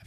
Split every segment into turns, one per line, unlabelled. hab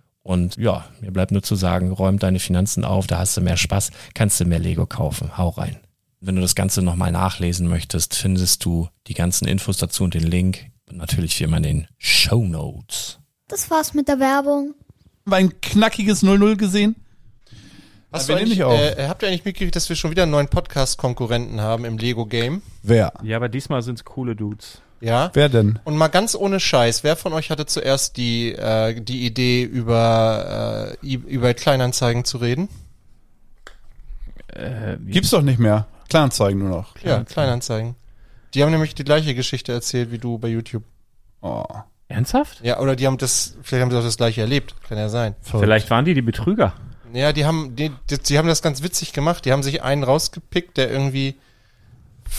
Und ja, mir bleibt nur zu sagen, räum deine Finanzen auf, da hast du mehr Spaß, kannst du mehr Lego kaufen. Hau rein. Wenn du das Ganze nochmal nachlesen möchtest, findest du die ganzen Infos dazu und den Link und natürlich wie immer in den Show Notes.
Das war's mit der Werbung.
Haben wir ein knackiges 0-0 gesehen?
Hast
Ja,
du
wir nehmen
eigentlich,
dich auf.
äh, habt ihr eigentlich mitgekriegt, dass wir schon wieder einen neuen Podcast-Konkurrenten haben im Lego-Game?
Wer?
Ja, aber diesmal sind's coole Dudes.
Ja?
Wer denn?
Und mal ganz ohne Scheiß, wer von euch hatte zuerst die, äh, die Idee, über, äh, i- über Kleinanzeigen zu reden?
Äh, wie-
Gibt's doch nicht mehr. Kleinanzeigen nur noch.
Ja, Kleinanzeigen. Die haben nämlich die gleiche Geschichte erzählt wie du bei YouTube.
Oh.
Ernsthaft?
Ja, oder die haben das, vielleicht haben die auch das gleiche erlebt. Kann ja sein.
Vielleicht waren die die Betrüger.
Ja, die haben, die, die, die haben das ganz witzig gemacht. Die haben sich einen rausgepickt, der irgendwie,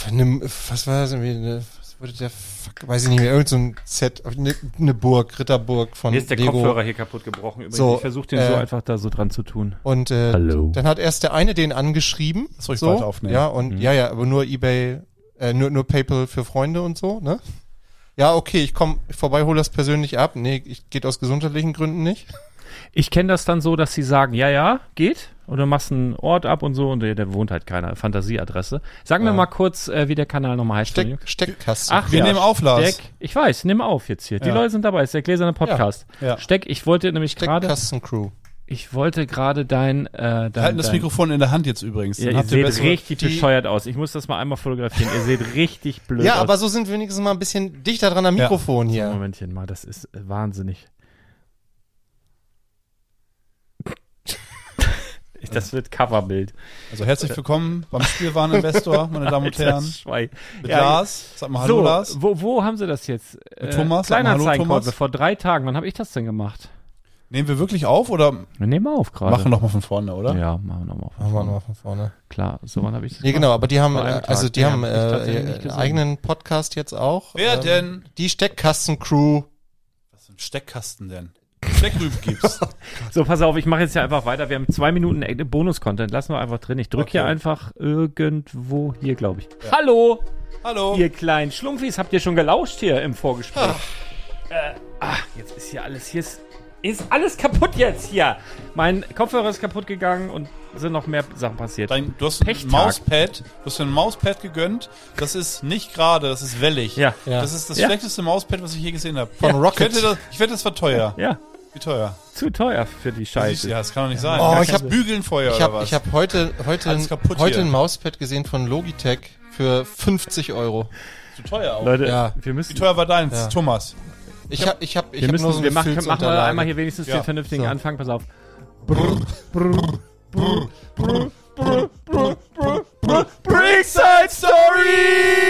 eine, was war das irgendwie, eine, was wurde der, fuck, weiß ich nicht mehr, irgend so ein Set, eine, eine Burg, Ritterburg von
Mir ist der
Lego.
Kopfhörer hier kaputt gebrochen. Übrigens,
So,
ich versuche den
äh,
so einfach da so dran zu tun.
Und äh,
Hallo.
dann hat erst der eine den angeschrieben.
Lass ruhig
so,
weiter aufnehmen.
Ja,
Mhm.
und ja, ja, aber nur Ebay, äh, nur, nur PayPal für Freunde und so, ne? Ja, okay, ich komm vorbei, hol das persönlich ab. Nee, ich, geht aus gesundheitlichen Gründen nicht.
Ich kenne das dann so, dass sie sagen, ja, ja, geht. Und du machst einen Ort ab und so und der, der wohnt halt keiner. Fantasieadresse. Sagen wir mal kurz, äh, wie der Kanal nochmal heißt.
Steck,
Entschuldigung.
Steckkasten.
Ach,
Wir nehmen auf, Lars.
Steck. Ich weiß, nimm auf jetzt hier. Die
Ja.
Leute sind dabei. Ist der gläserne Podcast.
Ja, ja.
Steck, ich wollte nämlich gerade,
Steckkasten-Crew.
ich wollte gerade dein, äh, dein,
Wir halten das
dein
Mikrofon in der Hand jetzt übrigens.
Ja,
Dann
ihr
habt ihr
seht
bessere-
richtig
die-
bescheuert aus. Ich muss das mal einmal fotografieren. Ihr seht richtig blöd
Ja,
aus.
aber so sind wir wenigstens mal ein bisschen dichter dran am
Ja.
Mikrofon hier.
Momentchen mal, das ist äh, wahnsinnig. Das wird Coverbild.
Also herzlich willkommen beim Spielwareninvestor, meine Damen und
Alter
Herren.
Schwein.
Mit
Ja,
Lars. Sag mal Hallo,
so,
Lars.
Wo, wo haben sie das jetzt? Äh,
Mit Thomas? Sag mal Hallo,
Kleinanzeigenkorb,
Thomas.
vor drei Tagen. Wann habe ich das denn gemacht?
Nehmen wir wirklich auf oder
Wir nehmen auf gerade.
machen nochmal von vorne, oder?
Ja, machen wir nochmal.
Machen wir nochmal von vorne.
Klar, so wann habe ich das
Nee,
gemacht?
genau, aber die haben, äh,
Vor einem Tag.
also die
Ja,
haben
hab ich
äh,
tatsächlich nicht
ihren
gesehen.
eigenen Podcast jetzt auch.
Wer
Ähm,
denn?
Die Steckkasten-Crew.
Was für ein Steckkasten denn? Steckrüben gibt's.
So, pass auf, ich mache jetzt hier einfach weiter. Wir haben zwei Minuten e- Bonus-Content. Lassen wir einfach drin. Ich drücke hier einfach irgendwo hier, glaube ich. Hallo,
Hallo.
ihr kleinen Schlumpfis. Habt ihr schon gelauscht hier im Vorgespräch? Äh, ach, jetzt ist hier alles, hier ist, ist alles kaputt jetzt hier. Mein Kopfhörer ist kaputt gegangen und sind noch mehr Sachen passiert.
Dein, du hast ein
Pechtag.
Mauspad, du hast dir ein Mauspad gegönnt. Das ist nicht gerade, das ist wellig.
Ja.
Ja.
Das ist das
Ja.
schlechteste Mauspad, was ich je gesehen habe.
Von Rocket.
Ich wette, das, ich wette, das war teuer.
Ja,
Wie teuer?
zu teuer für die Scheiße.
Ja, das kann doch nicht sein.
Oh,
Gar
ich
kein
hab-
Bügeln vorher
Ich
oder
habe
was?
ich hab heute, heute,
Alles
ein,
kaputt
heute
hier.
ein Mauspad gesehen von Logitech für 50 Euro.
zu teuer auch.
Leute,
Ja.
wir
Wie
müssen,
teuer war deins,
Ja.
Thomas?
Ich habe ich hab, ich
wir,
hab
müssen,
nur so
wir
eine
machen, machen wir
Filzunterlage.
einmal hier wenigstens
Ja,
den vernünftigen
so.
Anfang. Pass auf.
Brickside Stories!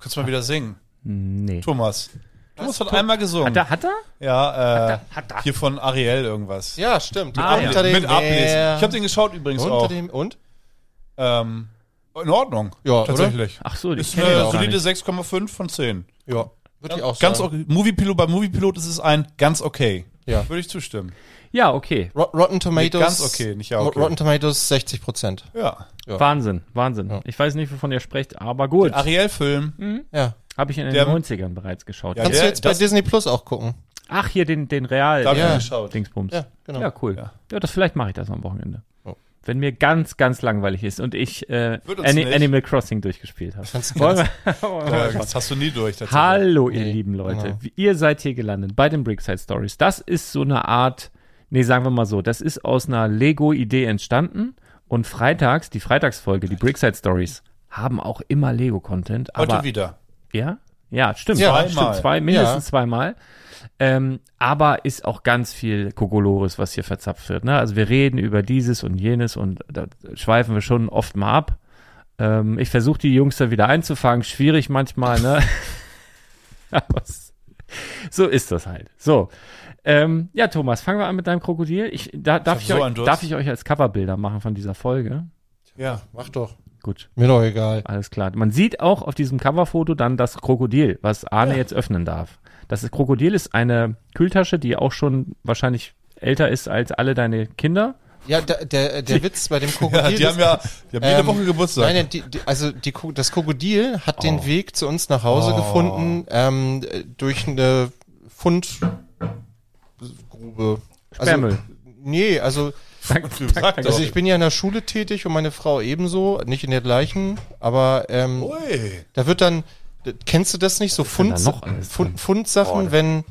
Kannst du mal wieder singen?
Nee.
Thomas. Thomas hat einmal gesungen.
Hat er? Hat er?
Ja, äh,
Hat er?
hier von Ariel irgendwas.
Ja, stimmt.
Ah, ja.
unter dem
Mit Ablesen.
Meer.
Ich habe den geschaut übrigens
unter
auch.
dem und?
Ähm, in Ordnung.
Ja, Ah,
tatsächlich.
Ach so, ich
Ist
kenne ihn
eine
auch gar
solide
nicht.
6,5 von 10.
Ja, würde ich auch
ganz
sagen.
okay. Moviepilot, bei Moviepilot ist es ein ganz okay.
Ja.
Würde ich zustimmen.
Ja, okay.
Rot- Rotten Tomatoes.
Nee, ganz okay, nicht ja okay.
Rotten Tomatoes 60 Prozent.
Ja.
Ja.
Wahnsinn, Wahnsinn.
Ja.
Ich weiß nicht, wovon ihr sprecht, aber gut.
Ariel-Film.
Ja.
Habe ich in den
der-
90ern bereits geschaut.
Ja,
Kannst
der-
du jetzt bei
das-
Disney Plus auch gucken?
Ach, hier den, den Real.
Da habe
Ja.
ich geschaut.
Dingsbums.
Ja, genau.
Ja, cool.
Ja.
Ja, das vielleicht mache ich das am Wochenende.
Oh.
Wenn mir ganz, ganz langweilig ist und ich äh,
Wird uns
Ani
nicht.
Animal Crossing durchgespielt habe.
Kannst-
Wollen wir-
Ja, das hast du nie durch. tatsächlich.
Hallo, ihr
Nee,
lieben Leute.
genau.
Wie- Ihr seid hier gelandet bei den Brickside Stories. Das ist so eine Art, nee, sagen wir mal so, das ist aus einer Lego-Idee entstanden. Und freitags, die Freitagsfolge, die Brickside Stories, haben auch immer Lego-Content.
Heute
aber-
wieder.
Ja? Ja, stimmt.
Ja,
Stimmt,
zweimal.
zwei, mindestens
Ja.
zweimal. Ähm, aber ist auch ganz viel Kokolores, was hier verzapft wird. Ne? Also wir reden über dieses und jenes und da schweifen wir schon oft mal ab. Ähm, ich versuche die Jungs da wieder einzufangen. Schwierig manchmal, ne? aber es- so ist das halt. So. Ähm, ja, Thomas, fangen wir an mit deinem Krokodil. Ich, da, darf,
hab
ich
so einen
euch,
Durst.
darf ich euch als Coverbilder machen von dieser Folge?
Ja.
Mach doch.
Gut.
Mir doch egal.
Alles klar. Man sieht auch auf diesem Coverfoto dann das Krokodil, was Arne jetzt öffnen darf. Das Krokodil ist eine Kühltasche, die auch schon wahrscheinlich älter ist als alle deine Kinder.
Ja, da, der, der Witz bei dem
ja
Krokodil.
die haben ja die haben jede
ähm,
Woche Geburtstag.
Nein, nein, die, die, also die, Ko- das Krokodil hat den Weg zu uns nach Hause gefunden ähm, äh, durch eine Fundgrube.
Sperrmüll.
Also, nee, also,
Sag
also
doch.
ich bin ja in der Schule tätig und meine Frau ebenso, nicht in der gleichen, aber ähm,
Ui.
Da wird dann, kennst du das nicht, so
denn da
Fund,
noch alles
Fund,
drin?
Fundsachen, wenn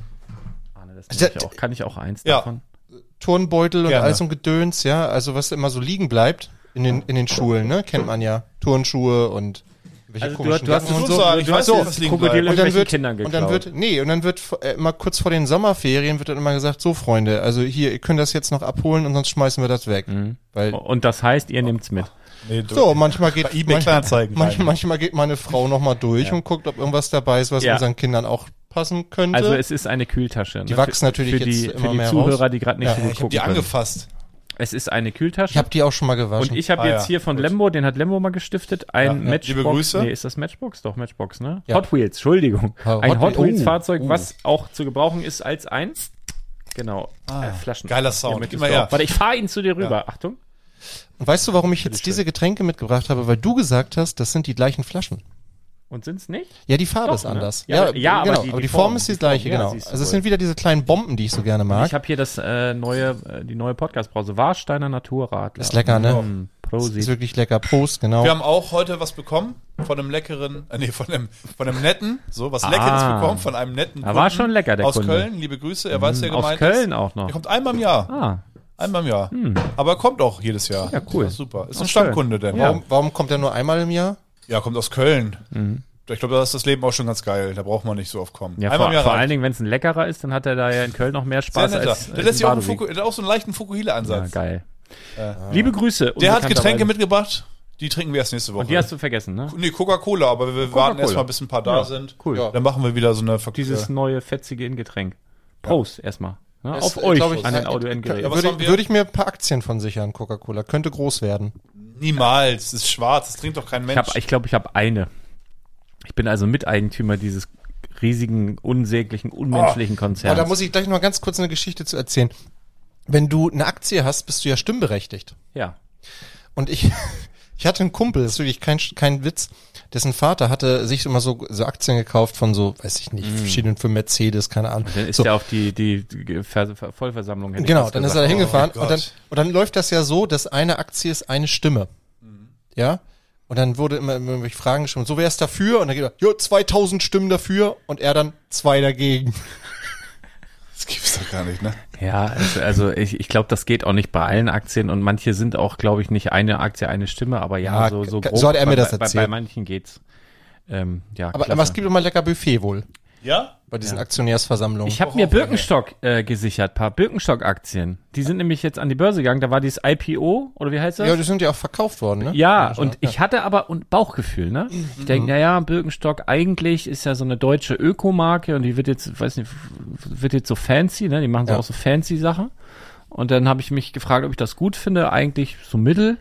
Arne, das
Da-
nehme ich auch. Kann ich auch eins
Ja.
davon?
Turnbeutel und
Gerne.
alles und Gedöns, ja, also was immer so liegen bleibt in den, in den Schulen, ne, kennt man ja. Turnschuhe und welche
Also du-
komischen
du hast
Jacken
es
und
so
so.
sagen, ich weiß
so,
nicht, was liegen
Krokodil-
bleibt.
und dann
irgendwelchen
wird,
Kindern
und dann
geklaut.
wird, nee, und dann wird äh, immer kurz vor den Sommerferien wird dann immer gesagt, so Freunde, also hier, ihr könnt das jetzt noch abholen und sonst schmeißen wir das weg.
Mhm.
Weil,
Und das heißt, ihr nehmt's mit.
Nee, du-
so, manchmal geht,
Bei eBay Kleinanzeigen
manch,
rein.
manchmal geht meine Frau nochmal durch und guckt, ob irgendwas dabei ist, was
Ja.
unseren Kindern auch passen könnte.
Also es ist eine Kühltasche. ne?
Die wachsen natürlich
für, für die,
jetzt
für
immer
die
mehr
Zuhörer,
raus.
die gerade nicht
Ja,
so gut
ich hab
gucken
die
können.
angefasst.
Es ist eine Kühltasche.
Ich habe die auch schon mal gewaschen.
und ich habe
Ah,
jetzt
ja.
hier von
Gut.
Lembo, den hat Lembo mal gestiftet, ein
Ja, ja.
Matchbox.
Liebe Grüße.
Nee, ist das Matchbox? Doch, Matchbox, ne?
Ja.
Hot Wheels, Entschuldigung.
Ah,
ein
Hot
Hot
Oh,
Wheel-
Wheels Fahrzeug,
uh, uh.
was auch zu gebrauchen ist als ein, genau, äh, Flaschen.
Ah, Geiler Sound.
Hiermit
Gib
ist
mal her.
drauf. Warte, ich fahre ihn zu dir rüber. Achtung.
Und weißt du, warum ich jetzt diese Getränke mitgebracht habe? Weil du gesagt hast, das sind die gleichen Flaschen.
Und sind's nicht?
Ja, die Farbe
Doch,
ist
ne?
anders.
Ja, aber- ja, aber
genau.
die-
aber die Form, ist die gleiche,
Form, ja,
genau.
siehst du
Also es
wohl.
sind wieder diese kleinen Bomben, die ich so gerne mag.
Ich habe hier das äh, neue, äh, die neue Podcast-Brause. Warsteiner Naturradler.
ist lecker, ne?
Mm,
Ist
Prosit.
wirklich lecker. Prost, genau.
Wir haben auch heute was bekommen von einem leckeren, äh, nee, von einem, von einem netten, so was Leckeres
Ah.
bekommen von einem netten.
Er war schon lecker, der
aus
Kunde. Mhm.
Köln. Liebe Grüße, er weiß ja
Aus
gemeint.
Köln
ist.
auch
Der
noch.
kommt einmal im Jahr.
Ah,
Einmal im Jahr. Aber kommt auch jedes Jahr.
Ja, cool.
Das ist super. Ist ein Stammkunde denn?
Ja.
Warum, warum kommt er nur einmal im Jahr?
Ja, kommt aus Köln. Ich glaube, da ist das Leben auch schon ganz geil. Da braucht man nicht so oft kommen.
Mhm. Ja,
Einmal im
vor,
Jahr
vor
reicht.
allen Dingen, wenn es ein leckerer ist, dann hat er da ja in Köln noch mehr
Sehr
Spaß
netter.
als
der lässt
als
sich auch, einen
Badewig.
Fuku, der hat auch so einen leichten
Ja,
Fukuhile-Ansatz.
geil. Liebe Grüße.
der hat Getränke
unbekannterweise.
mitgebracht. Die trinken wir erst nächste Woche.
Und die hast du vergessen, ne?
nee, Coca-Cola, aber wir warten erst mal, bis ein paar da
Ja,
sind.
Cool.
Ja.
Dann machen wir wieder so eine Ver
Dieses neue fetzige in Getränk. Prost erstmal. Ne?
Ist,
Auf
äh,
euch
glaub ich,
an den
äh,
Audio-Endgeräten.
was haben
Würde,
wir?
würde ich mir ein paar Aktien von sichern, Coca-Cola. Könnte groß werden.
Niemals, das ist schwarz, das trinkt doch kein
Ich
Mensch.
glaube, ich, glaub, ich habe eine. Ich bin also Miteigentümer dieses riesigen, unsäglichen, unmenschlichen
Oh, Aber da
Konzerns.
muss ich gleich noch ganz kurz eine Geschichte zu erzählen. Wenn du eine Aktie hast, bist du ja stimmberechtigt.
Ja.
Und ich, ich hatte einen Kumpel, das ist wirklich kein, kein Witz, dessen Vater hatte sich immer so, so Aktien gekauft von so, weiß ich nicht, verschiedenen für Mercedes, keine Ahnung.
Dann ist
so,
er auf die, die die Ver Ver Vollversammlung. hätte ich
Genau,
fast
dann ist er
gesagt.
da hingefahren
Oh
und, dann,
Gott.
und dann läuft das ja so, dass eine Aktie ist eine Stimme. Ja? Und dann wurde immer immer irgendwelche Fragen gestimmt. So, wer ist dafür? Und dann geht er, jo, 2000 Stimmen dafür und er dann zwei dagegen.
das gibt's doch gar nicht, ne?
Ja, also, also ich, ich glaube, das geht auch nicht bei allen Aktien und manche sind auch, glaube ich, nicht eine Aktie, eine Stimme, aber ja,
Ja,
so, so
ka- so hat er mir
bei,
das
bei-
erzählt.
Bei, bei manchen geht's. Ähm, ja,
Aber,
klasse.
aber es gibt immer lecker Buffet wohl
Ja?
bei diesen Aktionärsversammlungen.
Ich habe mir Birkenstock äh, gesichert, paar Birkenstock-Aktien. Die sind nämlich jetzt an die Börse gegangen. Da war dieses IPO oder wie heißt das?
ja, die sind ja auch verkauft worden, ne?
Ja, und ich hatte aber und Bauchgefühl, ne? Ich denke, naja, Birkenstock eigentlich ist ja so eine deutsche Ökomarke und die wird jetzt, weiß nicht, wird jetzt so fancy, ne? Die machen so
Ja.
auch so fancy Sachen. Und dann habe ich mich gefragt, ob ich das gut finde, eigentlich so mittel.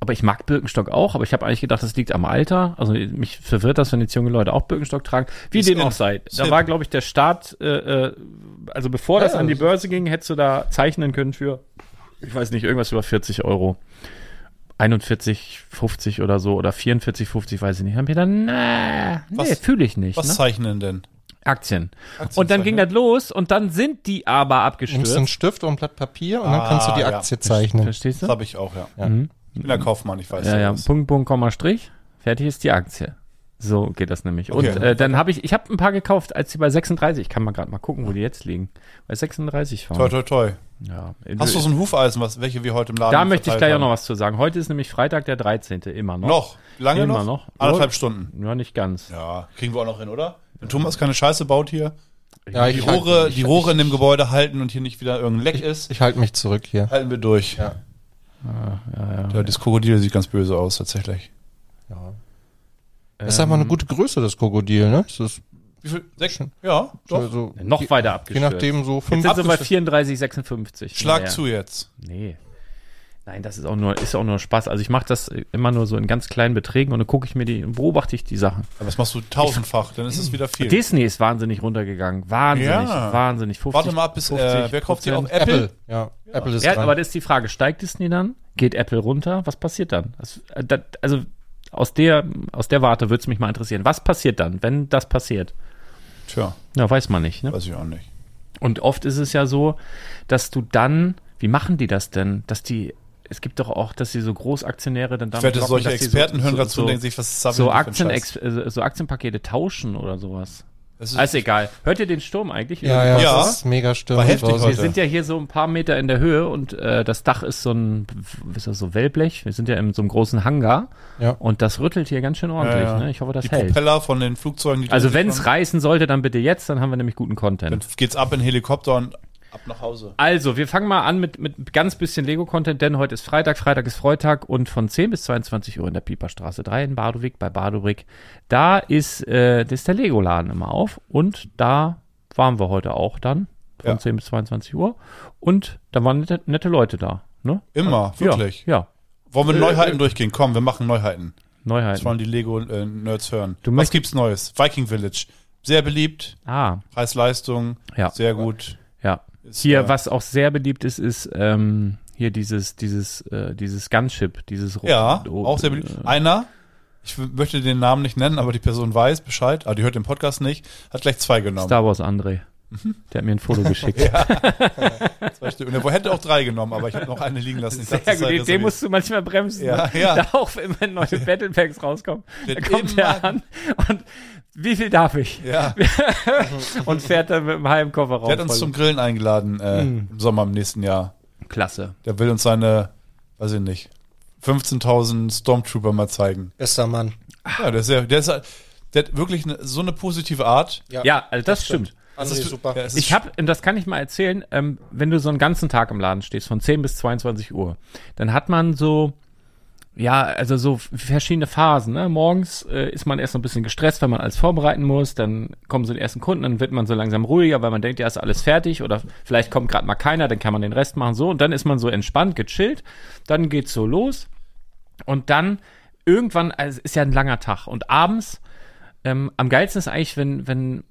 Aber ich mag Birkenstock auch, aber ich habe eigentlich gedacht, das liegt am Alter. Also mich verwirrt das, wenn jetzt junge Leute auch Birkenstock tragen. Wie
Ist
dem
in-
auch sei. Da
in.
war, glaube ich, der Start, äh, äh, also bevor das
ja,
an die
das-
Börse ging, hättest du da zeichnen können für, ich weiß nicht, irgendwas über 40 Euro. 41,50 oder so oder 44,50, weiß ich nicht. Haben wir dann, nee, nee
Was-
fühle ich nicht.
Was
Ne?
zeichnen denn?
Aktien. Und dann
ne?
ging das los und dann sind die aber
Nimmst du
abgestürzt.
einen Stift und ein Blatt Papier und dann
Ah,
kannst du die
ja.
Aktie zeichnen.
Verstehst
Das
du?
habe ich auch, ja. Mhm. Ich bin der Kaufmann, ich weiß
Mhm. Ja, ja.
das.
Punkt, Punkt, Komma, Strich. Fertig ist die Aktie. So geht das nämlich. Und
Okay.
äh, dann habe ich, ich habe ein paar gekauft, als sie bei 36, ich kann mal gerade mal gucken, wo die jetzt liegen. Bei 36
Toi,
waren.
toi, toi.
Ja.
Hast du so ein Hufeisen, was, welche wir heute im Laden
da möchte ich gleich
verteilt
auch noch
haben?
was zu sagen. Heute ist nämlich Freitag der 13. immer noch.
Noch? Lange
Immer
noch?
noch.
Anderthalb
Ja.
Stunden.
Ja, nicht ganz.
Ja, kriegen wir auch noch hin, oder? Wenn Thomas keine Scheiße baut hier,
Ja,
die
ich halt-
Rohre,
ich-
die Rohre in dem Gebäude halten und hier nicht wieder irgendein Leck ist,
Ich halte mich zurück hier.
halten wir durch. Ja. Ja, das Krokodil sieht ganz böse aus, tatsächlich.
Das ist einfach eine gute Größe, das Krokodil, ne? Das ist
Wie viel? Sechs? Ja, doch.
so,
Noch weiter
je
abgestürzt.
nachdem so
Jetzt sind
fünf.
sie bei
abgestürzt.
34, 56.
Schlag
Naja.
zu jetzt.
Nee. Nein, das ist auch nur, ist auch nur Spaß. Also ich mache das immer nur so in ganz kleinen Beträgen und dann gucke ich mir die, beobachte ich die Sachen.
Aber das machst du tausendfach, dann ist es wieder viel.
Disney ist wahnsinnig runtergegangen. Wahnsinnig,
Ja.
wahnsinnig. 50,
Warte mal ab, bis, äh, wer kauft die auf
Prozent.
Apple?
Ja, Apple ist
Ja,
dran.
aber das ist die Frage, steigt Disney dann? Geht Apple runter? Was passiert dann? Das, äh, das, also aus der, aus der Warte würde es mich mal interessieren. Was passiert dann, wenn das passiert?
Tja,
Na, weiß man nicht. Ne?
weiß ich auch nicht.
Und oft ist es ja so, dass du dann, wie machen die das denn? Dass die, es gibt doch auch, dass sie so Großaktionäre dann
Ich
damit
wette,
locken,
solche
dass die
Experten hören gerade zu
so,
und denken sich, was ist das
so,
für ein
Aktien,
Scheiß?
äh, so Aktienpakete tauschen oder sowas.
Das Ah, ist-
Also egal. Hört ihr den Sturm eigentlich?
ja, ja,
Ja.
das ist mega stürmisch.
War heftig
draußen.
Wir
heute.
sind ja hier so ein paar Meter in der Höhe und äh, das Dach ist so ein, ist das so Wellblech. Wir sind ja in so einem großen Hangar
Ja.
und das rüttelt hier ganz schön ordentlich.
Ja, ja.
Ne? Ich hoffe, das
die
hält.
Propeller von den Flugzeugen, die
Also
da
wenn es
kommen,
reißen sollte, dann bitte jetzt, dann haben wir nämlich guten Content.
Dann geht's ab in den Helikopter und ab nach Hause.
Also, wir fangen mal an mit, mit ganz bisschen Lego-Content, denn heute ist Freitag, Freitag ist Freitag und von 10 bis 22 Uhr in der Pieperstraße 3 in Badowig bei Badowig, da ist, äh, das ist der Lego-Laden immer auf und da waren wir heute auch dann von
Ja.
10 bis 22 Uhr und da waren nette, nette Leute da, ne?
Immer, wirklich. Äh,
Ja, ja.
Wollen wir Neuheiten durchgehen? Komm, wir machen Neuheiten. Das
Neuheiten.
wollen die Lego-Nerds hören.
Du
Was
möchtest-
gibt's Neues? Viking Village. Sehr beliebt.
Ah,
Preis-Leistung.
Ja.
Sehr gut.
ja.
Ist,
Hier,
äh,
was auch sehr beliebt ist, ist, ähm, hier dieses, dieses, äh, dieses Gunship, dieses Ro-
Ja,
Ro-
auch sehr beliebt. Einer, ich w- möchte den Namen nicht nennen, aber die Person weiß Bescheid, aber die hört den Podcast nicht, hat gleich zwei genommen.
Star Wars André.
Mhm.
Der hat mir ein Foto geschickt.
Zwei Stück. Und er ne, hätte auch drei genommen, aber ich habe noch eine liegen lassen. Ich dachte,
Ja, gut,
das sei
den, den
reserviert.
musst du manchmal bremsen.
Ja,
ne?
ja.
Da auch immer neue Battle Packs rauskommen. Da
Der
kommt er
immer-
an und wie viel darf ich?
ja.
Und fährt dann mit dem halben Kofferraum.
Der hat uns
voll. Hm.
zum Grillen eingeladen äh, im Sommer im nächsten Jahr.
Klasse.
Der will uns seine, weiß ich nicht, 15.000 Stormtrooper mal zeigen.
Bester Mann.
Ja, der ist, sehr, der ist der hat wirklich eine, so eine positive Art.
Ja, also das, stimmt.
André,
ist-
super.
ja, es ist-
Ich habe, das kann ich mal erzählen, ähm, wenn du so einen ganzen Tag im Laden stehst, von 10 bis 22 Uhr, dann hat man so, ja, also so verschiedene Phasen. Ne? Morgens äh, ist man erst so ein bisschen gestresst, weil man alles vorbereiten muss, dann kommen so die ersten Kunden, dann wird man so langsam ruhiger, weil man denkt, ja, ist alles fertig oder vielleicht kommt gerade mal keiner, dann kann man den Rest machen, so. Und dann ist man so entspannt, gechillt, dann geht's so los und dann irgendwann, also es ist ja ein langer Tag und abends, ähm, am geilsten ist eigentlich, wenn, wenn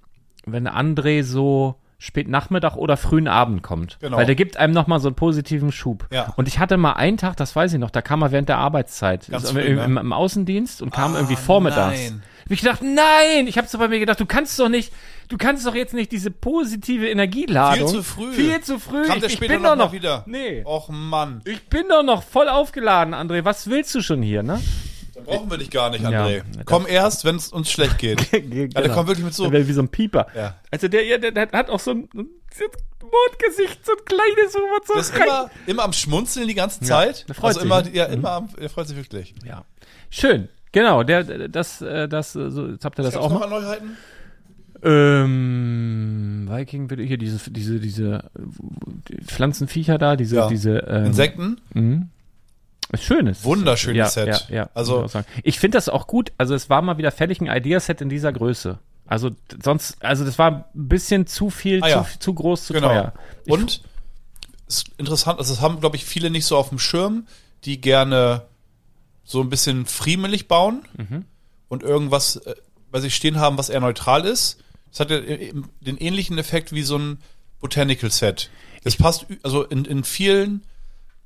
wenn André so spät Nachmittag oder frühen Abend kommt.
Genau.
Weil der gibt einem nochmal so einen positiven Schub.
Ja.
Und ich hatte mal einen Tag, das weiß ich noch, da kam er während der Arbeitszeit.
Ganz
Ist
früh,
im,
ne? Ah,
im, Im Außendienst und kam irgendwie vormittags.
nein.
Hab ich gedacht, nein! Ich habe so bei mir gedacht, du kannst doch nicht, du kannst doch jetzt nicht diese positive Energieladung.
Viel zu früh.
Viel zu früh.
Kam der
ich, ich
später
bin
noch
doch
mal
noch
wieder? Oh.
Nee.
Och Mann,
Ich bin doch noch voll aufgeladen, André. Was willst du schon hier, ne?
dann brauchen wir dich gar nicht, André.
Ja, das-
komm erst, wenn es uns schlecht geht.
genau.
Alter, komm wirklich mit so.
Der wäre wie so ein Pieper.
Ja.
Also der, ja, der, der hat auch so ein, so ein Mondgesicht, so ein kleines, wo man so
Der ist
rein-
immer, immer am Schmunzeln die ganze Zeit.
der freut
also
sich,
immer,
ne?
ja, immer am, er freut sich wirklich.
Ja. Schön. Genau, der, der- das, äh, das, äh, so, jetzt habt ihr das
Gab's
auch
noch
mal.
mal Neuheiten?
Ähm, Viking wird hier diese, diese, diese äh, Pflanzenviecher da, diese,
Ja.
diese ähm,
Insekten?
Mhm. Ist schönes.
Wunderschönes
ja,
Set.
Ja, Genau, ja,
Also-
muss ich auch sagen. ich finde das auch gut. Also es war mal wieder fertig ein Ideaset in dieser Größe. Also d- sonst, also das war ein bisschen zu viel,
Ah ja.
zu, zu groß, zu
Genau.
teuer. Ich-
Und ist interessant, also das haben, glaube ich, viele nicht so auf dem Schirm, die gerne so ein bisschen friemelig bauen und irgendwas äh, bei sich stehen haben, was eher neutral ist. Das hat ja eben den ähnlichen Effekt wie so ein Botanical Set. Das passt, ü- also in, in vielen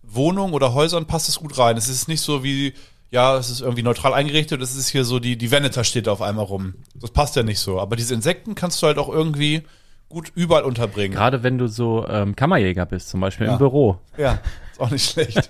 Wohnungen oder Häusern passt es gut rein. Es ist nicht so wie, ja, es ist irgendwie neutral eingerichtet, es ist hier so, die, die Veneta steht da auf einmal rum. Das passt ja nicht so. Aber diese Insekten kannst du halt auch irgendwie gut überall unterbringen.
Gerade wenn du so ähm, Kammerjäger bist, zum Beispiel
Ja.
im Büro.
Ja, ist auch nicht schlecht.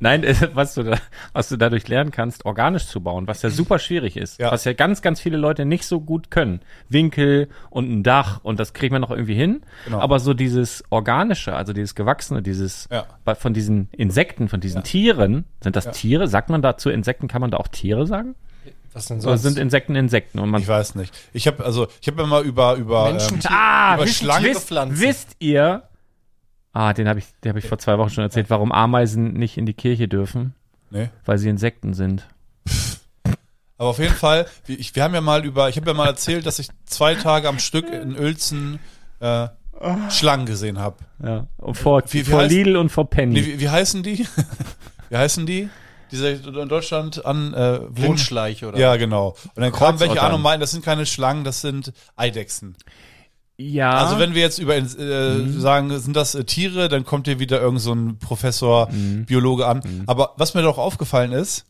Nein, äh, was du, da, was du dadurch lernen kannst, organisch zu bauen, was ja super schwierig ist.
Ja.
Was ja ganz, ganz viele Leute nicht so gut können. Winkel und ein Dach und das kriegen wir noch irgendwie hin.
Genau.
Aber so dieses Organische, also dieses Gewachsene, dieses
Ja.
bei- von diesen Insekten, von diesen Tieren, sind das Tiere? Sagt man dazu Insekten, kann man da auch Tiere sagen?
Was denn
Oder
sonst?
sind Insekten Insekten? Und man
Ich weiß nicht. Ich habe also, ich habe immer über über ähm,
Menschentier-
Ah,
Über
wisst,
Schlangen
wisst,
gepflanzt.
wisst ihr? Ah, den habe ich, den hab ich vor zwei Wochen schon erzählt, warum Ameisen nicht in die Kirche dürfen,
nee.
weil sie Insekten sind.
Aber auf jeden Fall, wir, ich, wir haben ja mal über, ich habe ja mal erzählt, dass ich zwei Tage am Stück in Uelzen äh, Schlangen gesehen habe.
Ja. Und vor,
Wie- wie
vor
heißt-
Lidl und vor Penny.
Nee, wie, wie heißen die? wie heißen die? Diese in Deutschland an äh, Wohn-
Wundschleiche oder?
Ja, genau. Und dann kamen welche an
Kreuzottern.
und meinten, das sind keine Schlangen, das sind Eidechsen.
ja.
Also wenn wir jetzt über Ins- äh, sagen, sind das äh, Tiere, dann kommt hier wieder irgend so ein Professor, Biologe an. Aber was mir doch aufgefallen ist,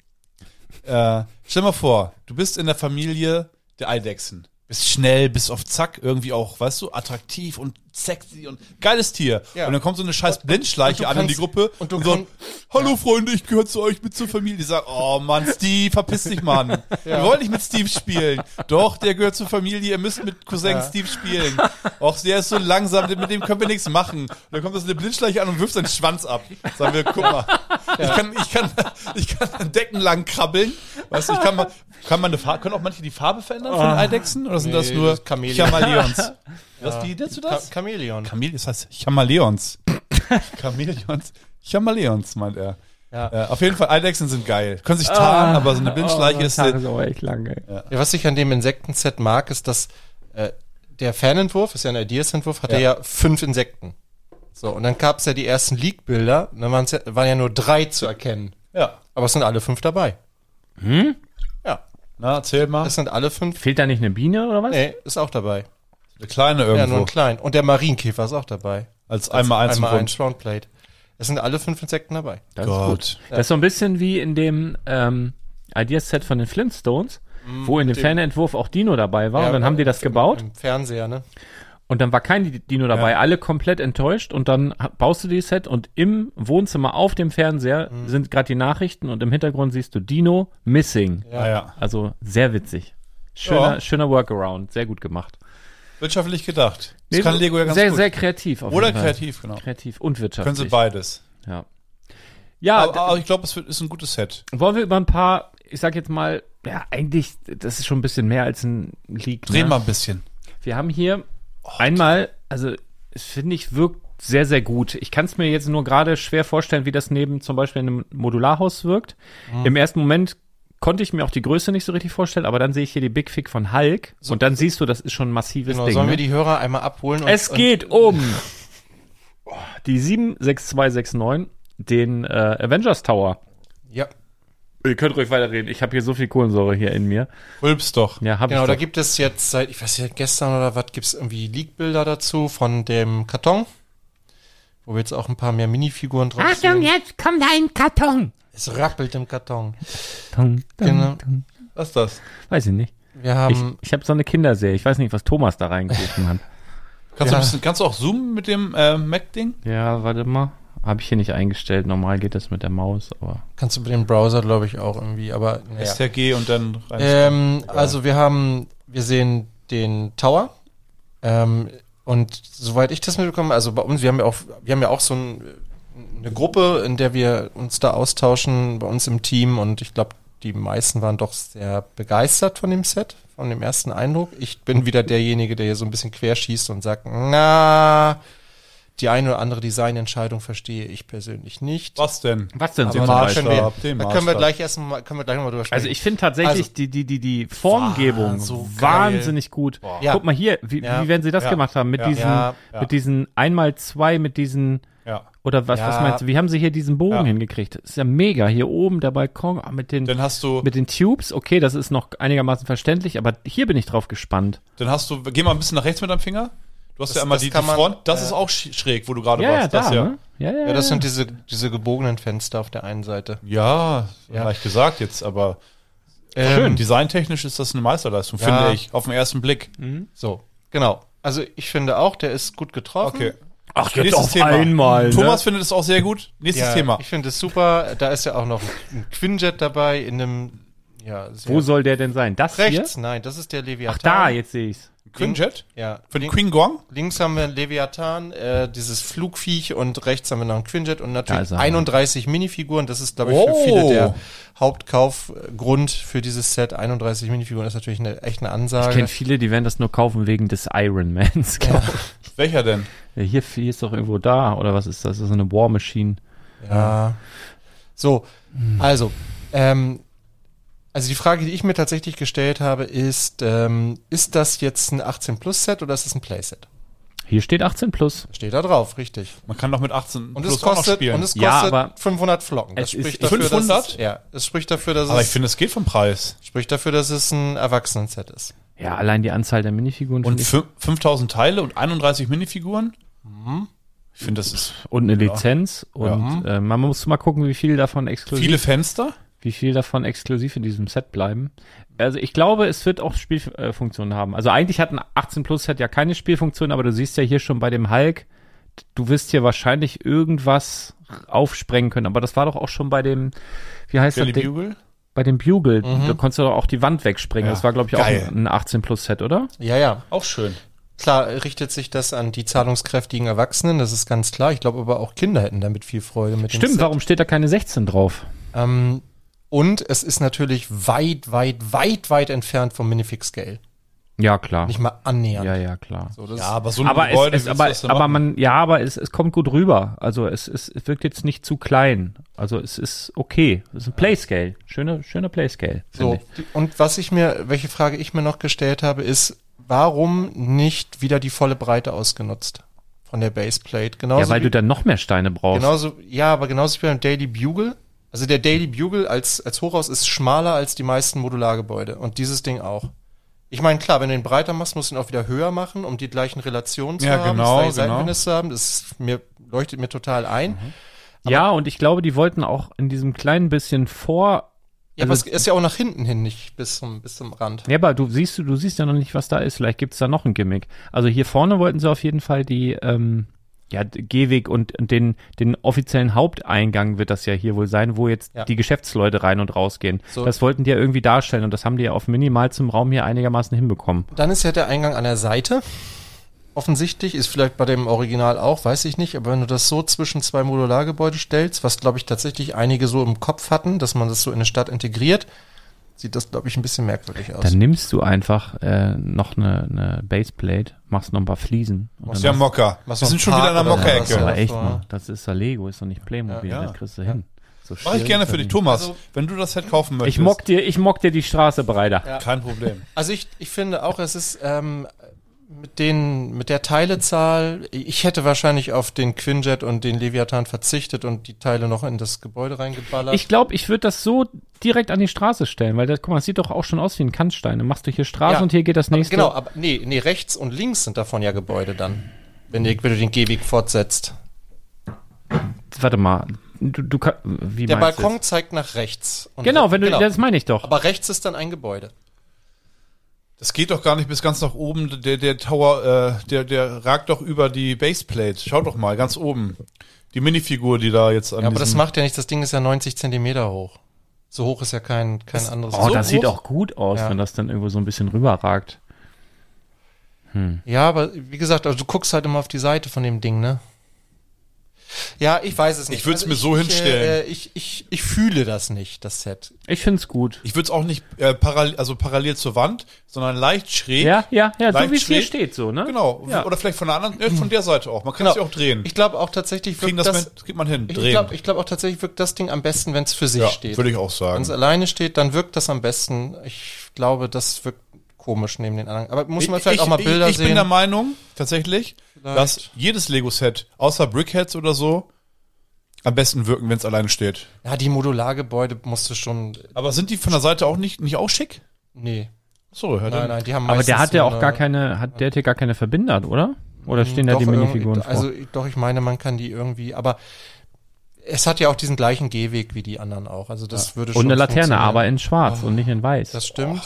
äh, stell mal vor, du bist in der Familie der Eidechsen. Bist schnell, bist auf Zack, irgendwie auch, weißt du, attraktiv und sexy und geiles Tier.
Ja.
Und dann kommt so eine scheiß
und
Blindschleiche
du
an in die
kannst-
Gruppe
und du
sagt, Hallo Freunde, ich gehöre zu euch mit zur Familie. Die sagen, oh Mann, Steve, verpiss dich, Mann. Wir wollen nicht mit Steve spielen. Doch, der gehört zur Familie, ihr müsst mit Cousin Steve spielen. Och, der ist so langsam, mit dem können wir nichts machen. Und dann kommt das eine Blindschleiche an und wirft seinen Schwanz ab. Sagen wir, guck mal, ich kann, ich kann, ich kann deckenlang krabbeln. Weißt du, ich kann mal, kann man eine Farbe, können auch manche die Farbe verändern von den Eidechsen? Oder sind das
Ah. Nee,
nur
das ist Chamäleon.
Chamäleons? Was, wie nennst du
Cha-
das?
Chamäleon.
Chamele das heißt Chamaleons. Chameleons. Chamaleons, meint er.
Ja.
Äh, auf jeden Fall, Eidechsen sind geil. Können sich tarnen, aber so eine Blindschleiche ist.
Tag ist aber echt lang, ey.
Ja, was ich an dem Insektenset mag, ist, dass äh, der Fanentwurf, ist ja ein Ideas-Entwurf, hatte ja.
Ja.
fünf Insekten. So, und dann gab's ja die ersten Leak-Bilder, und dann waren's ja, waren ja nur drei zu erkennen.
Ja.
Aber es sind alle fünf dabei. Hm? Ja,
Na, erzähl mal.
es sind alle fünf.
Fehlt da nicht eine Biene oder was?
Nee, ist auch dabei.
Eine kleine
Ja, nur
irgendwo.
ein klein. Und der Marienkäfer ist auch dabei.
als einmal eins im
Einmal ein
Bund.
Schwanplate. Es sind alle fünf Insekten dabei.
Das
Gott.
Das ist so ein bisschen wie in dem ähm, Ideaset von den Flintstones,
Mhm,
wo in dem Fanentwurf auch Dino dabei war.
Ja,
und dann
äh,
haben die das gebaut
Im Fernseher, ne?
und dann war kein Dino dabei.
Ja.
Alle komplett enttäuscht und dann ha- baust du dieses Set und im Wohnzimmer auf dem Fernseher
Mhm.
sind gerade die Nachrichten und im Hintergrund siehst du Dino missing.
Ah, ja.
Also sehr witzig. Schöner,
Ja.
schöner Workaround, sehr gut gemacht.
Wirtschaftlich gedacht. Das kann Lego ja ganz
sehr,
gut.
sehr kreativ. Auf
Oder
jeden Fall.
kreativ, genau.
kreativ und wirtschaftlich.
Können sie beides.
Ja. Ja,
aber, aber ich glaube, es wird- ist ein gutes Set.
Wollen wir über ein paar, ich sag jetzt mal, ja, eigentlich, das ist schon ein bisschen mehr als ein Leak.
Drehen
ne?
mal Oh, ein bisschen.
Wir haben hier einmal, also es finde ich, wirkt sehr, sehr gut. Ich kann es mir jetzt nur gerade schwer vorstellen, wie das neben zum Beispiel einem Modularhaus wirkt.
Mhm.
Im ersten Moment konnte ich mir auch die Größe nicht so richtig vorstellen, aber dann sehe ich hier die Big Fig von Hulk und dann siehst du, das ist schon ein massives
Genau,
Ding.
sollen
ne?
wir die Hörer einmal abholen? und- äh,
Es geht um Oh, die 76269, den äh, Avengers Tower.
Und, ja,
Ihr könnt ruhig weiterreden. Ich habe hier so viel Kohlensäure hier in mir.
Ulps doch.
Ja, hab
genau, da
ich.
gibt es jetzt seit, ich weiß nicht, gestern oder was, gibt es irgendwie Leak-Bilder dazu von dem Karton, wo wir jetzt auch ein paar mehr Minifiguren drauf
Achtung,
sehen.
jetzt kommt ein Karton.
Es rappelt im Karton.
Tung, tung,
Genau.
tung.
Was ist das?
Weiß ich nicht.
Wir
Ich,
haben,
ich habe so eine Kinderserie. Ich weiß nicht, was Thomas da reingerufen hat.
Kannst,
Ja.
du, ein bisschen, kannst du auch zoomen mit dem äh, Mac-Ding?
Ja, warte mal. Habe ich hier nicht eingestellt. Normal geht das mit der Maus, aber.
kannst du über den Browser, glaube ich, auch irgendwie, aber naja.
STRG und dann rein.
Ähm, also wir haben, wir sehen den Tower. Ähm, und soweit ich das mitbekomme, also bei uns, wir haben ja auch, wir haben ja auch so ein, eine Gruppe, in der wir uns da austauschen, bei uns im Team. Und ich glaube, die meisten waren doch sehr begeistert von dem Set, von dem ersten Eindruck. Ich bin wieder derjenige, der hier so ein bisschen querschießt und sagt, na, die eine oder andere Designentscheidung verstehe ich persönlich nicht.
Was denn?
Was denn
Aber da können wir,
den
da können wir
Maßstab.
gleich erstmal, können wir gleich nochmal drüber sprechen.
Also ich finde tatsächlich
Also-
die, die, die, die Formgebung
Wah, so geil.
wahnsinnig gut.
Ja.
Guck mal hier, wie,
Ja.
wie werden sie das
Ja.
gemacht haben? Mit
Ja.
diesen,
Ja.
Ja.
mit diesen einmal zwei, mit diesen
Ja.
oder was,
Ja.
was meinst du? Wie haben sie hier diesen Bogen
Ja.
hingekriegt? Das ist ja mega. Hier oben der Balkon ah, mit den
Dann hast du,
mit den Tubes. Okay, das ist noch einigermaßen verständlich, aber hier bin ich drauf gespannt.
dann hast du, geh mal ein bisschen nach rechts mit deinem Finger. Du hast
Das-
ja einmal
das
die, die
kann man,
Front, das
äh,
ist auch sch- schräg, wo du gerade
Ja, ja,
warst.
da,
das ja.
ne? Ja, ja,
Ja, das
ja.
sind diese, diese gebogenen Fenster auf der einen Seite.
Ja,
Ja.
leicht gesagt jetzt, aber
Ähm,
designtechnisch ist das eine Meisterleistung,
Ja.
finde ich, auf den ersten Blick.
So, genau. Also ich finde auch, der ist gut getroffen.
Okay.
Ach,
Nächstes Thema.
einmal. ne?
Thomas findet es auch sehr gut. Nächstes
ne? Ja,
Thema.
Ich finde es super. Da ist ja auch noch ein ein Quinjet dabei in einem. Ja, sehr
Wo soll der denn sein? Das
rechts?
hier?
Nein, das ist der Leviathan.
Ach, da, jetzt sehe ich's.
Quinjet?
Ja.
Für den
Link-
Queen Gong?
Links haben wir Leviathan, äh, dieses Flugviech und rechts haben wir noch ein Quinjet und
Da ist
natürlich
er.
31 Minifiguren. Das ist, glaube ich, für
Oh.
viele der Hauptkaufgrund für dieses Set. 31 Minifiguren ist natürlich eine, echt eine Ansage.
Ich kenne viele, die werden das nur kaufen wegen des Ironmans. Ja.
Welcher denn?
Ja, hier, hier ist doch irgendwo da, oder was ist das? Das ist eine War Machine.
Ja. So, also, ähm, also die Frage, die ich mir tatsächlich gestellt habe, ist, ähm, ist das jetzt ein 18-Plus-Set oder ist es ein Playset?
Hier steht 18 plus.
Steht da drauf, richtig.
Man kann doch mit 18
Und
plus
es kostet,
spielen.
und es kostet
Ja, aber
500 Flocken.
es ist-
Dass
500?
es, ja, es spricht dafür, dass
aber ich
es,
finde, es geht vom Preis.
spricht dafür, dass es ein Erwachsenen-Set ist.
Ja, allein die Anzahl der Minifiguren
Und
find ich,
fün- 5000 Teile und 31 Minifiguren?
Mhm.
Ich finde, das ist
und eine Lizenz. Und äh, man muss mal gucken, wie viel davon exklusiv,
viele Fenster.
wie viel davon exklusiv in diesem Set bleiben. Also ich glaube, es wird auch Spielfunktionen haben. Also eigentlich hat ein 18 plus Set ja keine Spielfunktion, aber du siehst ja hier schon bei dem Hulk, du wirst hier wahrscheinlich irgendwas aufsprengen können. Aber das war doch auch schon bei dem, wie heißt
Billy
das Ding?
Bugle.
Bei dem Bugle, da konntest du doch auch die Wand wegsprengen.
Ja,
Das war, glaube ich,
geil.
auch ein 18-Plus-Set, oder?
Ja, ja.
Auch schön.
Klar richtet sich das an die zahlungskräftigen Erwachsenen, das ist ganz klar. Ich glaube aber auch Kinder hätten damit viel Freude mit dem
Stimmt,
Set.
warum steht da keine 16 drauf?
Ähm, und es ist natürlich weit, weit, weit, weit entfernt vom Minifix Scale.
Ja, klar.
Nicht mal annähernd.
Ja, ja, klar.
So, das
Ja, aber so ein
Aber, es,
Gebäude,
es,
wie willst
aber,
du das denn
aber
machen?
man, ja, aber es, es kommt gut rüber. Also es, es, es wirkt jetzt nicht zu klein. Also es ist okay. Es ist ein Playscale. Schöne, schöne Playscale.
so.
So.
Die- Und was ich mir, welche Frage ich mir noch gestellt habe, ist, warum nicht wieder die volle Breite ausgenutzt von der Baseplate? Genauso
Ja, weil
wie,
du dann noch mehr Steine brauchst.
genauso, ja, aber genauso wie beim Daily Bugle. Also der Daily Bugle als, als Hochhaus ist schmaler als die meisten Modulargebäude und dieses Ding auch. Ich meine, klar, wenn du ihn breiter machst, musst du ihn auch wieder höher machen, um die gleichen Relationen zu
Ja,
haben,
genau, genau. Mhm.
das gleiche Seitenverhältnis zu haben. Das ist mir, leuchtet mir total ein.
ja, und ich glaube, die wollten auch in diesem kleinen bisschen vor.
Ja,
Also-
aber es ist ja auch nach hinten hin, nicht bis zum, bis zum Rand.
Ja, aber du siehst du, du siehst ja noch nicht, was da ist. Vielleicht gibt's da noch ein Gimmick. Also hier vorne wollten sie auf jeden Fall die, ähm, ja, d- Gehweg und, und den, den offiziellen Haupteingang wird das ja hier wohl sein, wo jetzt
Ja.
die Geschäftsleute rein und rausgehen.
So.
Das wollten die ja irgendwie darstellen und das haben die ja auf minimal zum Raum hier einigermaßen hinbekommen.
Dann ist ja der Eingang an der Seite. offensichtlich, ist vielleicht bei dem Original auch, weiß ich nicht, aber wenn du das so zwischen zwei Modulargebäude stellst, was glaube ich tatsächlich einige so im Kopf hatten, dass man das so in eine Stadt integriert, sieht das glaube ich ein bisschen merkwürdig aus.
Dann nimmst du einfach äh, noch eine, eine Baseplate, machst noch ein paar Fliesen. und
Machst
Ja,
dann
Mocker. Wir
was noch
sind schon
Park
wieder in der
oder
hast- das ist
Mocker-Ecke.
Mocker-Ecke.
aber echt,
Ja.
Mann. Das ist ja Lego, ist doch nicht Playmobil,
Ja, ja.
das kriegst du hin. So
Mach ich
schön
gerne
ist
für
das
dich,
nicht.
Thomas.
Also-
wenn du das Set kaufen möchtest.
Ich mock dir, ich mock dir die Straße breiter.
Kein Problem.
Also ich, ich finde auch, es ist ähm, mit den mit der Teilezahl, ich hätte wahrscheinlich auf den Quinjet und den Leviathan verzichtet und die Teile noch in das Gebäude reingeballert.
Ich glaube, ich würde das so direkt an die Straße stellen, weil das, guck mal, das sieht doch auch schon aus wie ein Kannstein. Dann machst du hier Straße
Ja.
und hier geht das
aber,
nächste.
genau, aber nee, nee, rechts und links sind davon ja Gebäude dann. Wenn du, wenn du den Gehweg fortsetzt.
Warte mal, du, du kann, wie
Der
meinst du
Balkon
es?
zeigt nach rechts. Und
Genau, wenn du, das meine ich doch.
aber rechts ist dann ein Gebäude.
Das geht doch gar nicht bis ganz nach oben. Der, der Tower, äh, der, der ragt doch über die Baseplate. Schau doch mal, ganz oben. Die Minifigur, die da jetzt an
Ja, aber das
diesem-
macht ja nichts, das Ding ist ja 90 Zentimeter hoch. So hoch ist ja kein, kein anderes.
oh,
so
das sieht
groß?
auch gut aus,
Ja.
wenn das dann irgendwo so ein bisschen rüberragt.
Ja, aber wie gesagt, also du guckst halt immer auf die Seite von dem Ding, ne? Ja, ich weiß es nicht.
Ich würd's
Also
mir so
ich,
hinstellen.
Äh, ich, ich, ich fühle das nicht, das Set.
Ich find's gut.
Ich würde es auch nicht äh, parallel, also parallel zur Wand, sondern leicht schräg.
Ja, ja, ja, so
Leicht
wie es hier
schräg.
steht, so, ne?
Genau.
Ja.
Oder vielleicht von der anderen, äh, von der Seite auch. Man kann
Genau.
sich auch drehen.
Ich glaube auch tatsächlich
Kriegen
wirkt
das,
das,
mit- das kriegt man hin.
ich
Drehen.
glaube ich glaub auch tatsächlich wirkt das Ding am besten, wenn es für sich
ja,
steht.
würde ich auch
Wenn
sagen.
es alleine steht, dann wirkt das am besten. Ich glaube, das wirkt komisch neben den anderen. Aber muss man vielleicht
ich,
auch mal Bilder
ich, ich
sehen.
bin der Meinung, tatsächlich,
Vielleicht.
dass jedes Lego-Set, außer Brickheads oder so, am besten wirken, wenn es alleine steht.
ja, die Modulargebäude musst du schon.
Aber sind die von der Seite auch nicht, nicht auch schick?
Nee.
So, hört
Nein, nein, die haben
Aber der
meistens
hat ja
so
auch
eine- Hm,
gar keine, hat, der hat ja gar keine Verbinder, oder? Oder stehen da
Doch,
die
irgendwie-
Minifiguren vor?
Also ich- doch, ich meine, man kann die irgendwie, aber es hat ja auch diesen gleichen Gehweg wie die anderen auch. Also das würde
und eine Laterne,
funktionieren.
aber in schwarz und nicht in weiß.
Oh, das stimmt.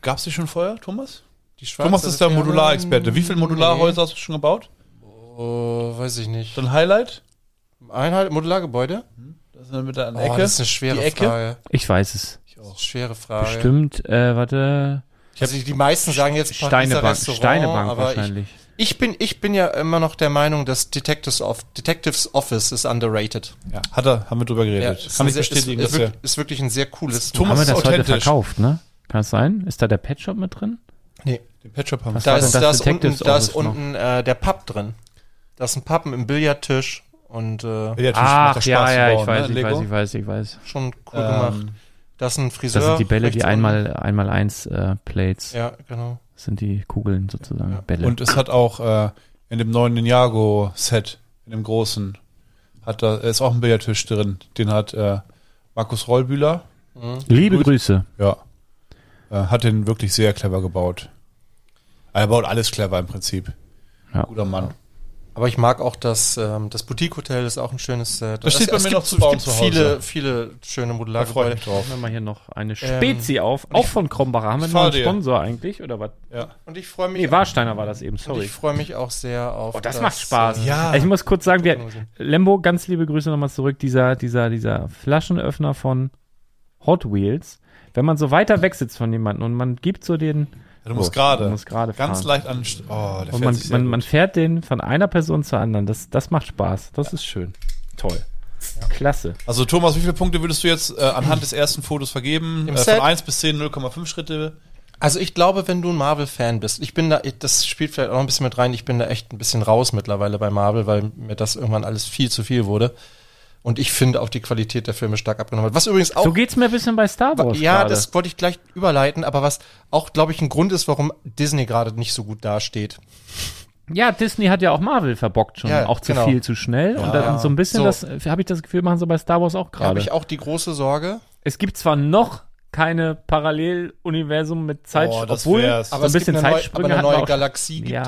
Gab es die schon vorher, Thomas?
Die schwarze
Oh. Thomas ist der
Laterne,
Modularexperte. Wie viele
nee.
Modularhäuser hast du schon gebaut?
Oh, weiß ich nicht.
Dein Highlight?
Einheit Modulargebäude?
Das ist eine mit der
Oh,
Ecke.
das ist eine schwere
Die Ecke?
Frage.
ich weiß es.
Schwere Frage.
Bestimmt, äh, warte,
Also die meisten sagen jetzt Pariser
Steinebank,
Restaurant,
Steinebank
aber ich,
wahrscheinlich.
ich bin ich bin ja immer noch der Meinung, dass Detectives, of, Detectives Office ist underrated.
ja, hat er, haben wir drüber
Ja,
geredet.
ist
Kann
ein
ich
sehr-
bestätigen.
Ist,
dass
ist,
wir-
wirklich, ist wirklich ein sehr cooles.
Thomas-
Haben wir
ist
das heute
authentisch.
verkauft, ne? Kann das sein? Ist da der Pet Shop mit drin?
Nee.
Den Patchup haben
Was
wir.
Da
war
ist,
denn
da
das
ist unten,
Detectives
da ist
Office noch?
unten äh, der Pub drin. Da ist ein Pappen im Billardtisch und äh,
Ja, natürlich macht
Ach,
das
ja,
Spaß zu
ja,
bauen,
ich weiß,
ne,
ich
Lego?
weiß, ich weiß, ich weiß.
schon cool
Ähm,
gemacht. Da ist ein Friseur.
Das sind die Bälle, die
rechts
einmal, einmal eins äh, Plates
unten. Ja, genau.
Das sind, die Kugeln sozusagen,
Ja.
Bälle.
Und es hat auch äh, in dem neuen Ninjago-Set, in dem großen, hat da ist auch ein Billardtisch drin. Den hat äh, Markus Rollbühler.
Liebe
Gut.
Grüße.
Ja. Äh, hat den wirklich sehr clever gebaut. Ah, Er baut alles clever im Prinzip.
Ja.
Guter Mann.
Aber ich mag auch das, ähm, das Boutique-Hotel, ist auch ein schönes Set.
Das
Es-
steht bei
es
mir
gibt-
noch zu bauen
Es
zu
gibt
Hause.
viele, viele schöne
Da freue ich
Modulargebäude.
mich drauf.
Machen wir mal hier noch eine Spezi auf, auch von Krombacher. Haben wir
Ähm, ich
noch einen
fahre dir.
Sponsor eigentlich? Oder was?
Ja.
Und ich freue mich,
Nee, Warsteiner war das eben,
und
sorry.
ich freue mich auch sehr auf.
Oh, das, macht Spaß.
äh,
Ja.
Ich muss kurz sagen, wir,
Wahnsinn.
Lembo, ganz liebe Grüße nochmal zurück. Dieser, dieser, dieser Flaschenöffner von Hot Wheels. Wenn man so weiter weg sitzt von jemandem und man gibt so den.
Du musst
Oh,
gerade.
du musst gerade
Ganz
fahren.
leicht an. Oh, der
Und
fährt
man,
sich sehr
man,
gut.
man fährt den von einer Person zur anderen. Das, das macht Spaß. Das ist schön. Toll. Klasse.
Also Thomas, wie viele Punkte würdest du jetzt äh, anhand des ersten Fotos vergeben?
Im
Äh, von
Set?
1 bis 10 0,5 Schritte.
Also ich glaube, wenn du ein Marvel-Fan bist, ich bin da, ich- das spielt vielleicht auch noch ein bisschen mit rein, ich bin da echt ein bisschen raus mittlerweile bei Marvel, weil mir das irgendwann alles viel zu viel wurde. Und ich finde auch die Qualität der Filme stark abgenommen hat. Was übrigens auch.
So geht's mir ein bisschen bei Star Wars.
ja,
gerade.
das wollte ich gleich überleiten, aber was auch, glaube ich, ein Grund ist, warum Disney gerade nicht so gut dasteht.
ja, Disney hat ja auch Marvel verbockt schon.
Ja,
auch zu
genau.
viel, zu schnell. und dann so ein bisschen
So.
das, habe ich das Gefühl, machen sie bei Star Wars auch
Da habe
gerade.
ich auch die große Sorge.
Es gibt zwar noch keine Paralleluniversum mit Zeit,
Oh, das
obwohl
wär's.
so ein bisschen
eine neue,
Zeitsprünge
aber eine
hatten wir
neue
auch-
Galaxie gibt
ja,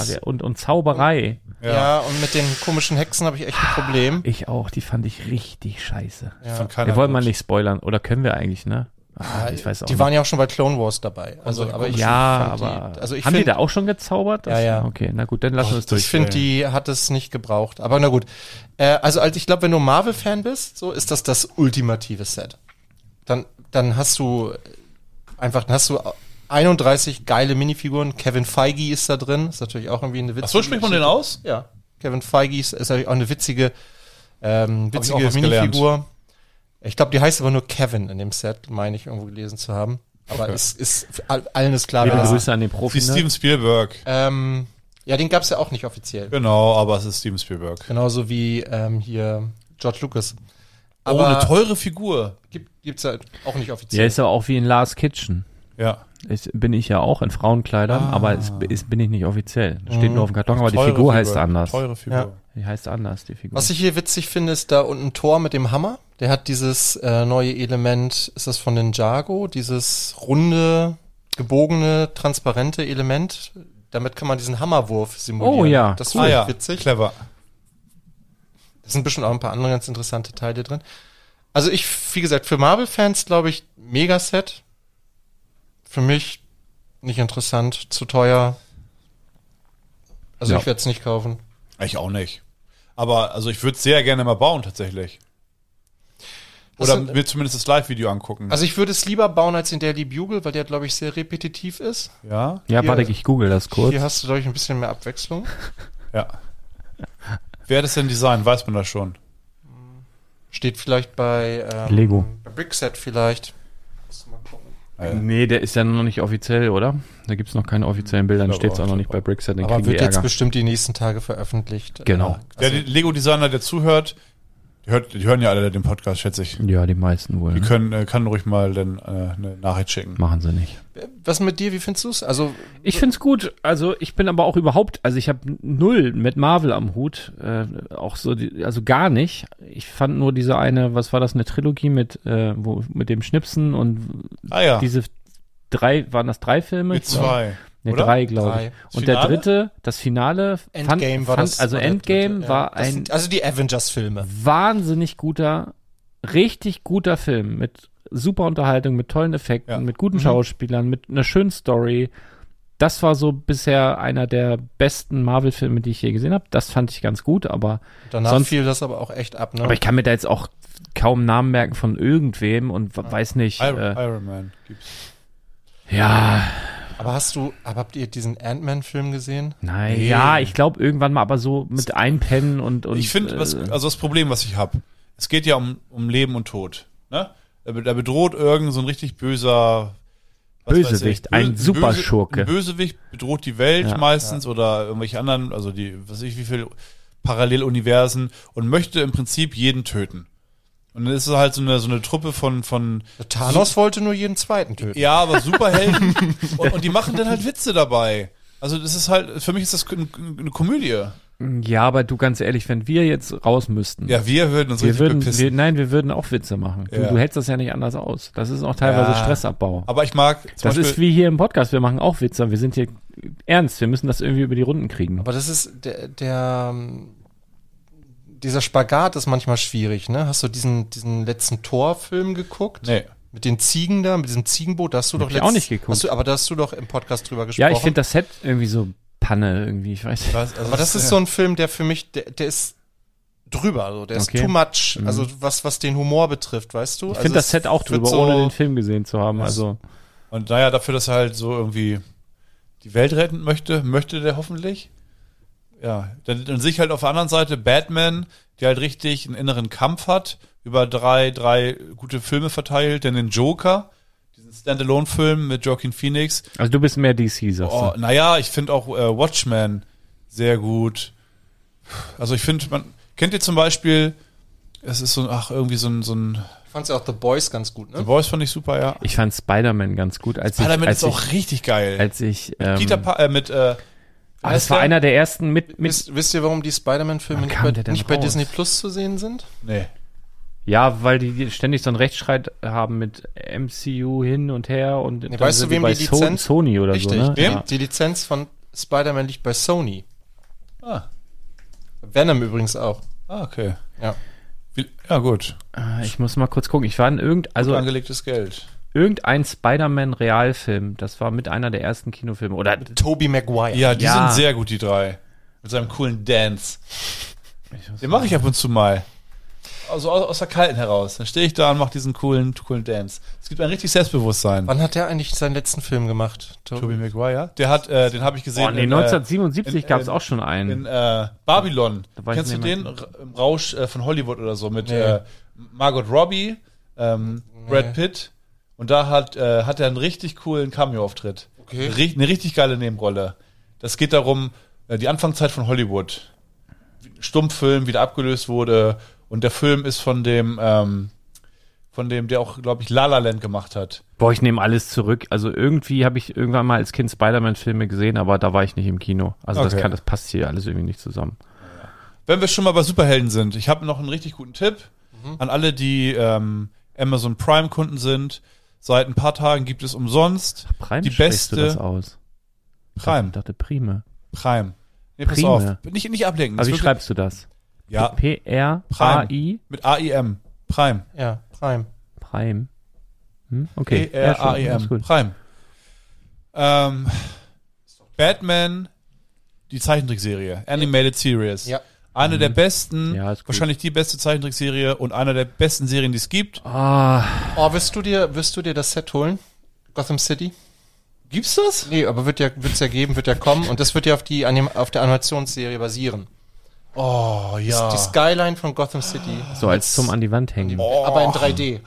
es jetzt.
der- und, und Zauberei.
Ja. und mit den komischen Hexen habe ich echt ein Problem.
Ich auch, die fand ich richtig scheiße.
Ja.
Von keiner
Wir wollen
gut.
mal nicht spoilern, oder können wir eigentlich, ne? Ah, ich weiß auch
die
nicht.
waren ja auch schon bei Clone Wars dabei. Also, aber ich
ja,
fand
aber
die, also ich
haben die
finde-
da auch schon gezaubert? Das-
Ja, ja.
Okay, na gut, dann lassen wir es
Ich
durch.
finde, die hat es nicht gebraucht. Aber na gut. Äh, also, als ich glaube, wenn du Marvel-Fan bist, so ist das das ultimative Set. Dann, dann hast du einfach, dann hast du 31 geile Minifiguren. Kevin Feige ist da drin. Ist natürlich auch irgendwie eine witzige.
Ach so spricht man den aus?
Ja. Kevin Feige ist, ist natürlich auch eine witzige, ähm,
ich
witzige
auch was
Minifigur. Ich glaube, die heißt aber nur Kevin in dem Set, meine ich irgendwo gelesen zu haben. Aber ist, ist für all- allen ist klar,
Liebe
wer das ist.
Grüße an den
Wie
Profi. Ne?
Steven Spielberg.
Ähm, ja, den gab's ja auch nicht offiziell.
Genau, aber es ist Steven Spielberg.
Genauso wie ähm, hier George Lucas.
oh,
Aber
eine teure Figur.
gibt, gibt's halt auch nicht
Ja,
offiziell.
ist aber auch wie in Lars Kitchen.
Ja.
Ich, bin ich ja auch in
Ah.
Frauenkleidern, aber es ist, bin ich nicht offiziell. Steht
Mhm.
nur auf dem Karton, aber die
Teure
Figur heißt anders.
Teure Figur. Ah
Ja.
Die heißt anders, die Figur.
Was ich hier witzig finde, ist da unten Thor mit dem Hammer. Der hat dieses äh, neue Element, ist das von Ninjago, dieses runde, gebogene, transparente Element. Damit kann man diesen Hammerwurf simulieren.
Oh ja,
das
Ah
finde ich
ja,
witzig.
clever.
Da sind bestimmt auch ein paar andere ganz interessante Teile drin. Also ich, wie gesagt, für Marvel-Fans glaube ich, Megaset. Für mich nicht interessant, zu teuer. Also
Ja.
ich werde es nicht kaufen.
Ich auch nicht. Aber also ich würde sehr gerne mal bauen tatsächlich.
Das
Oder
sind-
mir zumindest das Live-Video angucken.
Also ich würde es lieber bauen als den Daily Bugle, weil der, glaube ich, sehr repetitiv ist.
ja,
ja,
hier-
warte, ich google das kurz.
Hier hast du, glaube ich, ein bisschen mehr Abwechslung.
ja. Wer hat es denn designt? Weiß man das schon.
Steht vielleicht bei ähm,
Lego.
Bei Brickset vielleicht. Musst du mal gucken.
Nee, der ist ja noch nicht offiziell, oder? Da gibt's noch keine offiziellen Bilder, dann
Ich glaube
steht's auch
auch,
noch
ich
nicht bei
glaube
Brickset, den
Aber
kriegen die
wird jetzt
Ärger.
bestimmt die nächsten Tage veröffentlicht.
Genau.
Äh, Also,
der Lego-Designer, der zuhört, die, hört, die hören ja alle den Podcast, schätze ich.
Ja, die meisten wohl.
Die
Ne?
können, äh, kann ruhig mal dann äh, eine Nachricht schicken.
Machen sie nicht.
was mit dir? Wie findest du es? Also
Ich find's gut. Also ich bin aber auch überhaupt, also ich habe null mit Marvel am Hut, äh, auch so, die, also gar nicht. Ich fand nur diese eine, was war das, eine Trilogie mit, äh, wo, mit dem Schnipsen und
Ah ja,
diese drei, waren das drei Filme?
mit zwei.
Nee,
oder?
drei, glaube
Drei.
ich.
Das
Und der
Finale?
dritte, das Finale, fand, fand, also
der
Endgame
dritte, ja.
war
Das
ein
sind- also die Avengers-Filme.
wahnsinnig guter, richtig guter Film mit super Unterhaltung, mit tollen Effekten,
Ja. Mhm.
mit guten Schauspielern, mit einer schönen Story. Das war so bisher einer der besten Marvel-Filme, die ich je gesehen habe. Das fand ich ganz gut, aber,
Danach
Sonst-
fiel das aber auch echt ab. Ne?
aber ich kann mir da jetzt auch kaum Namen merken von irgendwem und w- weiß nicht.
Iron,
Äh,
Iron Man gibt's.
ja,
aber hast du, aber habt ihr diesen Ant-Man-Film gesehen?
nein, ja, ich glaube irgendwann mal, aber so mit einpennen und und
ich finde,
äh,
was- also das Problem, was ich habe, es geht ja um, um Leben und Tod. Ne? Da be- da bedroht irgend so ein richtig böser was weiß
Bösewicht,
ich,
ein
böse-
Superschurke.
Ein Bösewicht bedroht die Welt
Ja.
meistens oder irgendwelche anderen, also die, was weiß ich, wie viele Paralleluniversen und möchte im Prinzip jeden töten. Und dann ist es halt so eine, so eine Truppe von, von
Thanos wollte nur jeden zweiten töten.
Ja, aber Superhelden. und, und die machen dann halt Witze dabei. Also das ist halt, für mich ist das eine eine Komödie.
ja, aber du ganz ehrlich, wenn wir jetzt raus müssten,
Ja, wir würden uns
Wir
richtig
würden,
bepissen.
wir, nein, wir würden auch Witze machen. Du,
Ja.
du hältst das ja nicht anders aus. Das ist auch teilweise
Ja.
Stressabbau.
aber ich mag zum
das ist
Beispiel,
wie hier im Podcast. Wir machen auch Witze. Wir sind hier ernst. Wir müssen das irgendwie über die Runden kriegen.
Aber das ist der, der ähm, dieser Spagat ist manchmal schwierig, ne? Hast du diesen diesen letzten Torfilm geguckt?
Nee.
Mit den Ziegen da, mit diesem Ziegenboot, da hast du doch
ich auch nicht geguckt.
Hast du, aber da hast du doch im Podcast drüber gesprochen.
ja, ich finde das Set irgendwie so Panne irgendwie. Ich weiß nicht.
was, also
Aber das ist so ein Film, der für mich, der, der ist drüber, also der ist
Okay. Mhm.
too much. Also was was den Humor betrifft, weißt du? Also
Ich
Also
finde das Set auch drüber, ohne den Film gesehen zu haben. Also
Und naja, dafür, dass er halt so irgendwie die Welt retten möchte, möchte der hoffentlich. Ja, dann, dann sehe ich halt auf der anderen Seite Batman, der halt richtig einen inneren Kampf hat, über drei, drei gute Filme verteilt, dann den Joker, diesen Standalone-Film mit Joaquin Phoenix,
also du bist mehr DC, sagst
Oh, naja, ich finde auch äh, Watchmen sehr gut. Also ich finde, man kennt ihr zum Beispiel, es ist so ein, ach, irgendwie so ein, so ein
Fandst du auch The Boys ganz gut,
The
ne?
Boys fand ich super, ja.
du. Ich fand Spider-Man ganz gut. Als
Spider-Man
ich, als
ist auch
ich,
richtig geil.
als ich ähm,
Peter pa äh, mit, äh,
ah, das war einer der ersten mit mit
Wisst, wisst ihr, warum die Spider-Man-Filme
Wann
nicht,
kam
bei,
der denn
nicht bei
raus?
Disney Plus zu sehen sind?
nee.
ja, weil die ständig so einen Rechtsstreit haben mit MCU hin und her und dann
weißt
sind
du, wem
bei
die
So-
Lizenz-
Sony oder so, ne?
Wem?
Die Lizenz von Spider-Man liegt bei Sony.
Ah,
Venom übrigens auch.
ah okay.
Ja.
Wie, ja, gut.
Ah, Ich muss mal kurz gucken. Ich war in irgend, also
Gut angelegtes Geld.
irgendein Spider-Man-Realfilm. Das war mit einer der ersten Kinofilme. Oder oh,
Tobey Maguire.
Ja, die
Ja.
sind sehr gut, die drei. Mit seinem coolen Dance. Den mache ich ab und zu mal. Also aus, aus der Kalten heraus. Dann stehe ich da und mache diesen coolen, coolen Dance. Es gibt ein richtig Selbstbewusstsein.
Wann hat der eigentlich seinen letzten Film gemacht? To-
Tobey Maguire. Der hat, äh, den habe ich gesehen.
Oh, nee,
in, äh,
1977
in-
gab es
in-
auch schon einen.
in äh, Babylon.
Hm. Da weiß
Kennst du
niemand.
den R im Rausch äh, von Hollywood oder so mit
Nee.
äh, Margot Robbie, ähm, Brad Pitt und da hat äh, hat er einen richtig coolen Cameo-Auftritt.
Okay.
Ri eine richtig geile Nebenrolle. Das geht darum äh, die Anfangszeit von Hollywood. Stummfilm wieder abgelöst wurde und der Film ist von dem ähm, von dem der auch glaube ich La La Land gemacht hat.
Boah, ich nehme alles zurück. Also irgendwie habe ich irgendwann mal als Kind Spider-Man-Filme gesehen, aber da war ich nicht im Kino. Also das,
Okay.
kann, das passt hier alles irgendwie nicht zusammen.
Wenn wir schon mal bei Superhelden sind, ich habe noch einen richtig guten Tipp
Mhm.
an alle, die ähm, Amazon Prime Kunden sind. Seit ein paar Tagen gibt es umsonst
Prime
Die
sprichst du
beste-
das aus.
Prime.
Ich dachte Prime.
Prime. Nee, pass
Prime.
auf, nicht, nicht ablenken.
Also wie
Das ist
schreibst du das?
wirklich- ja,
P-R-A-I
mit AIM. Prime.
Ja, Prime.
Prime. Hm? Okay.
p
Ja,
E r a
schon.
i
Das
m
ist gut.
Prime. Ähm, Batman, die Zeichentrickserie, Animated Series.
Ja.
Eine der besten,
Mhm. Ja, ist gut.
wahrscheinlich die beste Zeichentrickserie und einer der besten Serien, die es gibt.
Ah,
Oh, wirst du dir, wirst du dir das Set holen? Gotham City?
Gibt's das?
Nee, aber wird ja, wird's ja geben, wird ja kommen und das wird ja auf die Anim auf der Animationsserie basieren.
Oh ja.
Die Skyline von Gotham City.
so als zum an die Wand hängen.
Aber in 3D.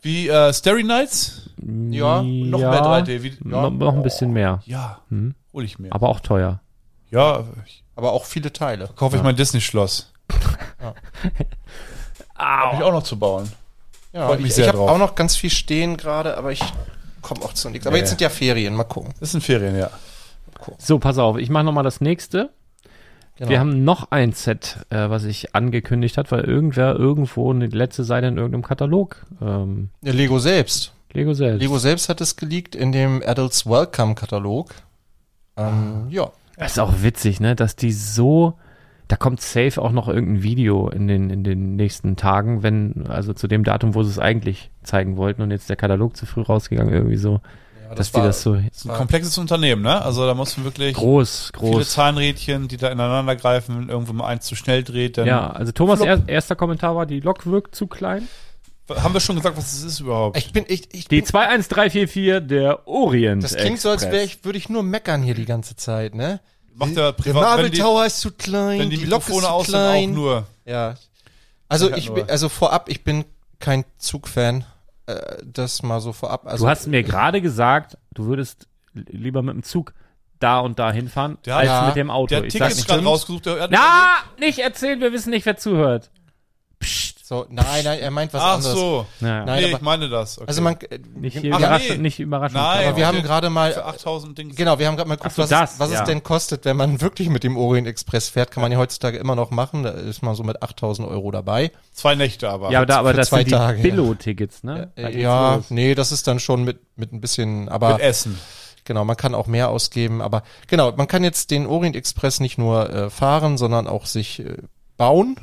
Wie äh, Starry Nights?
Ja, und
Noch mehr 3D. Wie,
No, noch ein bisschen mehr.
ja,
Hm?
hol ich mir.
Aber auch teuer.
Ja, ich
Aber auch viele Teile.
kaufe ich mein Disney-Schloss. Hab ich auch noch zu bauen.
Ja,
Freut
ich-
mich sehr
ich habe
drauf.
auch noch ganz viel stehen gerade, aber ich komme auch zu nichts. Aber
Nee.
jetzt sind ja Ferien, mal gucken.
Das sind Ferien, ja.
So, pass auf, ich mache nochmal das nächste.
Genau.
Wir haben noch ein Set, äh, was ich angekündigt hat, weil irgendwer irgendwo eine letzte Seite in irgendeinem Katalog. Ähm,
Ja, Lego selbst.
Lego selbst.
Lego selbst hat es geleakt in dem Adults Welcome Katalog. Ähm, ja.
Das ist auch witzig, ne, dass die so. Da kommt safe auch noch irgendein Video in den, in den nächsten Tagen, wenn, also zu dem Datum, wo sie es eigentlich zeigen wollten und jetzt der Katalog zu früh rausgegangen, irgendwie so, dass die das so
Das ist ein komplexes Unternehmen, ne? Also da musst du wirklich
groß,
viele
groß.
Zahnrädchen, die da ineinander greifen, wenn irgendwo mal eins zu schnell dreht, dann
Ja, also Thomas'
Flop.
er, erster Kommentar war, die Lok wirkt zu klein.
haben wir schon gesagt, was es ist überhaupt.
Ich bin, ich, ich
Die
bin,
21344 der Orient.
das klingt so, als wäre ich, würde ich nur meckern hier die ganze Zeit, ne?
Macht der
Der
privat,
Marvel
wenn die,
Tower ist zu klein,
wenn die,
die Lok ist
Mikrofone
zu
aus sind, auch
klein.
nur.
Ja. Also
Ja,
ich
nur.
bin, also vorab, ich bin kein Zugfan. Äh, das mal so vorab. Also
Du hast mir gerade gesagt, du würdest lieber mit dem Zug da und da hinfahren,
Der
als
hat-
mit dem Auto.
Der hat
Ich sag
Tickets
nicht,
gerade rausgesucht. Der hat
na, nicht erzählen, wir wissen nicht, wer zuhört.
so, nein, nein, er meint was
Ach
anderes.
so.
Naja.
Nein,
nee,
aber-
ich meine das. Okay.
Also man,
Nicht, hier
Ach,
überrasch
nee.
nicht überraschend.
Nein,
aber
aber wir haben
den-
gerade mal
für 8000 Dings.
Genau, wir haben gerade mal
Ach
geguckt,
so,
was,
das,
es, was
ja.
es denn kostet, wenn man wirklich mit dem Orient Express fährt. Kann man ja heutzutage immer noch machen. Da ist man so mit 8000 Euro dabei.
Zwei Nächte aber.
ja, aber da, aber
für
das
zwei
sind die
Tage, ja.
Billo-Tickets, ne? Da
Äh,
geht's
ja,
los.
nee, das ist dann schon mit, mit ein bisschen,
mit
aber
Essen.
genau, man kann auch mehr ausgeben. Aber genau, man kann jetzt den Orient Express nicht nur äh, fahren, sondern auch sich äh, bauen.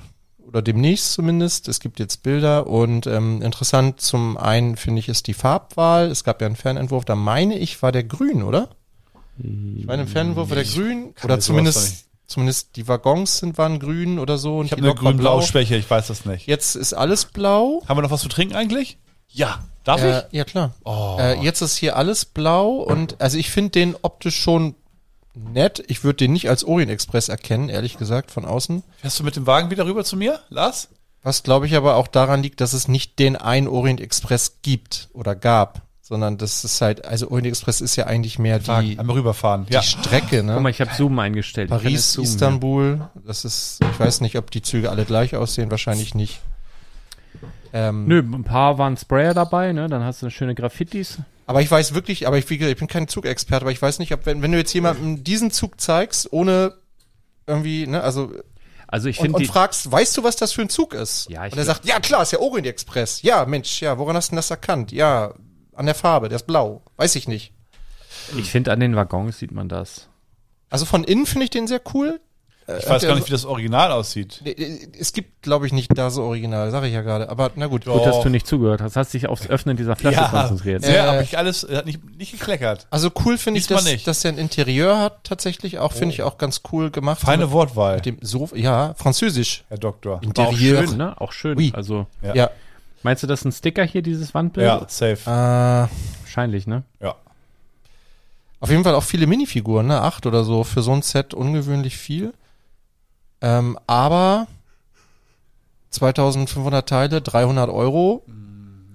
Oder demnächst zumindest. Es gibt jetzt Bilder und ähm, interessant zum einen finde ich ist die Farbwahl. Es gab ja einen Fernentwurf, da meine ich, war der grün, oder? Ich meine, im Fernentwurf war der grün
mir
oder
sowas
zumindest,
nicht.
zumindest die Waggons sind, waren grün oder so und
Ich habe
die
eine
Lok war blau.
grün-blau-Schwäche, ich weiß das nicht.
Jetzt ist alles blau.
Haben wir noch was zu trinken eigentlich? Ja. Darf
Äh,
ich?
ja, klar.
Oh.
Äh, jetzt ist hier alles blau und also ich finde den optisch schon nett. Ich würde den nicht als Orient Express erkennen, ehrlich gesagt, von außen.
Fährst du mit dem Wagen wieder rüber zu mir, Lars?
Was glaube ich aber auch daran liegt, dass es nicht den einen Orient Express gibt oder gab, sondern das ist halt, also Orient Express ist ja eigentlich mehr die,
Einmal rüberfahren.
die Strecke, ne?
ähm, Guck mal, ich habe Zoom eingestellt. Ich kann jetzt
Paris,
zoomen,
Istanbul, das ist, ich weiß nicht, ob die Züge alle gleich aussehen, wahrscheinlich nicht. Ähm,
Nö, ein paar waren Sprayer dabei, ne? Dann hast du schöne Graffitis.
Aber ich weiß wirklich, aber ich, wie gesagt, ich bin kein Zugexperte, aber ich weiß nicht, ob wenn, wenn du jetzt jemandem diesen Zug zeigst, ohne irgendwie, ne, also
Also ich
und,
finde
und
die.
fragst, weißt du, was das für ein Zug ist?
Ja, ich
und er
glaub-
sagt, ja klar, ist ja Orient Express. Ja, Mensch, ja, woran hast du denn das erkannt? Ja, an der Farbe, der ist blau. Weiß ich nicht.
Ich finde, an den Waggons sieht man das.
Also von innen finde ich den sehr cool. Äh,
Ich
äh,
weiß gar nicht, wie das Original aussieht.
Es gibt, glaube ich, nicht da so Original, sage ich ja gerade. Aber na gut.
Gut, dass
Doch.
du nicht zugehört hast. Hast dich aufs Öffnen dieser Flasche
Ja.
konzentriert.
Ja,
Äh.
aber ich alles hat nicht, nicht gekleckert.
Also cool finde ich,
Diesmal
dass,
nicht. Oh.
dass er ein Interieur hat tatsächlich auch, finde ich auch ganz cool gemacht.
Feine
mit,
Wortwahl,
mit dem Sofa, ja, französisch.
Herr Doktor.
Aber auch
Interieur.
schön, ne? Auch schön.
Oui.
Also,
Ja.
Ja.
meinst du, das ist ein Sticker hier, dieses Wandbild?
Ja,
Ah.
safe.
Äh,
Wahrscheinlich, ne?
Ja.
auf jeden Fall auch viele Minifiguren, ne? Acht oder so. Für so ein Set ungewöhnlich viel. Ähm, aber 2500 Teile, 300 Euro.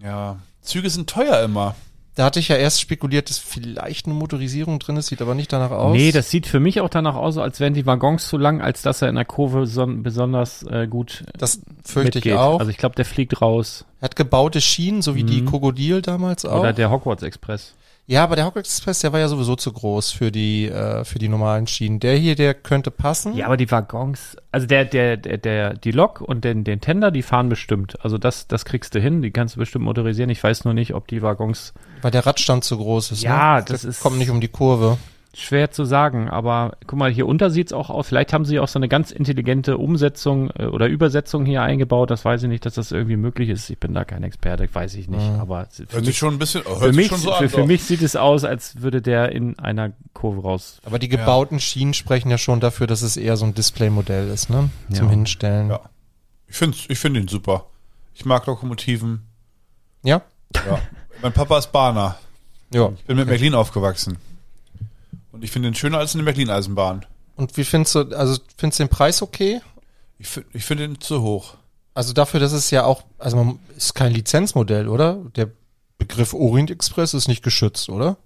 ja. Züge sind teuer immer.
Da hatte ich ja erst spekuliert, dass vielleicht eine Motorisierung drin ist, sieht aber nicht danach aus.
Nee, das sieht für mich auch danach aus, als wären die Waggons zu lang, als dass er in der Kurve so, besonders äh, gut
das fürchte
mitgeht.
ich auch.
Also ich glaube, der fliegt raus.
Er hat gebaute Schienen, so wie die
Mhm.
Krokodil damals auch.
Oder der Hogwarts Express.
Ja, aber der Hogwarts Express, der war ja sowieso zu groß für die, äh, für die normalen Schienen. Der hier, der könnte passen.
Ja, aber die Waggons, also der, der, der, der, die Lok und den, den Tender, die fahren bestimmt. Also das, das kriegst du hin, die kannst du bestimmt motorisieren. Ich weiß nur nicht, ob die Waggons
Weil der Radstand zu groß ist.
Ja,
ne?
das ist-
Kommt nicht um die Kurve.
schwer zu sagen, aber guck mal, hier unter sieht's auch aus. Vielleicht haben sie auch so eine ganz intelligente Umsetzung äh, oder Übersetzung hier eingebaut. Das weiß ich nicht, dass das irgendwie möglich ist. Ich bin da kein Experte, weiß ich nicht. Aber für
Mhm. Hört
mich
sich schon ein bisschen, hört
Für
sich
mich,
schon so
für,
an.
für
doch.
mich sieht es aus, als würde der in einer Kurve raus.
Aber die gebauten Schienen sprechen ja schon dafür, dass es eher so ein Displaymodell ist, ne? Zum
Ja.
Hinstellen.
Ja. Ich finde ich find ihn super. Ich mag Lokomotiven.
Ja?
Ja. mein Papa ist Bahner.
Ja.
Ich bin mit Märklin aufgewachsen. Und ich finde ihn schöner als eine Märklin-Eisenbahn.
Und wie findest du, also findest du den Preis okay?
Ich finde ich find ihn zu hoch.
Also dafür, dass es ja auch, also man ist kein Lizenzmodell, oder? Der Begriff Orient Express ist nicht geschützt, oder?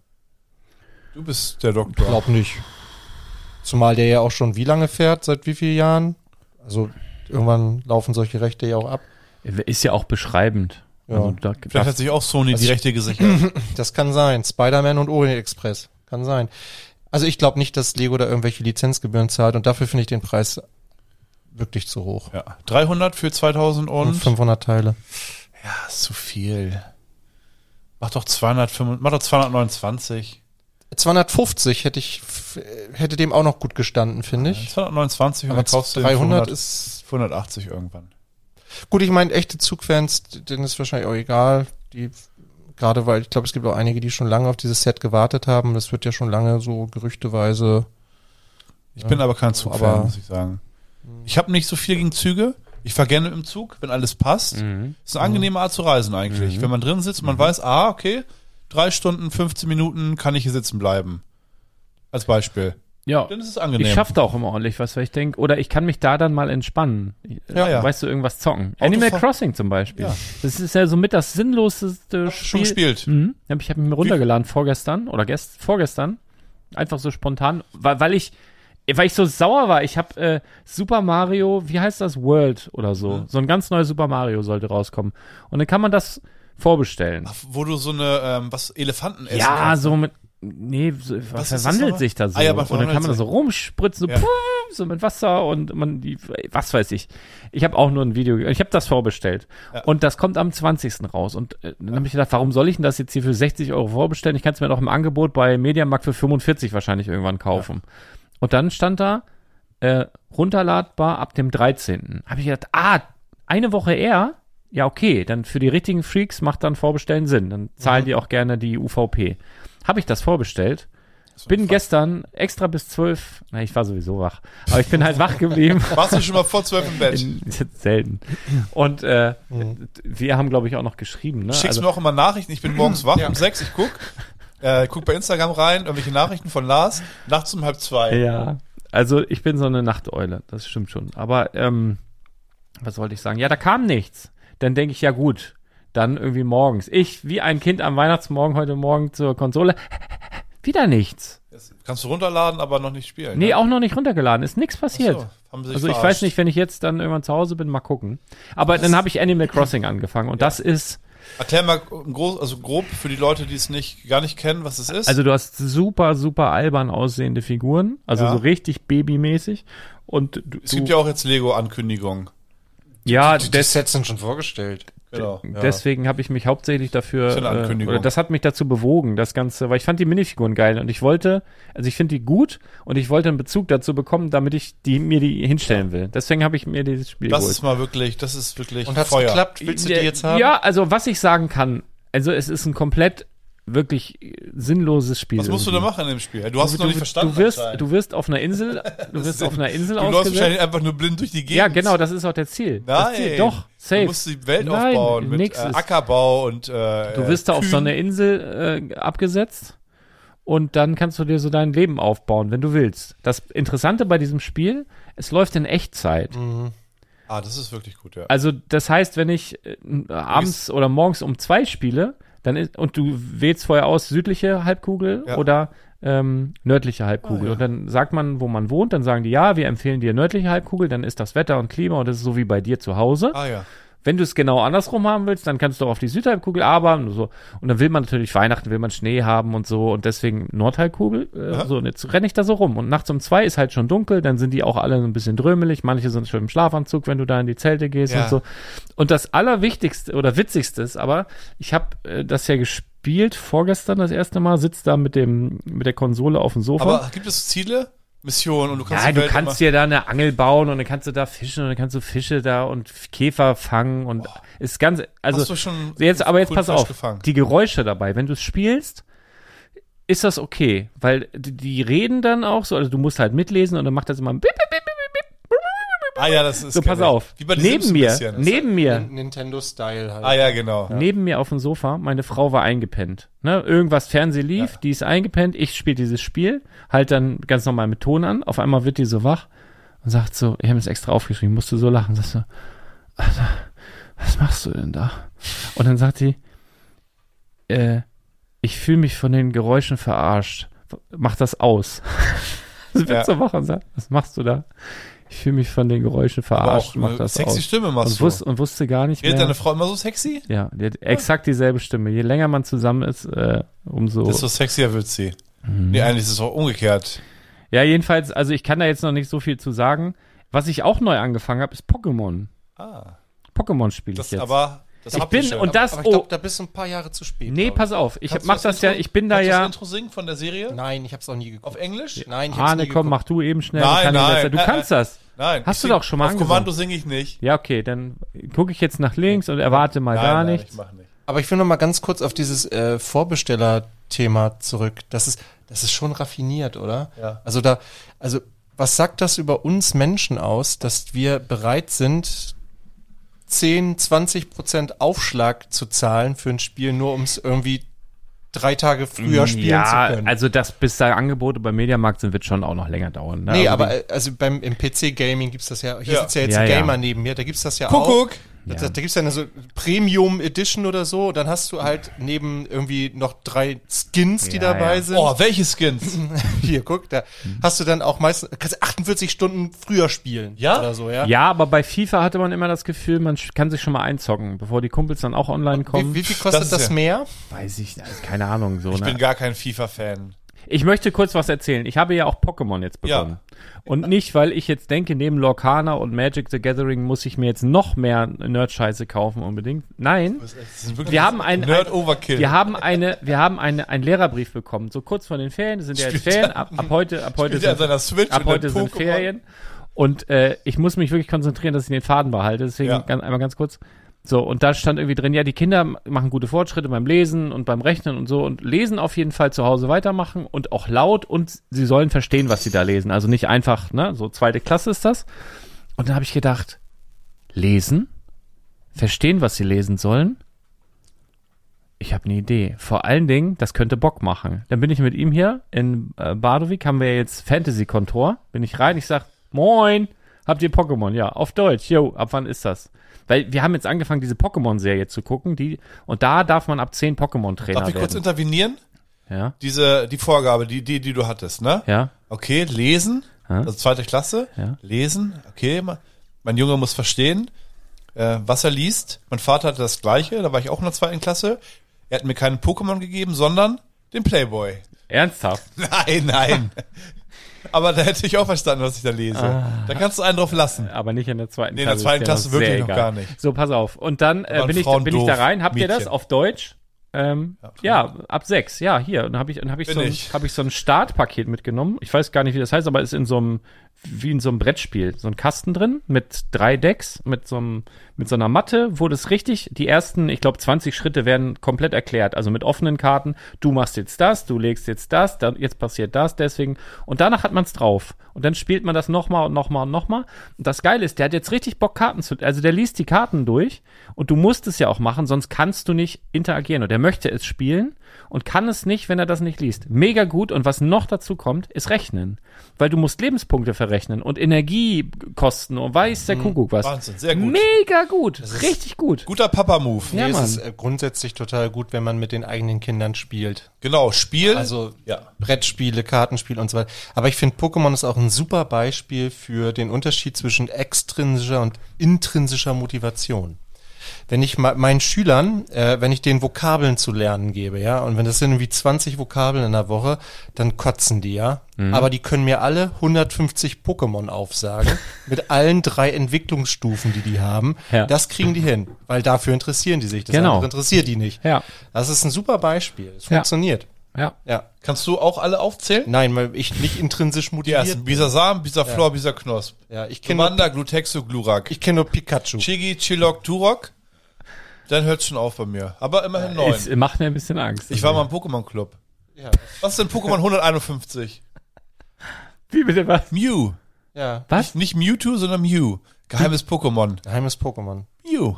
Du bist der Doktor.
Glaub nicht. Zumal der ja auch schon wie lange fährt, seit wie vielen Jahren? Also irgendwann laufen solche Rechte ja auch ab.
Ist ja auch beschreibend.
Ja.
Also da, da,
Vielleicht hat sich auch Sony
Also
die
ich-
Rechte gesichert.
Das kann sein. Spider-Man und Orient Express. Kann sein. Also ich glaube nicht, dass Lego da irgendwelche Lizenzgebühren zahlt und dafür finde ich den Preis wirklich zu hoch.
ja. 300 für 2000
Und
und.
500 Teile.
Ja, ist zu viel. Mach doch 205, mach doch 229.
250 hätte ich f- hätte dem auch noch gut gestanden, finde ich.
229 und
Aber
dann kaufst du den
300
für
ist
480 irgendwann.
gut. Ich meine, echte Zugfans, denen ist wahrscheinlich auch egal. Die gerade weil ich glaube, es gibt auch einige, die schon lange auf dieses Set gewartet haben. Das wird ja schon lange so gerüchteweise.
Ich bin aber kein
aber-
Zugfan, muss ich sagen. Ich habe nicht so viel gegen Züge. Ich fahre gerne im Zug, wenn alles passt.
Mhm.
Ist eine angenehme Art zu reisen eigentlich.
Mhm.
Wenn man drin sitzt, man weiß, ah, okay, drei Stunden, 15 Minuten kann ich hier sitzen bleiben. Als Beispiel.
ja.
Dann ist es angenehm.
Ich schaffe da auch immer ordentlich was, weil ich denke, oder ich kann mich da dann mal entspannen.
Ja, ja.
Weißt du, irgendwas zocken.
Autofahr-
Animal Crossing zum Beispiel.
Ja.
Das ist ja so mit das sinnloseste
schon
Spiel.
gespielt.
Mhm. Hab Ich habe mich runtergeladen vorgestern oder gest vorgestern. Einfach so spontan, weil, weil ich weil ich so sauer war. Ich habe äh, Super Mario, wie heißt das? World oder so. So ein ganz neues Super Mario sollte rauskommen. Und dann kann man das vorbestellen.
Ach, Wo du so eine, ähm, was, Elefanten essen.
Ja,
kannst.
so mit. Nee, so,
Was ist das
verwandelt
nochmal?
sich da so.
Ah ja, man
und dann kann man da
verwandelt
so rumspritzen, so,
Ja.
puh, so mit Wasser und man, die, was weiß ich. Ich habe auch nur ein Video, ich habe das vorbestellt. Und das kommt am 20. raus. Und äh, dann habe ich gedacht, warum soll ich denn das jetzt hier für 60 Euro vorbestellen? Ich kann es mir doch im Angebot bei Mediamarkt für 45 wahrscheinlich irgendwann kaufen. Und dann stand da, äh, runterladbar ab dem 13. Habe ich gedacht, ah, eine Woche eher, ja okay, dann für die richtigen Freaks macht dann Vorbestellen Sinn. Dann
Mhm.
zahlen die auch gerne die UVP. Habe ich das vorbestellt? Bin gestern extra bis 12, na, ich war sowieso wach, aber ich bin halt wach geblieben.
Warst du schon mal vor zwölf im Bett?
In, selten. Und äh, wir haben, glaube ich, auch noch geschrieben. Ne?
Schickst Mhm. mir auch immer Nachrichten. Ich bin morgens wach um sechs, ich guck. Äh, guck bei Instagram rein, irgendwelche Nachrichten von Lars, nachts um halb zwei.
Ja, also ich bin so eine Nachteule, das stimmt schon. Aber ähm, was wollte ich sagen? Ja, da kam nichts. Dann denke ich, ja gut, dann irgendwie morgens. Ich, wie ein Kind am Weihnachtsmorgen heute Morgen zur Konsole, wieder nichts.
Das kannst du runterladen, aber noch nicht spielen.
Nee,
ne?
auch noch nicht runtergeladen, ist nichts passiert.
So, haben sie sich
Also ich
verarscht.
weiß nicht, wenn ich jetzt dann irgendwann zu Hause bin, mal gucken. Aber dann habe ich Animal Crossing angefangen und das ist,
Erklär mal um groß, also grob für die Leute, die es nicht, gar nicht kennen, was es ist.
also du hast super, super albern aussehende Figuren, also
Ja.
so richtig babymäßig. Und du,
es gibt ja auch jetzt Lego-Ankündigungen.
ja,
Die Sets sind schon vorgestellt.
Genau, ja.
Deswegen habe ich mich hauptsächlich dafür,
Ist ja eine
äh,
Ankündigung.
oder das hat mich dazu bewogen, das Ganze, weil ich fand die Minifiguren geil und ich wollte, also ich finde die gut und ich wollte einen Bezug dazu bekommen, damit ich die, mir die hinstellen will. Deswegen habe ich mir dieses Spiel
Das
geholt.
ist mal wirklich, das ist wirklich
Und hat's
Feuer.
geklappt? Willst du die jetzt haben?
Ja, also was ich sagen kann, also es ist ein komplett wirklich sinnloses Spiel.
Was musst du da
irgendwie.
machen in dem Spiel? Du hast es noch nicht verstanden.
Du wirst,
anscheinend.
du wirst auf einer Insel, du wirst auf einer Insel
du läufst wahrscheinlich
ausgesetzt.
einfach nur blind durch die Gegend.
Ja, genau, das ist auch der Ziel.
Nein.
Das Ziel, doch, safe.
Du musst die Welt
Nein,
aufbauen mit
nix
äh,
ist-
Ackerbau und äh,
Du wirst da auf so
Kühen.
eine Insel äh, abgesetzt und dann kannst du dir so dein Leben aufbauen, wenn du willst. Das Interessante bei diesem Spiel, es läuft in Echtzeit.
Ah, das ist wirklich gut, ja.
Also das heißt, wenn ich äh, abends oder morgens um zwei spiele, dann ist, und du wählst vorher aus südliche Halbkugel
Ja. Ah,
oder ähm, nördliche Halbkugel. Und dann sagt man, wo man wohnt, dann sagen die, ja, wir empfehlen dir nördliche Halbkugel, dann ist das Wetter und Klima und das ist so wie bei dir zu Hause.
Ah ja.
Wenn du es genau andersrum haben willst, dann kannst du auch auf die Südhalbkugel arbeiten und so. Und dann will man natürlich Weihnachten, will man Schnee haben und so und deswegen Nordhalbkugel. Äh, So, und jetzt renne ich da so rum. Und nachts um zwei ist halt schon dunkel, dann sind die auch alle so ein bisschen drömelig. Manche sind schon im Schlafanzug, wenn du da in die Zelte gehst
Ja.
und so. Und das Allerwichtigste oder Witzigste ist aber, ich habe äh, das ja gespielt vorgestern das erste Mal, sitzt da mit, dem, mit der Konsole auf dem Sofa.
Aber gibt es Ziele, Missionen und du kannst
Ja,
die
du
Welt
kannst
immer,
dir da eine Angel bauen und dann kannst du da fischen und dann kannst du Fische da und F- Käfer fangen und ist ganz also
Hast du schon
jetzt aber jetzt
coolen
pass
Fisch
auf
gefangen?
die Geräusche dabei, wenn du es spielst, ist das okay, weil die, die reden dann auch so, also du musst halt mitlesen und dann macht das immer ein bip, bip, bip, bip, bip.
Ah ja, das ist
so pass
geil.
auf.
Wie bei den
Neben
Sims ein
mir,
bisschen.
neben mir
Nintendo-Style halt.
Ah ja, genau.
Neben mir auf dem Sofa, meine Frau war eingepennt. Ne? Irgendwas Fernseh lief, die ist eingepennt, ich spiele dieses Spiel, halt dann ganz normal mit Ton an, auf einmal wird die so wach und sagt so, ich habe es extra aufgeschrieben, musst du so lachen. Sagst so, Alter, was machst du denn da? Und dann sagt sie, äh, ich fühle mich von den Geräuschen verarscht. Mach das aus. Sie wird
Ja.
so wach und sagt, was machst du da? Ich fühle mich von den Geräuschen
Aber
verarscht.
auch
Mach
eine
das
sexy
aus.
Stimme machst
Und,
du.
wus und wusste gar nicht
Wird
mehr.
deine Frau immer so sexy?
Ja, die hat exakt dieselbe Stimme. Je länger man zusammen ist, äh, umso.
Desto sexier wird sie.
Mhm.
Nee, eigentlich ist es auch umgekehrt.
ja, jedenfalls, also ich kann da jetzt noch nicht so viel zu sagen. Was ich auch neu angefangen habe, ist Pokémon.
Ah,
Pokémon spiele ich
das
jetzt.
aber das
ich bin
Haptische.
und das.
Aber ich
oh,
glaube, da bist du ein paar Jahre zu spät.
nee,
glaub ich.
pass auf. Ich
Kannst du
mach das, ja.
Intro-
Ich bin da
kannst du
ja.
das Intro singen von der Serie?
Nein, ich hab's auch nie
Auf
geguckt.
Englisch?
Nein, ich hab's
Hane, Ah, ne,
nie
komm, mach
geguckt.
du eben schnell.
Nein,
ich kann dir
nein,
das ja- Du
äh,
kannst
äh.
das.
Nein.
Hast
ich
du
sing-
doch schon mal
Auf
angesungen.
Kommando singe ich nicht.
Ja, okay, dann gucke ich jetzt nach links und erwarte mal
nein,
gar
nein,
nichts.
ich mach nicht.
Aber ich will noch mal ganz kurz auf dieses äh, Vorbesteller-Thema zurück. Das ist, das ist schon raffiniert, oder?
Ja.
Also da, also was sagt das über uns Menschen aus, dass wir bereit sind, 10, 20 Prozent Aufschlag zu zahlen für ein Spiel, nur um es irgendwie drei Tage früher spielen
Mm, ja,
zu können?
also das bis da Angebote beim Mediamarkt sind, wird schon auch noch länger dauern. Ne?
Nee,
Also
aber äh, also beim im PC Gaming gibt's das ja. Hier
Ja.
sitzt ja jetzt
Ja,
ein
ja.
Gamer neben mir, da gibt's das ja auch.
Kuckuck!
Da,
Ja.
da gibt's ja eine so Premium Edition oder so, dann hast du halt neben irgendwie noch drei Skins, die
Ja,
dabei
ja.
sind.
Oh, welche Skins?
Hier, guck, da hast du dann auch meistens kannst du 48 Stunden früher spielen
Ja?
oder so, ja.
Ja, aber bei FIFA hatte man immer das Gefühl, man sch- kann sich schon mal einzocken, bevor die Kumpels dann auch online kommen.
Wie, wie viel kostet
ist
das,
ja-
mehr?
Weiß ich, also keine Ahnung. So,
Ich bin
ne?
gar kein FIFA-Fan.
ich möchte kurz was erzählen. Ich habe ja auch Pokémon jetzt
Ja.
bekommen. Und nicht, weil ich jetzt denke, neben Lorcana und Magic the Gathering muss ich mir jetzt noch mehr Nerd-Scheiße kaufen unbedingt. Nein.
Das sind wirklich
Wir haben ein,
Nerd
ein
Overkill.
wir haben eine, wir haben eine, einen Lehrerbrief bekommen. So kurz vor den Ferien, das sind ja jetzt
Spielt
Ferien,
er-
ab, ab heute, ab heute
Spielt er
sind
an seiner Switch
Ab
und
heute
dann
sind
Pokémon?
Ferien. Und äh, ich muss mich wirklich konzentrieren, dass ich den Faden behalte. Deswegen
Ja.
ganz, einmal ganz kurz. So, und da stand irgendwie drin, ja, die Kinder m- machen gute Fortschritte beim Lesen und beim Rechnen und so und lesen auf jeden Fall zu Hause weitermachen und auch laut und sie sollen verstehen, was sie da lesen. Also nicht einfach, ne, so zweite Klasse ist das. Und dann habe ich gedacht, lesen, verstehen, was sie lesen sollen. Ich habe eine Idee. Vor allen Dingen, das könnte Bock machen. Dann bin ich mit ihm hier in äh, Badowik, haben wir jetzt Fantasy-Kontor. Bin ich rein, ich sag, moin, habt ihr Pokémon? Ja, auf Deutsch. Yo, ab wann ist das? Weil wir haben jetzt angefangen, diese Pokémon-Serie zu gucken, die und da darf man ab 10 Pokémon-Trainer
Darf ich
werden.
kurz intervenieren?
ja,
Diese, die Vorgabe, die, die, die du hattest, ne?
ja.
Okay, lesen,
Ja.
also zweite Klasse,
Ja.
lesen, okay, ma- mein Junge muss verstehen, äh, was er liest. Mein Vater hatte das gleiche, da war ich auch in der zweiten Klasse. Er hat mir keinen Pokémon gegeben, sondern den Playboy.
Ernsthaft.
Nein, nein. aber da hätte ich auch verstanden, was ich da lese. Da kannst du einen drauf lassen.
Aber nicht in der zweiten
Nee, in
Klasse.
der
ist
zweiten
ja
Klasse wirklich
sehr
noch
egal.
gar nicht.
So, pass auf. Und dann äh,
waren
bin, ich,
Frauen
bin ich da
doof,
rein. Habt ihr das
Mädchen.
auf Deutsch? Ähm, ja, ab sechs. Ja, hier. Und dann habe ich, dann hab ich,
Bin
so ein,
ich.
hab ich so ein Startpaket mitgenommen. Ich weiß gar nicht, wie das heißt, aber ist in so einem, wie in so einem Brettspiel. So ein Kasten drin mit drei Decks, mit so, einem, mit so einer Matte, wo das richtig, die ersten, ich glaube, 20 Schritte werden komplett erklärt. Also mit offenen Karten. Du machst jetzt das, du legst jetzt das, dann, jetzt passiert das, deswegen. Und danach hat man es drauf. Und dann spielt man das nochmal und nochmal und nochmal. Und das Geile ist, der hat jetzt richtig Bock, Karten zu, also der liest die Karten durch. Und du musst es ja auch machen, sonst kannst du nicht interagieren. Und er möchte es spielen und kann es nicht, wenn er das nicht liest. Mega gut. Und was noch dazu kommt, ist Rechnen. Weil du musst Lebenspunkte verrechnen und Energiekosten und weiß der Kuckuck was.
Mhm. Wahnsinn, sehr gut.
Mega gut. Richtig gut.
Guter Papa-Move.
Ja,
Nee, es
Mann.
ist äh, grundsätzlich total gut, wenn man mit den eigenen Kindern spielt.
Genau, Spiel.
Also
ja.
Brettspiele, Kartenspiele und so weiter. Aber ich finde, Pokémon ist auch ein super Beispiel für den Unterschied zwischen extrinsischer und intrinsischer Motivation. Wenn ich me- meinen Schülern, äh, wenn ich denen Vokabeln zu lernen gebe, ja, und wenn das sind irgendwie 20 Vokabeln in der Woche, dann kotzen die, ja.
Mhm.
Aber die können mir alle 150 Pokémon aufsagen, mit allen drei Entwicklungsstufen, die die haben.
Ja.
Das kriegen die hin, weil dafür interessieren die sich. Das
Genau.
andere interessiert die nicht.
Ja.
Das ist ein super Beispiel. Es
Ja.
funktioniert.
Ja.
Ja.
Kannst du auch alle aufzählen?
Nein, weil ich nicht intrinsisch
Die ersten.
motiviert.
Bisa Samen, Bisa Flor, Bisa Knosp.
Ja, ich kenne nur,
Commander, Glutexo, Glurak.
ich kenn nur Pikachu.
Chigi, Chilok, Turok. Dann hört's schon auf bei mir. Aber immerhin neun.
Es macht mir ein bisschen Angst.
Ich war mal im Pokémon-Club.
Ja.
Was ist denn Pokémon 151?
Wie bitte was?
Mew.
Ja.
Was?
Nicht Mewtwo, sondern Mew. Geheimes Pokémon.
Geheimes Pokémon.
Mew.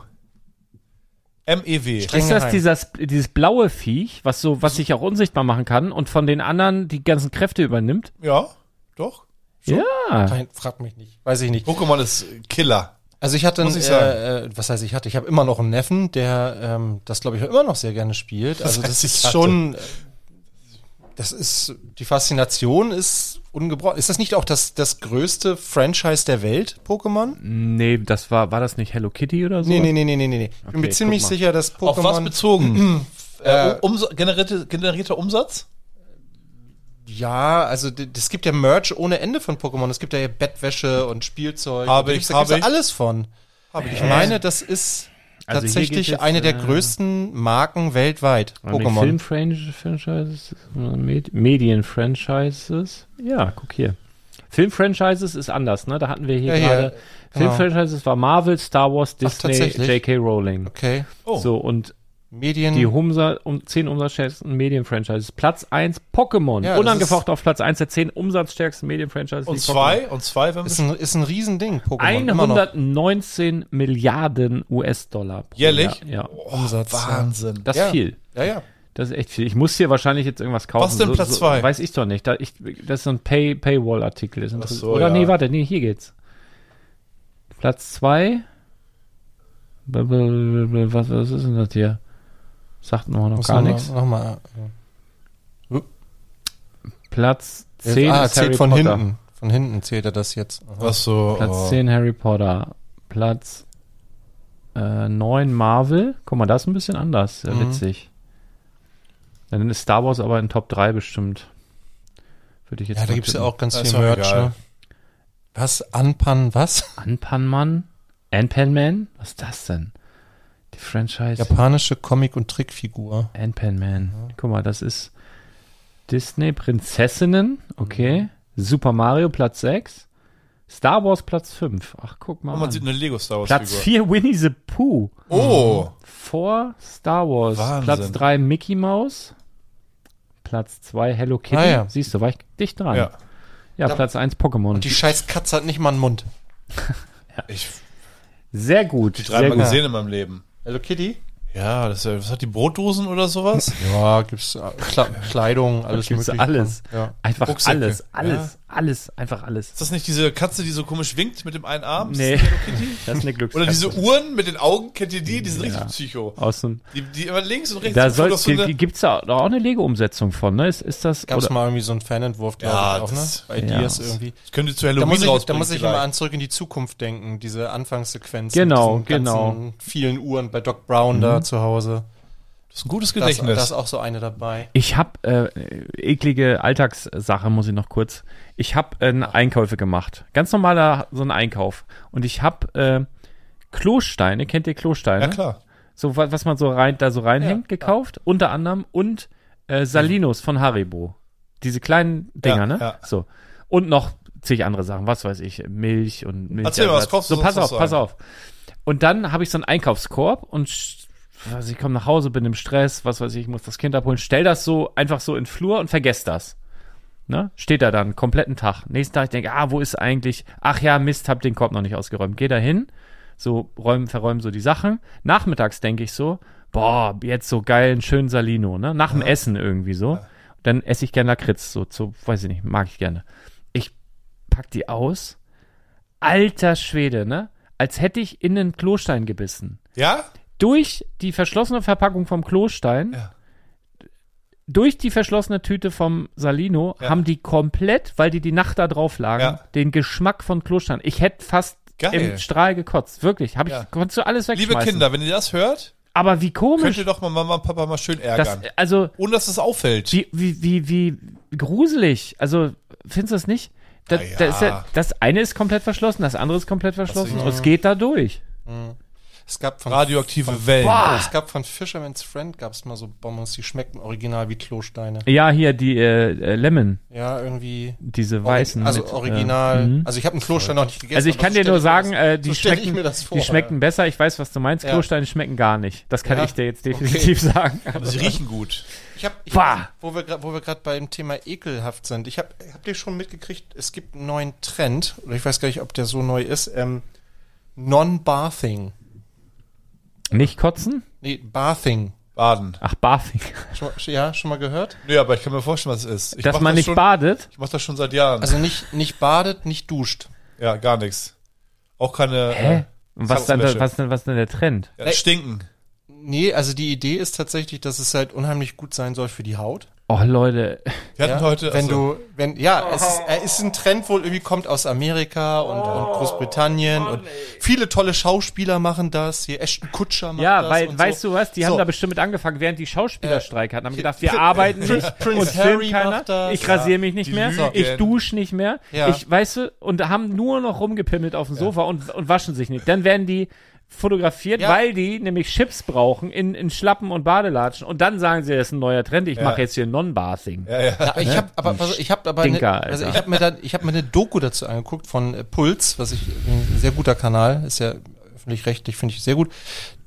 E M-E-W.
Streng
Ist das
geheim.
dieses, dieses blaue Viech, was so, was sich auch unsichtbar machen kann und von den anderen die ganzen Kräfte übernimmt?
Ja, doch.
Ja.
Nein, frag mich nicht. Weiß ich nicht.
Pokémon ist Killer.
Also ich hatte, einen,
Muss ich sagen.
äh, äh, was heißt ich hatte? Ich habe immer noch einen Neffen, der ähm, das glaube ich immer noch sehr gerne spielt. Also das,
heißt, ich
ist
hatte.
schon, äh, das ist die Faszination ist ungebrochen. Ist das nicht auch das das größte Franchise der Welt, Pokémon?
Nee, das war, war das nicht Hello Kitty oder so?
Nee, nee, nee, nee, nee, nee. Ich bin mir
Okay,
ziemlich
guck mal.
sicher, dass Pokémon.
Auf was bezogen? äh,
Äh,
umso, generierte, generierter Umsatz?
Ja, also d- es gibt ja Merch ohne Ende von Pokémon. Es gibt ja Bettwäsche und Spielzeug.
Habe
Da
ich,
gibt's- da gibt's
habe ich.
ja alles von.
Habe ich
Ich meine, das ist
Also hier geht
tatsächlich
jetzt,
eine der
äh,
größten Marken weltweit.
Pokémon.
Pokémon.
Film-Franchises, Med Medien-Franchises. Ja, guck hier. Film-Franchises ist anders, ne? Da hatten wir hier
Ja, ja,
gerade.
genau.
Film-Franchises war Marvel, Star Wars, Disney,
tatsächlich?
J.K. Rowling.
Okay.
Oh.
So, und
Medien.
die Humsa, um, 10 umsatzstärksten Medien-Franchises. Platz 1 Pokémon.
Ja, das
Unangefochten auf Platz 1 der 10 umsatzstärksten Medien-Franchises.
Und
liegt
zwei? Und zwei, wenn wir
ist ein, ist ein Riesending, Pokémon. immer noch.
119 Milliarden US-Dollar. pro
Jährlich?
Jahr. Ja,
Umsatz, ja.
Oh, Wahnsinn.
das ist
Ja.
viel.
Ja, ja.
Das ist echt viel. Ich muss hier wahrscheinlich jetzt irgendwas kaufen.
Was denn
so,
Platz
so,
zwei?
Weiß ich doch nicht. Da, ich, das ist so ein Pay, Paywall-Artikel. Ist interessant.
so,
Oder
ja.
nee, warte, nee, hier geht's. Platz 2. Was, was ist denn das hier? Sagt man noch
Muss
gar
man
nichts.
noch- Noch mal.
Platz 10
ah,
ist
zählt
Harry
von
Potter.
hinten. Von hinten zählt er das jetzt. Aha.
Ach so.
Platz
oh.
10 Harry Potter. Platz äh, 9 Marvel. Guck mal, das ist ein bisschen anders. Ja, Witzig. Dann ist Star Wars aber in Top 3 bestimmt. Würde ich jetzt
Ja, da
mal
gibt's ja
tippen.
auch ganz
Das ist
viel
doch
Merch.
egal.
Ne? Was? Anpannen, was?
Anpanman? Anpanman? Was ist das denn? Die Franchise
Japanische Comic- und Trickfigur.
Anpanman. Guck mal, das ist Disney Prinzessinnen. Okay. Super Mario Platz 6. Star Wars Platz 5. Ach, guck mal.
Oh,
an.
man sieht eine Lego Star Wars
Platz Mhm.
Figur.
4 Winnie the Pooh.
Oh.
Vor Star Wars.
Wahnsinn.
Platz 3 Mickey Mouse. Platz 2 Hello Kitty.
Ah, ja.
Siehst du, war ich dicht dran.
Ja.
Ja, Platz 1 Pokémon.
Die scheiß Katze hat nicht mal einen Mund.
Ich
Sehr gut.
die
sehr
dreimal
gut.
gesehen in meinem Leben.
Hello Kitty?
Ja, das, äh, was hat die Brotdosen oder sowas?
Ja, gibt's äh, Kla Kleidung, alles
Gibt's
mögliche.
alles.
Ja.
Einfach
Rucksäcke.
alles, alles, alles, einfach alles.
Ist das nicht diese Katze, die so komisch winkt mit dem einen Arm? Ist
Nee.
das Hello Kitty?
Das ist eine Glückskatze.
Oder diese Uhren mit den Augen, kennt ihr die? Die sind richtig psycho.
aus dem,
Die, die immer links und rechts.
da
sind voll
soll,
auf so eine-
gibt's da auch eine Lego-Umsetzung von, ne? Ist, ist das,
Gab's
oder,
mal irgendwie so einen Fanentwurf, glaube
Ja,
ich, auch,
das-
ne? Bei
Ja.
Ideas irgendwie.
Das könnte zu
Da
Halloween
muss, ich, da
rausbringen
muss ich
vielleicht.
immer an zurück in die Zukunft denken, diese Anfangssequenzen.
Genau, Mhm.
mit diesen ganzen Vielen Uhren bei Doc Brown da zu Hause.
Das ist ein gutes
Da ist,
Gedächtnis.
da ist auch so eine dabei.
Ich habe äh, eklige Alltagssache, muss ich noch kurz. Ich habe äh, Einkäufe gemacht. Ganz normaler so ein Einkauf. Und ich habe äh, Klosteine, kennt ihr Klosteine?
ja,
ne?
klar.
So was, was man so rein da so reinhängt, gekauft, unter anderem und äh, Salinos von Haribo. Diese kleinen Dinger,
Ja,
ne?
ja.
So. Und noch zig andere Sachen, was weiß ich, Milch und Milch.
Erzähl mal, was kaufst du
So, pass
sonst
auf,
noch
pass
so ein?
auf. Und dann habe ich so einen Einkaufskorb und sch- was, ich komme nach Hause, bin im Stress, was weiß ich, ich muss das Kind abholen, stell das so einfach so in den Flur und vergess das. Ne? Steht da dann, kompletten Tag. Nächsten Tag, ich denke, ah, wo ist eigentlich, ach ja, Mist, hab den Korb noch nicht ausgeräumt. Geh da hin, so räumen, verräumen so die Sachen. Nachmittags denke ich so, boah, jetzt so geil, einen schönen Salino, ne? Nach dem Essen irgendwie so. Dann esse ich gerne Lakritz, so, so, weiß ich nicht, mag ich gerne. Ich pack die aus. Alter Schwede, ne? Als hätte ich in den Klostein gebissen
Ja?
durch die verschlossene Verpackung vom Klostein,
Ja.
durch die verschlossene Tüte vom Salino,
Ja.
haben die komplett, weil die die Nacht da drauf lagen,
Ja.
den Geschmack von Klostein. Ich hätte fast
Geil.
im Strahl gekotzt. Wirklich. Hab ich,
Ja.
Konntest du alles wegschmeißen.
Liebe Kinder, wenn ihr das hört,
Aber wie
könnt
komisch.
ihr doch mal Mama und Papa mal schön
Das,
äh,
ärgern.
also,
Ohne dass es auffällt.
wie, wie, wie, wie gruselig. Also, findest du das nicht? Da,
Na ja.
da ist ja, das eine ist komplett verschlossen, das andere ist komplett verschlossen. Und es geht da durch.
Es gab von,
Radioaktive Wellen.
Ah!
es gab von Fisherman's Friend gab es mal so Bonbons, die schmeckten original wie Klosteine.
Ja, hier die äh, äh, Lemon,
Ja, irgendwie.
diese weißen.
also
mit, äh,
original.
mhm.
also ich habe einen Klostein noch nicht gegessen.
Also ich
aber
kann
so
dir
stell
nur
ich mir
sagen,
das-
äh, die,
so stell
schmecken,
ich mir das vor.
die schmecken besser. Ich weiß, was du meinst.
Ja.
Klosteine schmecken gar nicht. Das kann
Ja.
ich dir jetzt definitiv sagen.
Sie riechen gut.
Ich hab, ich,
Bah!
wo wir gra- wo wir gerade beim Thema ekelhaft sind, ich habe habt ihr schon mitgekriegt, es gibt einen neuen Trend, oder ich weiß gar nicht, ob der so neu ist, ähm, Non-Bathing.
Nicht kotzen?
Nee, Bathing.
Baden.
Ach, barfing.
Schon mal, ja, schon mal gehört?
Nö, aber ich kann mir vorstellen, was es ist. Ich
Dass
mach
man
das
nicht
schon,
badet?
Ich mach das schon seit Jahren.
Also nicht, nicht badet, nicht duscht.
ja, gar nichts. Auch keine
Hä? Und was dann,
Zapfenwäsche.
was, dann, was denn der Trend?
äh, ja, Stinken.
Nee, also die Idee ist tatsächlich, dass es halt unheimlich gut sein soll für die Haut.
Oh, Leute.
Wir hatten
Ja,
heute. also,
wenn
achso.
du, wenn, ja, es ist, er ist ein Trend wohl irgendwie kommt aus Amerika und, und Großbritannien und viele tolle Schauspieler machen das. Hier Ashton Kutscher macht
Ja,
das.
weil,
und
weißt du was? Die
So. Äh,
haben da bestimmt mit angefangen, während die Schauspieler Streik hatten. Haben gedacht, wir
Prin-
arbeiten nicht.
Prince
und filmt
Harry
keiner.
macht das.
ich rasiere mich nicht
Die
mehr.
Lügen.
Ich dusche nicht mehr.
Ja.
Ich, weißt du, und haben nur noch rumgepimmelt auf dem Sofa und, und waschen sich nicht. Dann werden die fotografiert,
Ja.
weil die nämlich Chips brauchen in, in Schlappen und Badelatschen. Und dann sagen sie, das ist ein neuer Trend. Ich mache jetzt hier Non-Bathing.
ja, ja.
Ja, ich habe aber pass auf, ich habe aber
Ne? Stinker,
eine, also
Alter.
ich habe mir dann ich habe mir eine Doku dazu angeguckt von äh, Puls, was ich ein sehr guter Kanal ist ja öffentlich rechtlich finde ich sehr gut.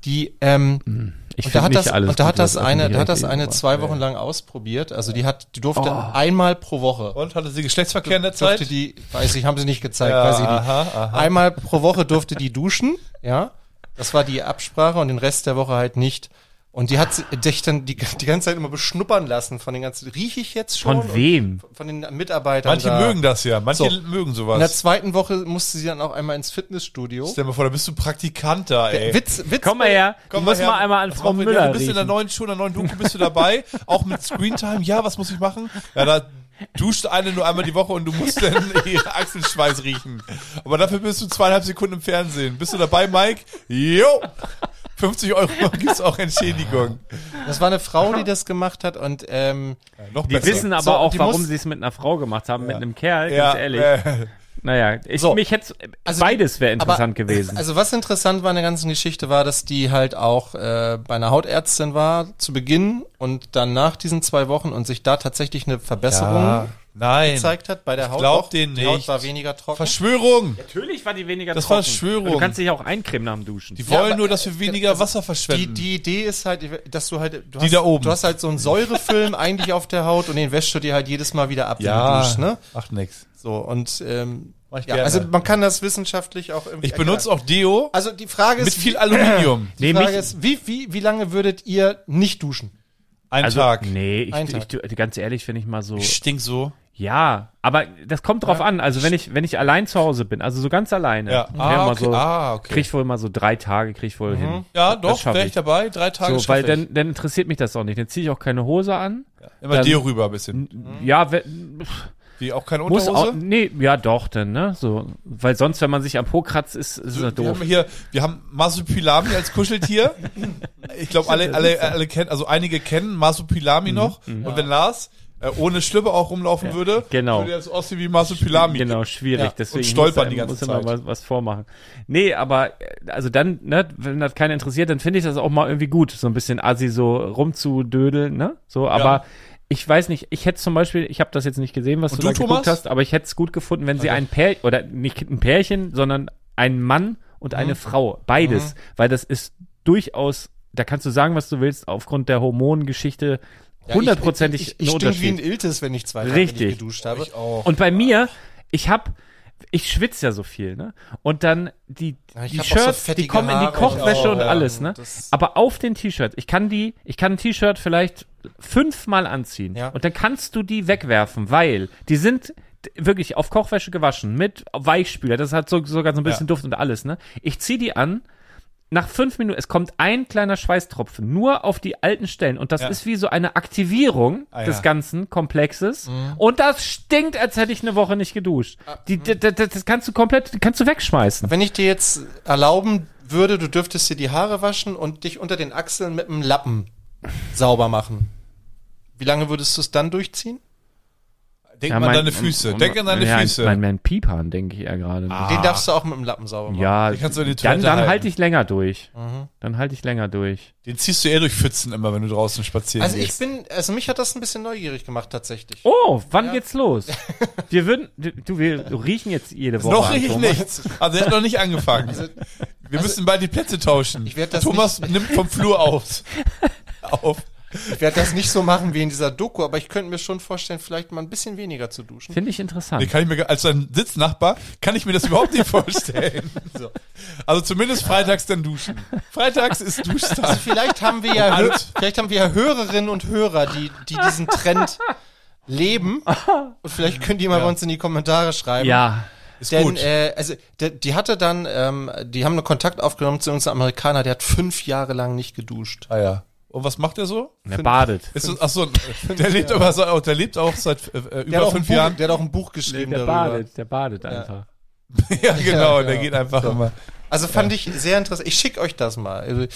Die ähm,
Hm, Ich
und
finde
da hat
nicht
das
alles
und da
gut,
hat das
was
eine da hat das
öffentlich-rechtlich
eine
war.
zwei Wochen lang ausprobiert. Also die hat die durfte
Oh.
einmal pro Woche
Und hatte sie Geschlechtsverkehr in der Zeit?
durfte die weiß ich haben sie nicht gezeigt,
Ja,
weiß ich nicht.
aha, aha.
Einmal pro Woche durfte die duschen, ja. Das war die Absprache und den Rest der Woche halt nicht. Und die hat sie- dich dann die, die ganze Zeit immer beschnuppern lassen von den ganzen. Riech ich jetzt schon?
Von wem?
von den Mitarbeitern.
Manche
da.
mögen das ja. Manche
So.
mögen
In der
sowas.
zweiten Woche musste sie dann auch einmal ins Fitnessstudio.
Stell dir mal vor, da bist du Praktikant da, ey.
Witz, Witz.
Komm mal her.
Komm
ich muss
her.
mal einmal an
Was
Frau
machen wir denn?
Müller
Du bist in der
riechen.
neuen Schule, in der neuen Doku bist du dabei, auch mit Screentime. Ja, was muss ich machen? Ja, da duscht eine nur einmal die Woche und du musst dann ihren Achselschweiß riechen. Aber dafür bist du zweieinhalb Sekunden im Fernsehen. Bist du dabei, Mike? Jo! 50 Euro gibt's auch Entschädigung.
Das war eine Frau, die das gemacht hat und ähm,
Ja, Äh, noch
Die wissen aber
So,
auch,
die
warum
muss-
sie es mit einer Frau gemacht haben, mit einem Kerl,
ja,
ganz ehrlich.
Äh,
Naja, ich,
So.
mich hätte
Also
beides wäre
aber-
interessant gewesen.
Also was interessant war an der ganzen Geschichte war, dass die halt auch äh, bei einer Hautärztin war zu Beginn und dann nach diesen zwei Wochen und sich da tatsächlich eine Verbesserung
ja, nein.
gezeigt hat bei der Haut.
glaub
auch.
den
Die Haut
nicht.
war weniger trocken.
Verschwörung!
Natürlich war die weniger
Das
trocken.
war Schwörung.
Und Du kannst dich auch eincremen nach dem Duschen.
Die wollen
aber- äh, also
nur, dass wir weniger Wasser verschwenden.
die, die Idee ist halt, dass du halt, du,
Die
hast,
da oben.
du hast halt so einen Säurefilm eigentlich auf der Haut und den wäschst du dir halt jedes Mal wieder ab, wenn
ja,
du duschst, ne?
macht nix.
So, und ähm,
Mach ich
ja,
gerne.
also man kann das wissenschaftlich auch irgendwie.
Ich benutze
erklären.
auch Deo
Also die Frage
mit
ist,
viel Aluminium.
Nee,
die Frage
mich-
ist wie, wie, wie lange würdet ihr nicht duschen?
Einen
also,
Tag.
Nee, ich,
Einen
ich,
Tag.
tu- ganz ehrlich, wenn ich mal so.
Ich stink so.
Ja, aber das kommt drauf an. Also wenn ich, wenn ich allein zu Hause bin, also so ganz alleine,
Ja.
krieg
Ah,
mal
okay.
so,
Ah, okay. Mhm.
krieg ich wohl mal so drei Tage, krieg ich wohl hin.
Ja, doch,
schaff
wäre ich
ich.
dabei. Drei Tage
So, weil
schaff ich.
dann, dann interessiert mich das auch nicht. Dann ziehe ich auch keine Hose an.
Immer
dann-
Mhm. Deo rüber ein bisschen.
Ja, we- pff,
Wie auch keine
Muss
Unterhose?
auch, nee, ja doch, denn, ne? So, weil sonst, wenn man sich am Po kratzt, ist, ist
wir,
das doof.
Haben hier, wir haben Masupilami als Kuscheltier. ich glaube, alle, alle, alle kennen, also einige kennen Masupilami
Mhm.
noch. Und wenn Lars äh, ohne Schlüppe auch rumlaufen würde,
genau.
würde das aussehen wie Masupilami.
Genau, schwierig.
Ja, und
Deswegen
stolpern
muss,
die ganze
muss immer
Zeit.
was, was vormachen. Nee, aber äh, also dann, ne, wenn das keiner interessiert, dann finde ich das auch mal irgendwie gut, so ein bisschen assi so rumzudödeln, ne? So, aber ich weiß nicht, ich hätte zum Beispiel, ich habe das jetzt nicht gesehen, was
Und
du,
du,
da geguckt
Thomas? Also
hast, aber ich hätte es gut gefunden, wenn sie ein Pärchen, oder nicht ein Pärchen, sondern ein Mann und
Mhm.
eine Frau, beides, weil das ist durchaus, da kannst du sagen, was du willst, aufgrund der Hormonengeschichte hundertprozentig
Ich, ich, ich
ein
stink wie
Unterschied.
ein Iltis, wenn ich zwei Tage nicht
Richtig.
geduscht habe.
Oh,
Und bei mir, ich hab, ich schwitze ja so viel, ne? Und dann die,
Ja, ich
die
hab auch so
Shirts, die
fettige
kommen in die
Haare.
Kochwäsche
Ich auch,
und
ja.
alles, ne?
Das-
Aber auf den T-Shirts, ich kann die, ich kann ein T-Shirt vielleicht fünfmal anziehen.
Ja.
Und dann kannst du die wegwerfen, weil die sind d- wirklich auf Kochwäsche gewaschen mit Weichspüler. Das hat so, sogar so ein bisschen Duft und alles, ne? Ich zieh die an. Nach fünf Minuten, es kommt ein kleiner Schweißtropfen nur auf die alten Stellen und das
Ja.
ist wie so eine Aktivierung
Ah,
des
ja. Mhm.
ganzen Komplexes und das stinkt, als hätte ich eine Woche nicht geduscht.
Ah,
Die, d- d- d- das kannst du komplett, kannst du wegschmeißen.
Wenn ich dir jetzt erlauben würde, du dürftest dir die Haare waschen und dich unter den Achseln mit einem Lappen sauber machen. Wie lange würdest du es dann durchziehen?
Denk mal an deine Füße. Denk an deine
um- ja,
Füße.
Mein, mein Piephahn denke ich eher gerade.
Den darfst du auch mit dem Lappen sauber machen.
Ah. ja,
Den kannst du in die
dann,
Toilette
dann halte
halten. Mhm.
ich länger durch. Dann halte ich länger durch.
Den ziehst du eher durch Pfützen immer, wenn du draußen spazieren
Also ich
gehst.
bin, also mich hat das ein bisschen neugierig gemacht tatsächlich.
Oh, wann geht's los? Wir würden, du, wir riechen jetzt jede Woche.
noch
an,
richtig
Thomas. Also,
nichts. Also er hat noch nicht angefangen. Wir müssen bald die Plätze tauschen.
Ich werd das
Thomas nimmt vom Flur aus. auf.
Ich werde das nicht so machen wie in dieser Doku, aber ich könnte mir schon vorstellen, vielleicht mal ein bisschen weniger zu duschen.
Finde ich
Nee,
interessant.
kann ich mir, als dein Sitznachbar kann ich mir das überhaupt nicht vorstellen. So. Also zumindest freitags dann duschen. Freitags ist Duschtag.
Also Vielleicht haben wir ja,
Alt.
Hö- vielleicht haben wir ja Hörerinnen und Hörer, die, die diesen Trend leben. Und vielleicht können die mal bei uns in die Kommentare schreiben.
Ja,
Ist
Denn,
gut.
äh, also, der, die hatte dann, ähm, die haben einen Kontakt aufgenommen zu unserem Amerikaner, der hat fünf Jahre lang nicht geduscht.
ah, ja. Und was macht er so?
er badet.
Ist das, ach so, der lebt aber so, der lebt auch seit äh, äh,
Der hat,
über
auch ein
fünf
Buch,
Jahren.
der hat auch ein Buch geschrieben
Der
darüber.
badet, der badet einfach.
ja, genau,
Ja,
der
ja.
geht einfach immer.
Also fand ich sehr interessant. Ich schicke euch das mal. Also,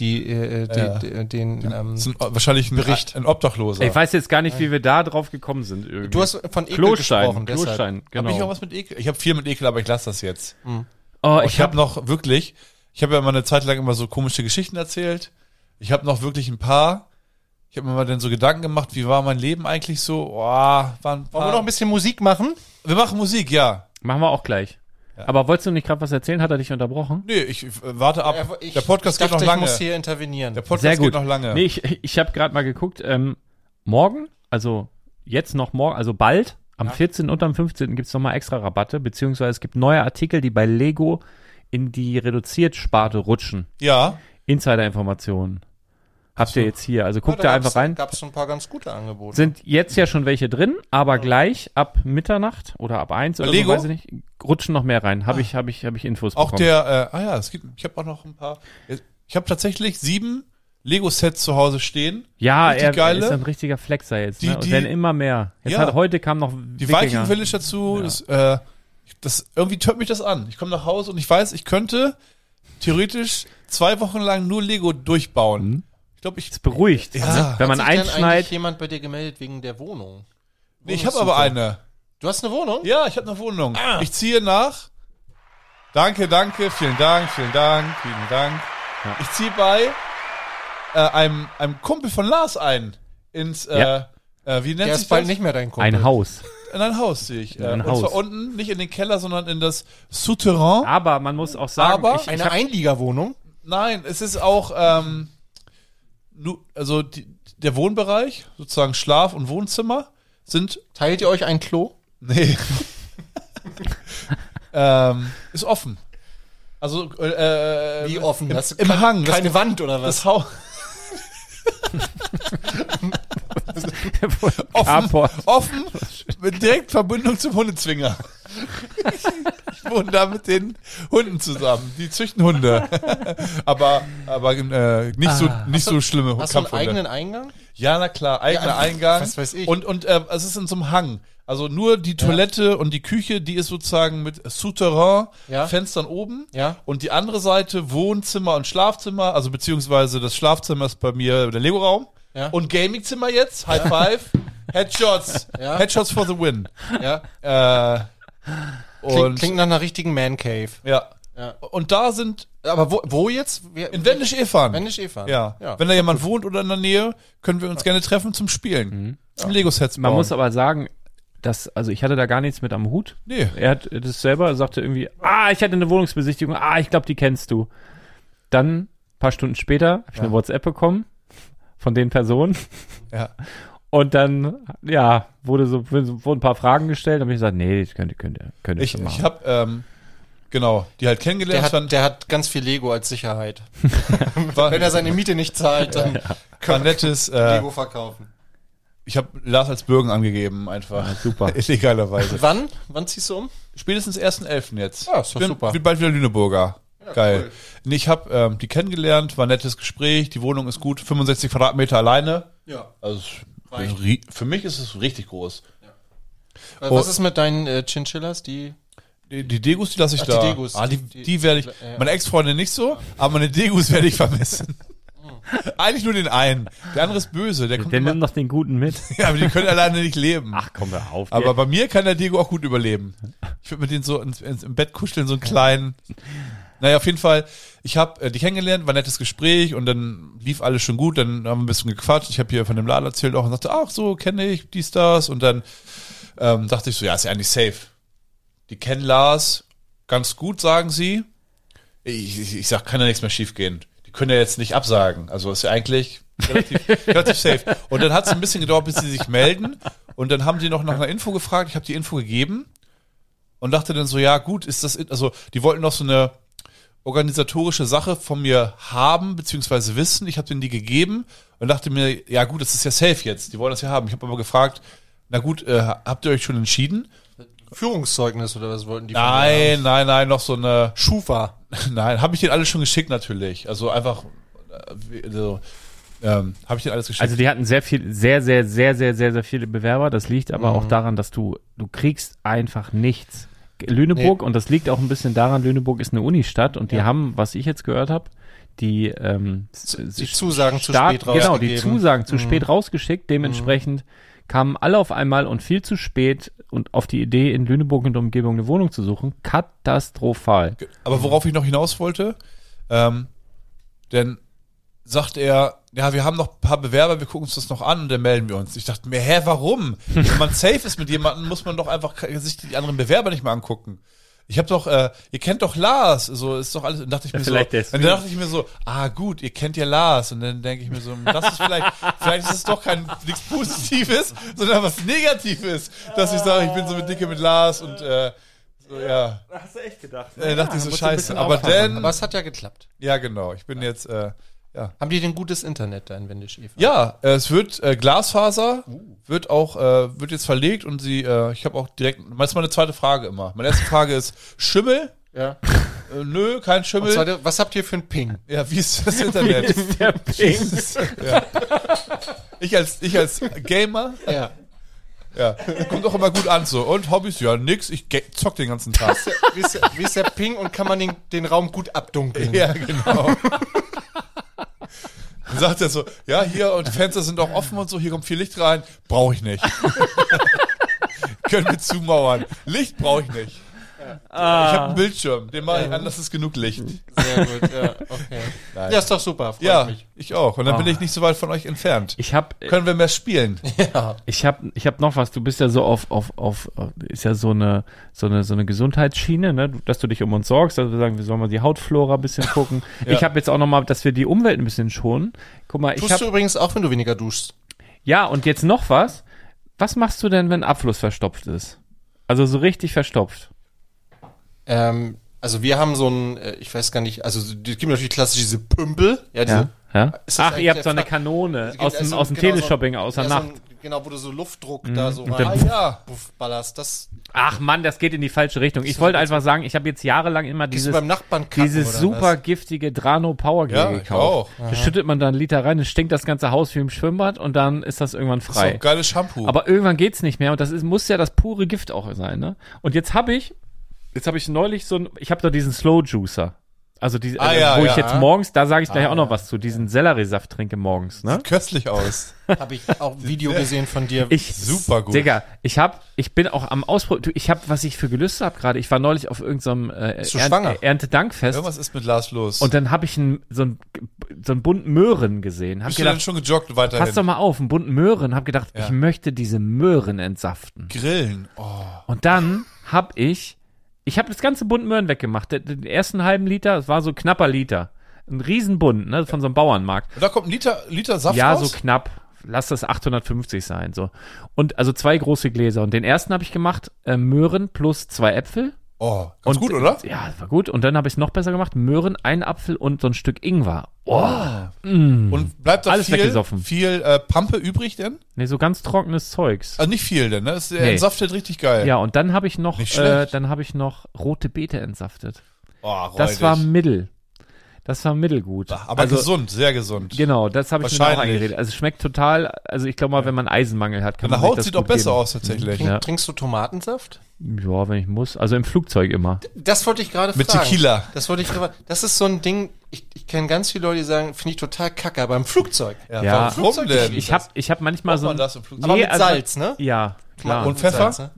die, äh, die,
Ja.
die, den, ähm,
Das ist ein, wahrscheinlich ein, Bericht. ein Obdachloser.
Ich weiß jetzt gar nicht, wie wir da drauf gekommen sind. Irgendwie.
du hast von Ekel
Klostein,
gesprochen. deshalb.
Klostein,
Hab ich auch
genau.
was mit Ekel? Ich habe viel mit Ekel, aber ich lasse das jetzt.
Oh,
Aber
ich habe
hab noch wirklich, ich habe ja mal eine Zeit lang immer so komische Geschichten erzählt. Ich habe noch wirklich ein paar. Ich habe mir mal dann so Gedanken gemacht, wie war mein Leben eigentlich so? Oh, waren
Wollen
Ah.
wir noch ein bisschen Musik machen?
wir machen Musik, ja.
Machen wir auch gleich. Aber wolltest du nicht gerade was erzählen? Hat er dich unterbrochen?
Nee, ich äh, warte ab.
Ich
der Podcast
dachte,
geht noch
Ich
lange.
muss hier intervenieren.
Der Podcast
Sehr gut.
geht noch lange.
Nee, ich, ich habe gerade mal geguckt. Ähm, morgen, also jetzt noch morgen, also bald, am 14. und am 15. gibt's noch nochmal extra Rabatte, beziehungsweise es gibt neue Artikel, die bei Lego in die reduziert Sparte rutschen.
Ja,
Insider-Informationen. Habt ihr jetzt hier. Also guckt
Ja,
da
gab's-
einfach rein.
Gab's schon ein paar ganz gute Angebote.
Sind jetzt ja schon welche drin, aber gleich ab Mitternacht oder ab 1 oder
Lego?
so, weiß ich nicht, rutschen noch mehr rein. Habe ich, hab ich, hab ich Infos
auch
bekommen.
der, äh, ah ja, es gibt, ich habe auch noch ein paar. Ich habe tatsächlich sieben Lego-Sets zu Hause stehen.
Ja,
Richtig
er
geile.
ist ein richtiger Flex da jetzt.
Die-
ne? Und
die-
werden immer mehr. Jetzt
Ja.
hat, heute kam noch
Die
Wikinger.
Viking Village dazu, das, äh, das irgendwie tört mich das an. Ich komme nach Hause und ich weiß, ich könnte theoretisch zwei Wochen lang nur Lego durchbauen.
Mhm.
Ich glaube, ich,
Ist beruhigt. ne?
Ja.
Wenn man
Hat sich denn eigentlich
einschneit,
jemand bei dir gemeldet wegen der Wohnung?
nee, ich habe aber eine.
Du hast eine Wohnung?
Ja, ich habe eine Wohnung.
Ah.
Ich ziehe nach. Danke, danke, vielen Dank, vielen Dank, vielen Dank. Ich ziehe bei äh, einem, einem Kumpel von Lars ein ins äh,
Ja.
äh, wie nennt
Der
sich
ist bald
das?
nicht mehr dein Kumpel.
ein Haus.
In ein Haus sehe ich. Äh,
ein
und
Haus.
zwar unten, nicht in den Keller, sondern in das Souterrain.
Aber man muss auch sagen,
Aber-
ich, ich
Eine
hab,
Einliegerwohnung?
Nein, es ist auch ähm, nu- also die, der Wohnbereich, sozusagen Schlaf und Wohnzimmer sind
Teilt ihr euch ein Klo?
nee ähm, ist offen. Also äh, äh,
Wie offen?
im,
Das
im
kann-
Hang
Keine
das,
Wand oder was?
das Haus offen,
Carport.
offen mit direkt Verbindung zum Hundezwinger. ich wohne da mit den Hunden zusammen. Die züchten Hunde, aber aber äh, nicht so nicht so schlimme
Ah. Hast du einen
Kampfhunde.
eigenen Eingang?
Ja, na klar, eigener
Ja, also,
Eingang.
was weiß ich.
Und, und ähm, es ist in so einem Hang. Also nur die Toilette und die Küche, die ist sozusagen mit Souterrain,
Ja.
Fenstern oben.
Ja.
Und die andere Seite Wohnzimmer und Schlafzimmer, also beziehungsweise das Schlafzimmer ist bei mir der Lego-Raum.
Ja.
Und Gaming-Zimmer jetzt, High Five, Headshots,
Ja.
Headshots for the win.
Ja.
Äh, und
Klingt, klingt nach einer richtigen Man Cave.
ja.
Ja.
Und da sind
Aber wo, wo jetzt? Wer-
in Wendisch-Efan.
Wenn ich Eva.
Ja.
ja.
Wenn da jemand wohnt oder in der Nähe, können wir uns gerne treffen zum Spielen.
Mhm.
Zum Lego-Sets
Man
bauen.
muss aber sagen, dass, also ich hatte da gar nichts mit am Hut.
Nee.
Er hat das selber, sagte irgendwie, ah, ich hatte eine Wohnungsbesichtigung, ah, ich glaube, die kennst du. Dann, paar Stunden später, habe ich eine WhatsApp bekommen von den Personen.
Ja.
Und dann, ja, wurde so, wurden ein paar Fragen gestellt, dann habe ich gesagt, nee, das könnt ihr, könnt ihr, könnt ihr
Ich,
schon machen.
ich habe ähm, genau die halt
Der
kennengelernt.
hat,
fand,
der hat ganz viel Lego als Sicherheit.
war,
Wenn er seine Miete nicht zahlt, dann
war ein nettes. Äh,
Lego verkaufen.
ich habe Lars als Bürgen angegeben einfach.
super.
Illegalerweise.
Wann? Wann ziehst du um?
Spätestens 1.11. jetzt.
Ja, ist doch
Bin,
super.
Bin bald wieder Lüneburger. Geil. Nee, ich habe ähm, die kennengelernt, war ein nettes Gespräch, die Wohnung ist gut, 65 Quadratmeter alleine.
Ja.
Also es ist ri- für mich ist es richtig groß.
Was ist mit deinen äh, Chinchillas? Die
Die, die Degus, die lasse ich
Ach, die
da.
Degus.
Ah, die,
Die-
die, werde ich.
Ja, ja.
Meine Ex-Freundin nicht so, aber meine Degus werde ich vermissen. Eigentlich nur den einen. Der andere ist böse. Der kommt
Dann
immer,
nimm doch den Guten mit.
ja, aber die können alleine nicht leben.
Ach, komm, hör auf.
aber bei mir kann der Dego auch gut überleben. Ich würde mit denen so ins, ins, im Bett kuscheln, so einen kleinen. Naja, auf jeden Fall. Ich habe äh, dich kennengelernt, war ein nettes Gespräch und dann lief alles schon gut. Dann haben wir ein bisschen gequatscht. Ich habe hier von dem Laden erzählt auch und sagte, ach so, kenne ich dies, das. Und dann ähm, dachte ich so, ja, ist ja eigentlich safe. Die kennen Lars ganz gut, sagen sie. Ich, ich, ich sag, kann ja nichts mehr schiefgehen. Die können ja jetzt nicht absagen. Also ist ja eigentlich relativ, relativ safe. Und dann hat es ein bisschen gedauert, bis sie sich melden. Und dann haben die noch nach einer Info gefragt. Ich habe die Info gegeben und dachte dann so, ja gut, ist das, in- also die wollten noch so eine organisatorische Sache von mir haben, beziehungsweise wissen. Ich habe denen die gegeben und dachte mir, ja gut, das ist ja safe jetzt. Die wollen das ja haben. Ich habe aber gefragt, na gut, äh, habt ihr euch schon entschieden?
Führungszeugnis oder was wollten die? von dir
Nein, nein, nein, noch so eine.
haben? Schufa.
Nein, habe ich den alles schon geschickt natürlich. Also einfach, äh, wie- so, ähm, habe ich den alles geschickt.
Also die hatten sehr viel, sehr, sehr, sehr, sehr, sehr, sehr viele Bewerber. Das liegt aber
Mhm.
auch daran, dass du, du kriegst einfach nichts. Lüneburg, und das liegt auch ein bisschen daran, Lüneburg ist eine Unistadt und die haben, was ich jetzt gehört habe, die, ähm,
Die Zusagen zu
stark-
spät
genau, die
rausgegeben. Mhm.
Zusagen zu spät rausgeschickt. Dementsprechend kamen alle auf einmal und viel zu spät und auf die Idee, in Lüneburg und Umgebung eine Wohnung zu suchen. Katastrophal.
Aber worauf ich noch hinaus wollte, ähm, denn sagt er, ja, wir haben noch ein paar Bewerber, wir gucken uns das noch an und dann melden wir uns. Ich dachte mir, hä, warum? Wenn man safe ist mit jemandem, muss man doch einfach ke- sich die anderen Bewerber nicht mal angucken. Ich habe doch, äh, ihr kennt doch Lars, so ist doch alles. Und dachte ich mir so,
vielleicht
und dann dachte ich mir so, ah gut, ihr kennt ja Lars. Und dann denke ich mir so, das ist vielleicht, vielleicht ist es doch kein nichts Positives, sondern was Negatives, dass ich sage, ich bin so mit dicke mit Lars und äh, so, ja.
Hast du echt gedacht? ne?
Äh, dachte ich so scheiße. Aber dann.
Aber es hat ja geklappt.
Ja, genau. Ich bin jetzt. Äh,
Haben die denn gutes Internet da in Wendisch Eva?
ja, äh, es wird äh, Glasfaser
Uh.
wird auch äh, wird jetzt verlegt und sie. Äh, ich habe auch direkt. Das ist meine zweite Frage immer. Meine erste Frage ist Schimmel.
ja.
Äh, nö, kein
Und
Schimmel.
zweite, was habt ihr für ein Ping?
ja, wie ist das Internet?
Der Ping.
ich als ich als Gamer.
Ja.
Ja, kommt auch immer gut an so. Und Hobbys ja nix. Ich ge- zock den ganzen Tag.
Wie ist, der- wie ist der Ping und kann man den, den Raum gut abdunkeln?
Ja, genau. Dann sagt er so, ja, hier und die Fenster sind auch offen und so, hier kommt viel Licht rein, brauche ich nicht. Können wir zumauern. Licht brauche ich nicht. Ich habe einen Bildschirm, den mache ich an, das ist genug Licht.
Mhm.
Sehr gut, ja. Okay. Ja, ist doch super, freut
Ja,
mich.
ich auch. Und dann bin ich nicht so weit von euch entfernt.
Ah. Ich äh, habe
Können wir mehr spielen?
Ich habe ich hab noch was, du bist ja so auf, auf, auf ist ja so eine, so eine, so eine Gesundheitsschiene, ne? dass du dich um uns sorgst, dass wir sagen, wir sollen mal die Hautflora ein bisschen gucken. Ich habe jetzt auch noch mal, dass wir die Umwelt ein bisschen schonen. Guck mal, ich
Tust du
habe,
übrigens auch, wenn du weniger duschst.
ja und jetzt noch was. Was machst du denn, wenn Abfluss verstopft ist? Also so richtig verstopft.
Ähm, also wir haben so ein, äh, ich weiß gar nicht, also es gibt natürlich klassisch diese Pümpel, ja, diese
Ja?
Ist das
Ach,
eigentlich
ihr habt so
der
eine
Fa-
Kanone
Also,
aus
also
dem, aus dem
genau so-
Teleshopping aus der
ja, so
Nacht. Mhm.
ein- genau, wo du so Luftdruck da so
Und dann-
rein ja. puff, ballerst. Das
Ach Mann, das geht in die falsche Richtung. Ich wollte einfach sagen, ich habe jetzt jahrelang immer
gehst
dieses,
du beim Nachbarn kacken,
dieses
oder
super
was?
giftige Drano Power Gel
Ja, ich
gekauft. Das schüttet man dann einen Liter rein, dann stinkt das ganze Haus wie im Schwimmbad und dann ist das irgendwann
Das ist
frei.
doch geiles Shampoo.
Aber irgendwann geht's nicht mehr und das ist, muss ja das pure Gift auch sein, ne? Und jetzt habe ich, jetzt habe ich neulich so ein, ich habe da diesen Slow Juicer. Also die,
Ah,
äh,
ja,
wo
ja. Ah,
ich jetzt morgens, da sage ich gleich auch noch was zu, diesen Selleriesaft trinke morgens, ne?
köstlich aus.
Habe ich auch ein Video gesehen von dir.
Ich,
Super gut.
Digga, ich hab, ich bin auch am Ausprobieren. Ich hab, was ich für Gelüste hab gerade. Ich war neulich auf irgendeinem äh,
Bist du schwanger?
Erntedankfest
Irgendwas ist mit Lars los.
und dann hab ich einen, so einen so einen bunten Möhren gesehen. Hab
Bist du denn
gedacht,
schon gejoggt weiterhin?
pass doch mal auf, einen bunten Möhren. Hab gedacht, ich möchte diese Möhren entsaften.
Grillen. Oh,
Und dann hab ich, ich hab das ganze bunte Möhren weggemacht. Den, den ersten halben Liter, es war so knapper Liter. Ein Riesenbund, ne, von so einem Bauernmarkt.
und da kommt ein Liter, Liter Saft
Ja,
raus?
so knapp. Lass das 850 sein, so. Und also zwei große Gläser. Und den ersten habe ich gemacht, äh, Möhren plus zwei Äpfel.
Oh, ganz
und,
gut, oder?
Ja, das war gut. Und dann habe ich es noch besser gemacht, Möhren, einen Apfel und so ein Stück Ingwer. Oh,
Und bleibt da
Mhm. Alles
viel,
weggesoffen.
viel äh, Pampe übrig denn?
ne, so ganz trockenes Zeugs.
Also nicht viel denn, ne? Das, der
Nee.
entsaftet richtig geil.
Ja, und dann habe ich noch,
Nicht
äh,
schlecht.
dann habe ich noch rote Beete entsaftet.
Oh, räudig.
Das war mittel. Das war mittelgut.
Aber
also,
gesund, sehr gesund.
Genau, das habe ich mir auch
Wahrscheinlich.
eingeredet. Also es schmeckt total, also ich glaube mal, wenn man Eisenmangel hat, kann
Deine
man sich
Haut
das
sieht
gut
auch besser
geben.
aus tatsächlich.
Trink,
Ja.
Trinkst du Tomatensaft?
Ja, wenn ich muss. Also im Flugzeug immer.
Das wollte ich gerade
Mit
fragen.
Tequila.
Das wollte ich gerade. Das ist so ein Ding. Ich, ich kenne ganz viele Leute, die sagen, finde ich total kacke, aber im Flugzeug.
Ja.
warum
Flugzeug
denn?
Ich hab, ich hab manchmal
Ähm,
so.
Braucht man
ein-
das im Flugzeug?
Aber
Nee,
mit
also-
Salz, ne?
Ja, klar.
Und Pfeffer?
Salz, ne?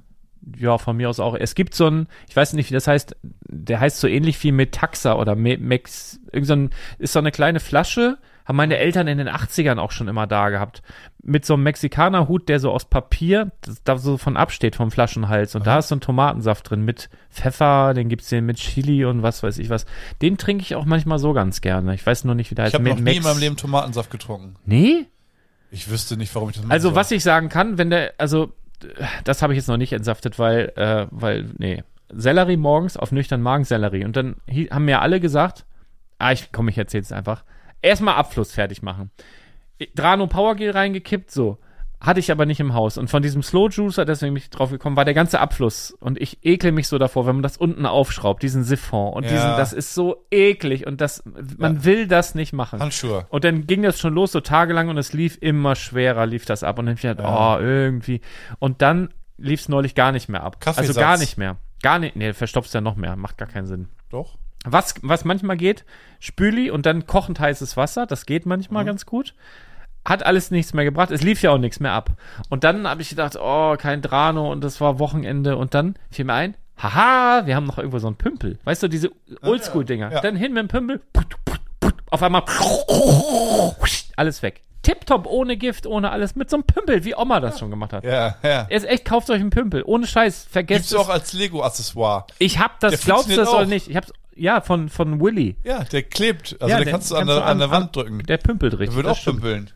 ja, von mir aus auch. Es gibt so ein, ich weiß nicht, wie das heißt, der heißt so ähnlich wie Metaxa oder Me- Mex, irgend so ein, ist so eine kleine Flasche, haben meine
Mhm.
Eltern in den 80ern auch schon immer da gehabt. Mit so einem Mexikanerhut, der so aus Papier, das, da so von absteht vom Flaschenhals. Und da ist so ein Tomatensaft drin mit Pfeffer, den gibt's den mit Chili und was weiß ich was. Den trinke ich auch manchmal so ganz gerne. Ich weiß nur nicht, wie der
Ich
heißt.
habe
Me-
noch nie in
Mex-
meinem Leben Tomatensaft getrunken.
Nee?
Ich wüsste nicht, warum ich das mache.
Also was ich sagen kann, wenn der, also das habe ich jetzt noch nicht entsaftet, weil, äh, weil, nee, Sellerie morgens auf nüchtern Magen Sellerie. Und dann hie- haben mir alle gesagt, ah, ich komme, ich erzähl's einfach. Erstmal Abfluss fertig machen. Drano Powergel reingekippt, so. Hatte ich aber nicht im Haus. Und von diesem Slow Juicer, deswegen bin ich drauf gekommen, war der ganze Abfluss. Und ich ekel mich so davor, wenn man das unten aufschraubt, diesen Siphon. Und
Ja.
diesen, das ist so eklig. Und das, man will das nicht machen.
Handschuhe.
Und dann ging das schon los, so tagelang, und es lief immer schwerer, lief das ab. Und dann hab ich gedacht, oh, irgendwie. Und dann lief es neulich gar nicht mehr ab.
Kaffeesatz.
Also gar nicht mehr. Gar nicht, nee, verstopfst ja noch mehr, macht gar keinen Sinn.
Doch.
Was, was manchmal geht, Spüli und dann kochend heißes Wasser, das geht
Mhm.
manchmal ganz gut. Hat alles nichts mehr gebracht, es lief ja auch nichts mehr ab. Und dann habe ich gedacht, oh, kein Drano und das war Wochenende und dann fiel mir ein, haha, wir haben noch irgendwo so einen Pümpel. Weißt du, diese Oldschool-Dinger.
Ah, Ja.
Dann hin mit dem Pümpel, put, put, put, auf einmal alles weg. Tipptopp, ohne Gift, ohne alles, mit so einem Pümpel, wie Oma das schon gemacht hat.
Ja, ja.
Er ist echt, kauft euch einen Pümpel, ohne Scheiß, vergesst
Gibt's
es.
auch als Lego-Accessoire.
ich hab das,
der
glaubst du das
funktioniert
oder
auch.
nicht? Ich hab's, ja, von, von Willy.
Ja, der klebt. Also
Ja,
den
der-
kannst du an,
kannst
der,
du
an der
an-
Wand drücken.
Der pümpelt
Der
richtig.
wird
das
auch
stimmt.
pimpeln.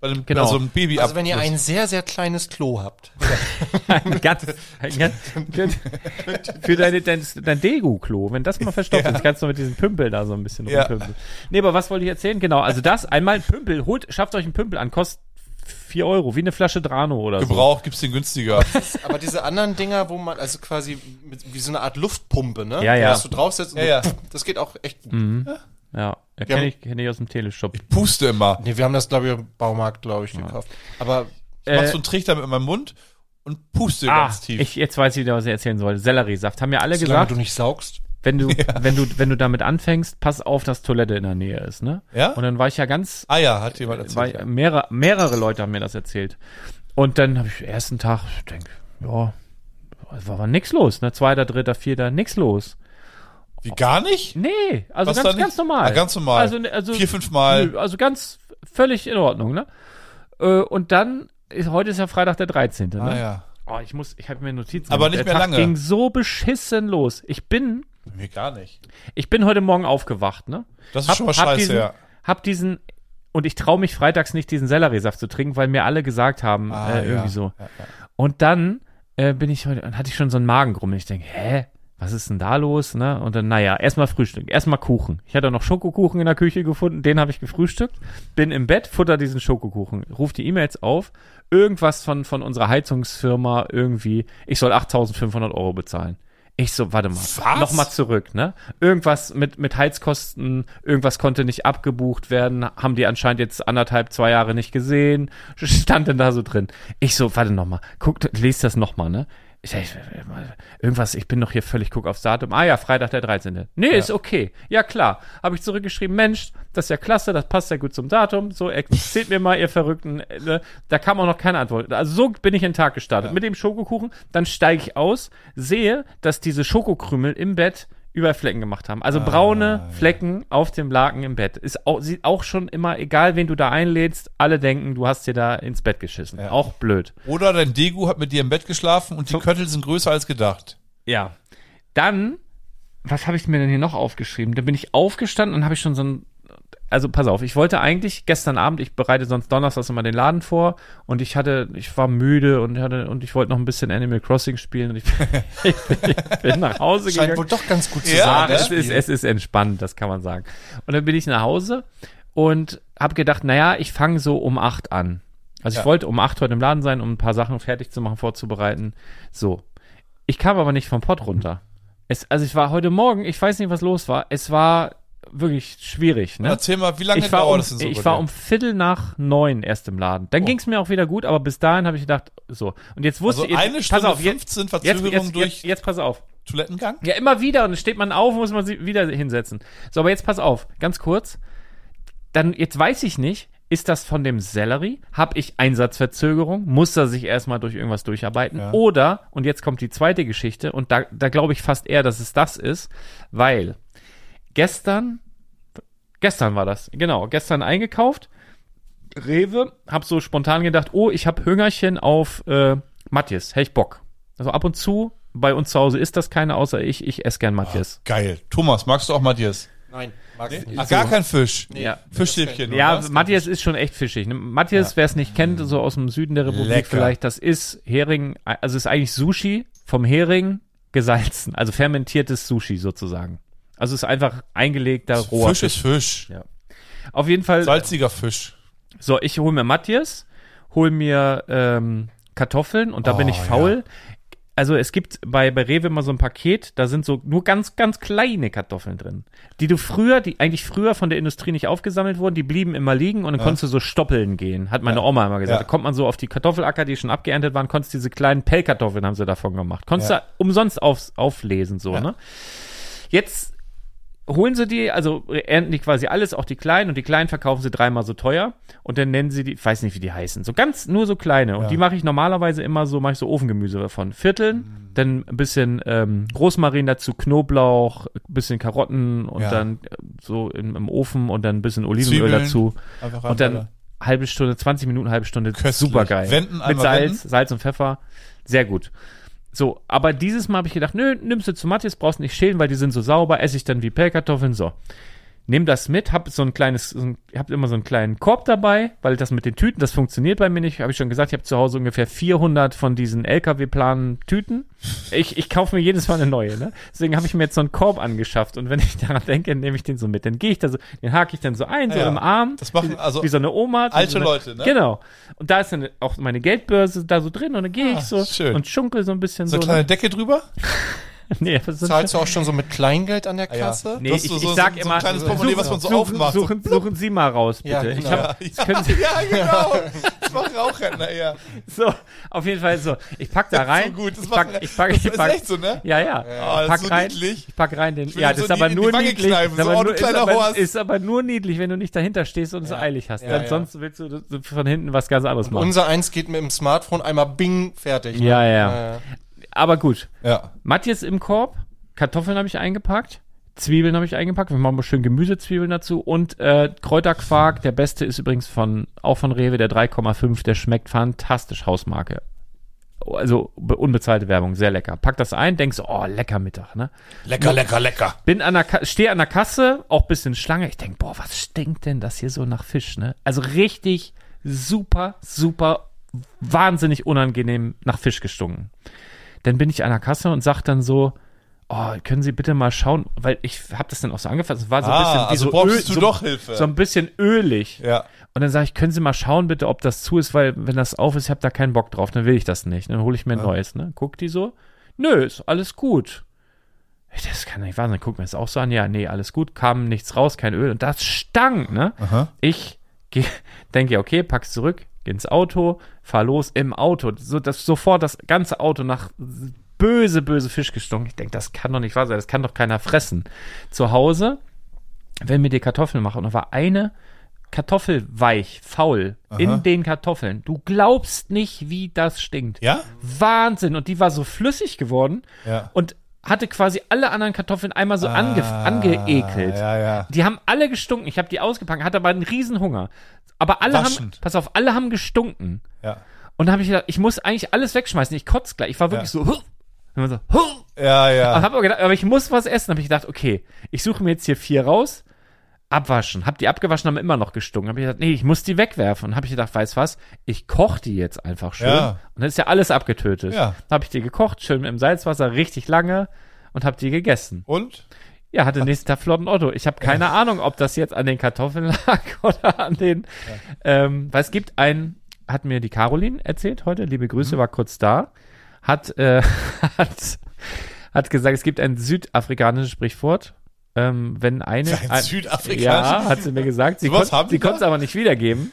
Bei dem,
Genau.
Also ein baby
Also wenn ihr ein sehr, sehr kleines Klo habt.
Ein ganz, ein ganz, für deine, dein, dein Degu-Klo, wenn das mal verstopft ist, kannst du mit diesem Pümpel da so ein bisschen
Ja.
rumpümpeln. Nee, aber was wollte ich erzählen? Genau, also das, einmal Pümpel, holt, schafft euch einen Pümpel an, kostet 4 Euro, wie eine Flasche Drano oder
Gebraucht gibt's den günstiger.
Aber diese anderen Dinger, wo man, also quasi mit, wie so eine Art Luftpumpe, ne?
Ja, ja.
Dass du draufsetzt und
Ja, ja.
so, pff, das geht auch echt gut.
so. Ja, ja
Ja.
kenne ich, kenn ich aus dem Teleshop.
Puste immer.
Nee, wir haben das, glaube ich, im Baumarkt, glaube ich, gekauft. Aber
Ich mach so
Äh,
einen Trichter mit meinem Mund und puste
Ah,
ganz tief.
ich, jetzt weiß ich wieder, was ich erzählen sollte. Selleriesaft. Haben ja alle
solange
gesagt,
du nicht saugst,
wenn du, wenn du, wenn du damit anfängst, pass auf, dass Toilette in der Nähe ist, ne?
Ja?
Und dann war ich ja ganz
ah ja, hat
Äh,
jemand erzählt.
Weil mehrere, mehrere Leute haben mir das erzählt. Und dann habe ich den ersten Tag, ich denke, ja, war, war nix los, ne? Zweiter, dritter, vierter, nix los.
Wie gar nicht?
Nee, also
Was da
ganz,
nicht?
ganz normal.
Ah, ganz normal.
Also, also,
Vier, fünf Mal.
nö, Also ganz völlig in Ordnung, ne? Äh, Und dann, ist, heute ist ja Freitag der 13. Ne?
Ah ja.
oh, ich muss, ich habe mir Notizen
Aber
gemacht.
nicht
der
mehr
Tag
lange.
ging so beschissen los. Ich bin,
Bei Mir gar nicht.
ich bin heute Morgen aufgewacht, ne?
Das ist schon mal scheiße,
diesen,
ja.
Hab diesen, und ich traue mich freitags nicht, diesen Selleriesaft zu trinken, weil mir alle gesagt haben,
Ah,
äh, irgendwie
ja.
so. Und dann äh, bin ich heute, dann hatte ich schon so einen Magengrummeln. Ich denke, hä? was ist denn da los, ne? Und dann, naja, erstmal Frühstück, erstmal Kuchen. Ich hatte noch Schokokuchen in der Küche gefunden, den habe ich gefrühstückt, bin im Bett, futter diesen Schokokuchen, ruf die E-Mails auf, irgendwas von, von unserer Heizungsfirma irgendwie, ich soll 8500 Euro bezahlen. Ich so, warte mal,
Was?
nochmal zurück, ne? Irgendwas mit, mit Heizkosten, irgendwas konnte nicht abgebucht werden, haben die anscheinend jetzt anderthalb, zwei Jahre nicht gesehen, stand denn da so drin. Ich so, warte nochmal, guck, lest das nochmal, ne? Ich, sag, ich, irgendwas, ich bin doch hier völlig, guck aufs Datum. Ah ja, Freitag der 13. Nee, ist okay. Ja, klar. Habe ich zurückgeschrieben, Mensch, das ist ja klasse, das passt ja gut zum Datum. So, erzählt mir mal, ihr Verrückten. äh, ne? Da kam auch noch keine Antwort. Also so bin ich in den Tag gestartet. Mit dem Schokokuchen, dann steige ich aus, sehe, dass diese Schokokrümel im Bett über Flecken gemacht haben. Also braune Flecken auf dem Laken im Bett. Ist auch, sieht auch schon immer, egal wen du da einlädst, alle denken, du hast dir da ins Bett geschissen. Auch blöd.
Oder dein Degu hat mit dir im Bett geschlafen und die Köttel sind größer als gedacht.
Ja. Dann, was habe ich mir denn hier noch aufgeschrieben? Dann bin ich aufgestanden und habe ich schon so ein. Also pass auf, ich wollte eigentlich gestern Abend, ich bereite sonst donnerstags immer den Laden vor und ich hatte, ich war müde und hatte und ich wollte noch ein bisschen Animal Crossing spielen und ich, ich, bin, ich bin nach Hause
Scheint
gegangen.
wohl doch ganz gut zu
Ja,
sein.
Ach,
ne?
es,
das
ist, es ist entspannt, das kann man sagen. Und dann bin ich nach Hause und habe gedacht, naja, ich fange so um acht an. Also ich
Ja.
wollte um acht heute im Laden sein, um ein paar Sachen fertig zu machen, vorzubereiten. So. Ich kam aber nicht vom Pott runter. Es, also ich war heute Morgen, ich weiß nicht, was los war. Es war wirklich schwierig. Ne?
Erzähl mal, wie lange
ich war
dauert
um,
das denn so? bei
Ich war
dir? Oh.
um Viertel nach neun erst im Laden. Dann ging's mir auch wieder gut, aber bis dahin habe ich gedacht, so. Und jetzt wusste
also
ich,
eine
pass
Stunde
auf, jetzt,
15
jetzt,
Verzögerung
jetzt,
durch
jetzt, jetzt pass auf.
Toilettengang?
Ja, immer wieder. Und dann steht man auf, muss man sie wieder hinsetzen. So, aber jetzt pass auf, ganz kurz. Dann, jetzt weiß ich nicht, ist das von dem Sellerie? Habe ich Einsatzverzögerung? Muss er sich erstmal durch irgendwas durcharbeiten? Oder, und jetzt kommt die zweite Geschichte, und da, da glaube ich fast eher, dass es das ist, weil gestern, gestern war das, genau, gestern eingekauft, Rewe, hab so spontan gedacht, oh, ich hab Hüngerchen auf äh, Matthias, hätte ich Bock. Also ab und zu, bei uns zu Hause ist das keine, außer ich, ich esse gern Matthias.
Geil. Thomas, magst du auch Matthias?
Nein, magst du nicht.
Ach, gar kein Fisch.
Ja.
Fischstäbchen.
Ja,
oder?
Matthias ist schon echt fischig. Ne? Matthias, wer es nicht kennt, so aus dem Süden der Republik
Lecker.
vielleicht, das ist Hering, also ist eigentlich Sushi vom Hering gesalzen, also fermentiertes Sushi sozusagen. Also ist einfach eingelegter roher
Fisch ist Fisch.
Auf jeden Fall
Salziger Fisch.
So, ich hole mir Matthias, hole mir ähm, Kartoffeln und da bin
Oh,
ich faul. Also es gibt bei, bei Rewe immer so ein Paket, da sind so nur ganz, ganz kleine Kartoffeln drin, die du früher, die eigentlich früher von der Industrie nicht aufgesammelt wurden, die blieben immer liegen und dann konntest du so stoppeln gehen, hat meine Oma immer gesagt.
Ja.
Da kommt man so auf die Kartoffelacker, die schon abgeerntet waren, konntest diese kleinen Pellkartoffeln haben sie davon gemacht. Konntest
Ja.
du umsonst aufs, auflesen, so, ne? Jetzt holen sie die, also ernten die quasi alles, auch die kleinen, und die kleinen verkaufen sie dreimal so teuer und dann nennen sie die, ich weiß nicht, wie die heißen, so ganz, nur so kleine. Und die mache ich normalerweise immer so, mache ich so Ofengemüse davon. Vierteln,
Mhm.
dann ein bisschen ähm, Rosmarin dazu, Knoblauch, ein bisschen Karotten und
Ja.
dann äh, so im, im Ofen und dann ein bisschen Olivenöl
Zwiebeln.
dazu.
Einfach
Und dann
rein,
halbe Stunde, 20 Minuten, halbe Stunde,
Köstlich.
super geil.
Wenden,
Mit
einmal
Salz,
wenden.
Salz und Pfeffer, sehr gut. So, aber dieses Mal habe ich gedacht, nö, nimmst du zu Matthias, brauchst nicht schälen, weil die sind so sauber, esse ich dann wie Pellkartoffeln, so. Nimm das mit, hab so ein kleines, so ein, hab immer so einen kleinen Korb dabei, weil das mit den Tüten, das funktioniert bei mir nicht, habe ich schon gesagt, ich habe zu Hause ungefähr 400 von diesen LKW-Planen Tüten. Ich, ich kaufe mir jedes Mal eine neue, ne? Deswegen habe ich mir jetzt so einen Korb angeschafft und wenn ich daran denke, nehme ich den so mit. Dann gehe ich da so, den hake ich dann so ein, so
Ah Ja,
im Arm.
Das machen also
wie so eine Oma. so
alte
eine,
Leute, ne?
Genau. Und da ist dann auch meine Geldbörse da so drin und dann gehe ich so
Ah, schön.
und schunkel so ein bisschen
so
so.
eine kleine Decke drüber.
ne? nee, was ist das?
Zahlst du auch schon so mit Kleingeld an der Kasse?
Ah, Nee,
Du hast
ich,
so-
ich
so-
sag
so ein
immer,
kleines Portemonnaie, was man so
suchen,
aufmacht, so
Suchen, suchen Sie mal raus, bitte.
Ja,
Ich
genau.
hab, das können Sie,
Ja, genau. Das machen auch Rentner, ja.
so, auf jeden Fall so. Ich pack da rein.
So gut, das
ich
machen
pack, ich pack,
das
ich pack,
ist echt so, ne?
Ja, ja.
das
ich
ist
pack
so
rein.
niedlich.
Ich pack rein den.
will
Ja,
ihm
das
so
ist aber
die- in die
nur
Wange
niedlich.
kneifen,
Ist
so,
aber
oh, du
nur- ist,
kleiner
aber,
Horst.
ist aber nur niedlich, wenn du nicht dahinter stehst und es eilig hast. Dann
ja.
sonst willst du so von hinten was ganz anderes machen.
Unser eins geht mit dem Smartphone einmal bing, fertig. ne?
Ja, ja.
Ja, ja.
Aber gut.
Ja.
Matthias im Korb, Kartoffeln habe ich eingepackt, Zwiebeln habe ich eingepackt, wir machen mal schön Gemüsezwiebeln dazu und äh, Kräuterquark, der beste ist übrigens von auch von Rewe, der 3,5, der schmeckt fantastisch, Hausmarke. Also be- unbezahlte Werbung, sehr lecker. Pack das ein, denkst, oh, lecker Mittag, ne?
Lecker, lecker, lecker.
Bin an der Ka stehe an der Kasse, auch bisschen Schlange. Ich denk, boah, was stinkt denn das hier so nach Fisch, ne? Also richtig super, super wahnsinnig unangenehm nach Fisch gestunken. Dann bin ich an der Kasse und sag dann so, oh, können Sie bitte mal schauen, weil ich habe das dann auch so angefasst. Es war so ein bisschen
ah,
wie
also
so,
brauchst du
so,
doch Hilfe.
so ein bisschen ölig.
ja.
Und dann sage ich, können Sie mal schauen bitte, ob das zu ist, weil wenn das auf ist, ich habe da keinen Bock drauf, dann will ich das nicht. Dann hole ich mir ein neues. Ne? Guckt die so, nö, ist alles gut. Ey, Das kann doch nicht wahr sein. Guck mir das auch so an. Ja, nee, alles gut, kam nichts raus, kein Öl. Und das stank, ne? Ich geh, denke, ja, okay, pack's zurück, geh ins Auto, fahr los im Auto. So, das, sofort das ganze Auto nach böse, böse Fisch gestunken. Ich denke, das kann doch nicht wahr sein. Das kann doch keiner fressen. Zu Hause, wenn mir die Kartoffeln machen, und da war eine Kartoffel weich, faul, in den Kartoffeln. Du glaubst nicht, wie das stinkt.
Ja?
Wahnsinn. Und die war so flüssig geworden
Ja.
und hatte quasi alle anderen Kartoffeln einmal so ange angeekelt.
Ah, Ja, ja.
Die haben alle gestunken. Ich habe die ausgepackt, hatte aber einen riesen Hunger. Aber alle haben,
Waschend.
pass auf, alle haben gestunken.
Ja,
Und da habe ich gedacht, ich muss eigentlich alles wegschmeißen. Ich kotze gleich. Ich war wirklich so, huh, immer so, huh,
ja.
aber
ja.
hab aber gedacht, aber ich muss was essen. Habe ich gedacht, okay, ich suche mir jetzt hier vier raus, abwaschen. Hab die abgewaschen, haben immer noch gestunken. Habe ich gedacht, nee, ich muss die wegwerfen. Und habe ich gedacht, weiß was? Ich koche die jetzt einfach schön.
Ja.
Und dann ist ja alles abgetötet.
Ja.
Habe ich die gekocht, schön im Salzwasser, richtig lange und habe die gegessen.
Und?
Ja, hatte nächsten Tag flotten Otto. Ich habe keine Ahnung, ob das jetzt an den Kartoffeln lag oder an den. Ähm, weil es gibt ein, hat mir die Caroline erzählt heute, liebe Grüße,
Mhm.
war kurz da, hat, äh, hat, hat gesagt, es gibt ein südafrikanisches Sprichwort. Ähm, wenn eine.
Ein
ein-
Südafrikanisches?
Ja, hat sie mir gesagt. Sie,
Sowas
konnt,
haben die
sie konnte es
da?
aber nicht wiedergeben.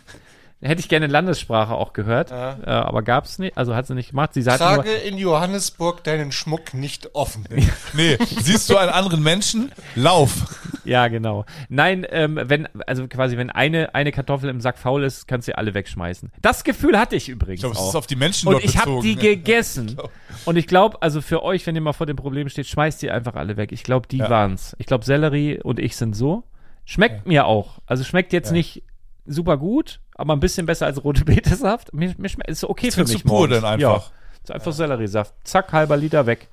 Hätte ich gerne Landessprache auch gehört, äh, aber gab's nicht, also hat sie nicht gemacht. Sie sagte nur,
Trage in Johannesburg deinen Schmuck nicht offen.
Nee, siehst du einen anderen Menschen? Lauf.
Ja, genau. Nein, ähm, wenn, also quasi, wenn eine, eine Kartoffel im Sack faul ist, kannst du sie alle wegschmeißen. Das Gefühl hatte ich übrigens.
Ich glaube, es
auch.
ist auf die Menschen
und
dort
ich habe
bezogen. ne?
die gegessen. Und ich glaube, also für euch, wenn ihr mal vor dem Problem steht, schmeißt die einfach alle weg. Ich glaube, die waren's. Ich glaube, Sellerie und ich sind so. Schmeckt mir auch. Also schmeckt jetzt nicht super gut, aber ein bisschen besser als rote Betesaft. Mir, mir schmeckt, ist okay für
trinkst
mich
du pur
morgens.
dann einfach.
Ja. Ist einfach Selleriesaft. Zack, halber Liter weg.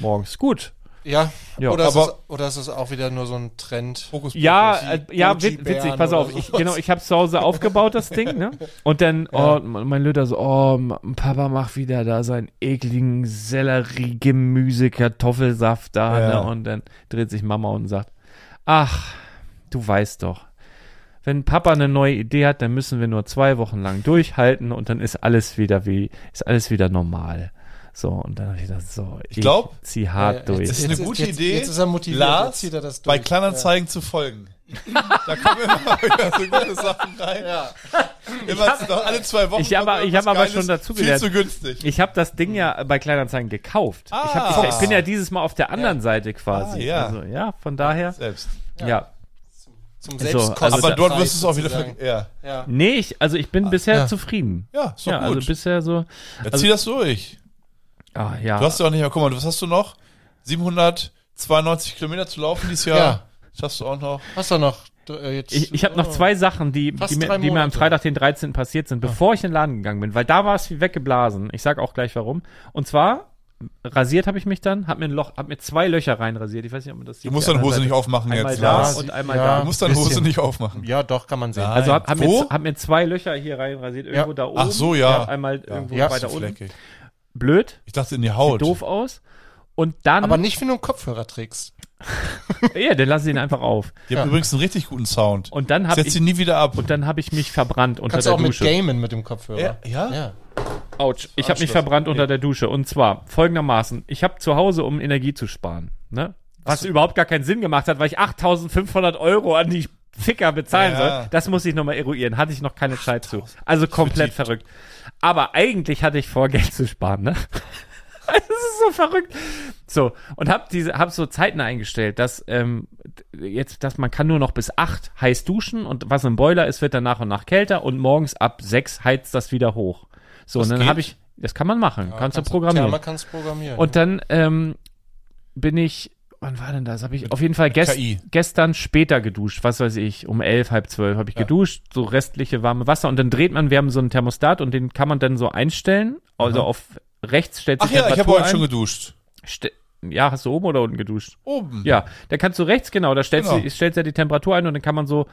Morgens. Gut.
Ja,
Ja,
oder, ist
aber-
es, oder ist es auch wieder nur so ein Trend?
Fokus
Ja,
Goji-
äh, ja,
Goji-Bären
wit- witzig, pass auf.
oder
Ich,
sowas.
genau, ich habe zu Hause aufgebaut, das Ding, ne? Und dann, oh, m- mein Löter so, oh, m- Papa macht wieder da seinen ekligen Sellerie, Gemüse, Kartoffelsaft da,
Ja.
ne? Und dann dreht sich Mama und sagt, ach, du weißt doch. Wenn Papa eine neue Idee hat, dann müssen wir nur zwei Wochen lang durchhalten und dann ist alles wieder wie, ist alles wieder normal. So, und dann habe ich gedacht, so, ich,
glaub,
zieh hart
Ja,
durch.
jetzt
ist eine gute
jetzt,
Idee.
Jetzt ist er motiviert,
Lars,
jetzt zieht er das durch.
bei Kleinanzeigen zu folgen. Da kommen immer wieder so gute Sachen rein. Immer noch alle zwei Wochen.
ich hab
kommt
aber- ich
irgendwas
hab aber
Geiles,
schon dazu
Viel
gelernt.
zu günstig.
Ich habe das Ding ja bei Kleinanzeigen gekauft. Ich, hab,
Mhm. Ah.
ich, ich bin ja dieses Mal auf der anderen Seite quasi.
Ah, ja.
Also, ja, von daher.
Selbst.
Ja.
Zum
also,
Selbstkosten.
also
Aber
da-
dort wirst du es auch wieder
sozusagen.
vergessen. Ja.
Ja.
Nee, ich, also ich bin bisher
ja.
zufrieden.
Ah, ja, ist doch
ja,
gut.
also bisher so.
Dann
also-
zieh das durch.
Ah, ja.
Du hast ja auch nicht mehr, guck mal, was hast du noch? 792 Kilometer zu laufen dieses Jahr.
Ja.
Schaffst du auch noch.
Hast du noch äh, jetzt?
ich ich habe noch zwei Sachen, die,
Fast
die, mir,
drei
die mir am
Monate.
Freitag, den 13. passiert
Ah.
sind, bevor ich in den Laden gegangen bin, weil da war es wie weggeblasen. Ich sag auch gleich warum. Und zwar, rasiert habe ich mich dann, hab mir ein Loch, hab mir zwei Löcher reinrasiert. Ich weiß nicht, ob man das sieht.
Du musst
Die
deine Hose
andere
nicht
Seite.
aufmachen
Einmal
jetzt, ne?
da
Lars.
und einmal
Ja.
da.
Du musst deine Hose
bisschen.
nicht aufmachen.
Oh. Ja, doch kann man sehen.
Nein.
Also hab, hab,
Wo?
mir, hab mir zwei Löcher hier rein rasiert, irgendwo da oben.
Ach so, ja.
Und einmal irgendwo
Ja,
weiter
So
unten.
fleckig.
Blöd,
Ich dachte in die
sieht
Haut.
doof aus. Und dann,
Aber nicht, wenn du einen Kopfhörer trägst.
ja, dann lass ich ihn einfach auf.
Die haben
Ja.
übrigens einen richtig guten Sound.
Und dann habe
Setz
ich,
sie nie wieder ab.
und dann habe ich mich verbrannt unter
Kannst du
der
auch mit
Dusche.
gamen mit dem Kopfhörer.
Äh, Ja?
Autsch, ich habe mich verbrannt unter der Dusche. Und zwar folgendermaßen: Ich habe zu Hause, um Energie zu sparen, ne? Was überhaupt gar keinen Sinn gemacht hat, weil ich 8.500 Euro an die Ficker bezahlen
Ja.
soll. Das muss ich nochmal eruieren. Hatte ich noch keine Zeit zu. Also komplett verrückt. Aber eigentlich hatte ich vor, Geld zu sparen, ne? Das ist so verrückt. So, und hab diese, hab so Zeiten eingestellt, dass ähm, jetzt, dass man kann nur noch bis 8 heiß duschen und was im Boiler ist, wird dann nach und nach kälter und morgens ab 6 heizt das wieder hoch. So, und dann
geht?
habe ich, das kann man machen, kannst du
Ja,
programmieren.
man kann es programmieren.
und dann ähm, bin ich, wann war denn das? Habe ich auf jeden Fall gest,
KI.
gestern später geduscht, was weiß ich, um elf, halb zwölf habe ich geduscht, so restliche warme Wasser und dann dreht man, wir haben so einen Thermostat und den kann man dann so einstellen, also auf rechts stellt sich
Ach ja, ich habe
Temperatur
heute
ein.
schon geduscht.
Ste ja, hast du oben oder unten geduscht?
Oben.
Ja, da kannst du rechts, genau, da stellst
Genau.
du stellst ja die Temperatur ein und dann kann man so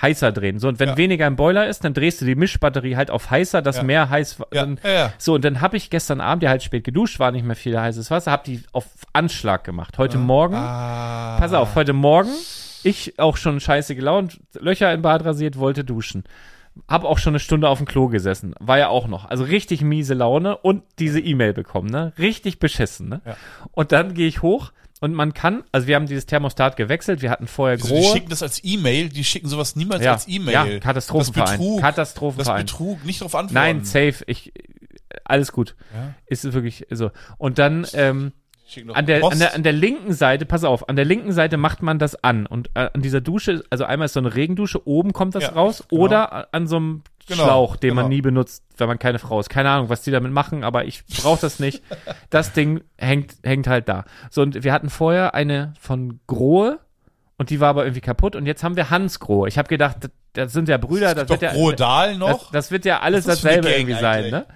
heißer drehen. So, und wenn
Ja.
weniger im Boiler ist, dann drehst du die Mischbatterie halt auf heißer, dass
Ja.
mehr heiß
Ja,
dann,
ja, ja.
So, und dann habe ich gestern Abend, ja halt spät geduscht, war nicht mehr viel heißes Wasser, habe die auf Anschlag gemacht.
Ah.
Heute Morgen, pass auf, heute Morgen, ich auch schon scheiße gelaunt, Löcher im Bad rasiert, wollte duschen. Hab auch schon eine Stunde auf dem Klo gesessen. War ja auch noch. Also richtig miese Laune und diese E-Mail bekommen, ne? Richtig beschissen, ne? Und dann gehe ich hoch und man kann, also wir haben dieses Thermostat gewechselt, wir hatten vorher
Also die
große.
schicken das als E-Mail, die schicken sowas niemals
Ja,
als E-Mail.
ja, Katastrophenverein,
Das Betrug.
Katastrophenverein.
Das Betrug, nicht darauf antworten.
Nein, safe, ich, alles gut. Ist wirklich so. Und dann, ähm,
Schicken doch
an der,
Post.
an, der, an der linken Seite, pass auf, an der linken Seite macht man das an. Und äh, an dieser Dusche, also einmal ist so eine Regendusche, oben kommt das
Ja,
raus. Oder a- an so einem
Genau,
Schlauch, den man
genau.
nie benutzt, wenn man keine Frau ist. Keine Ahnung, was die damit machen, aber ich brauche das nicht. das Ding hängt, hängt halt da. So, und wir hatten vorher eine von Grohe und die war aber irgendwie kaputt. Und jetzt haben wir Hans Grohe. Ich habe gedacht, das, das sind ja Brüder, das
doch
wird ja.
Rohe Dahl
Das,
noch.
das wird ja alles
Was ist das für
dasselbe
eine Gang
irgendwie sein,
eigentlich?
ne?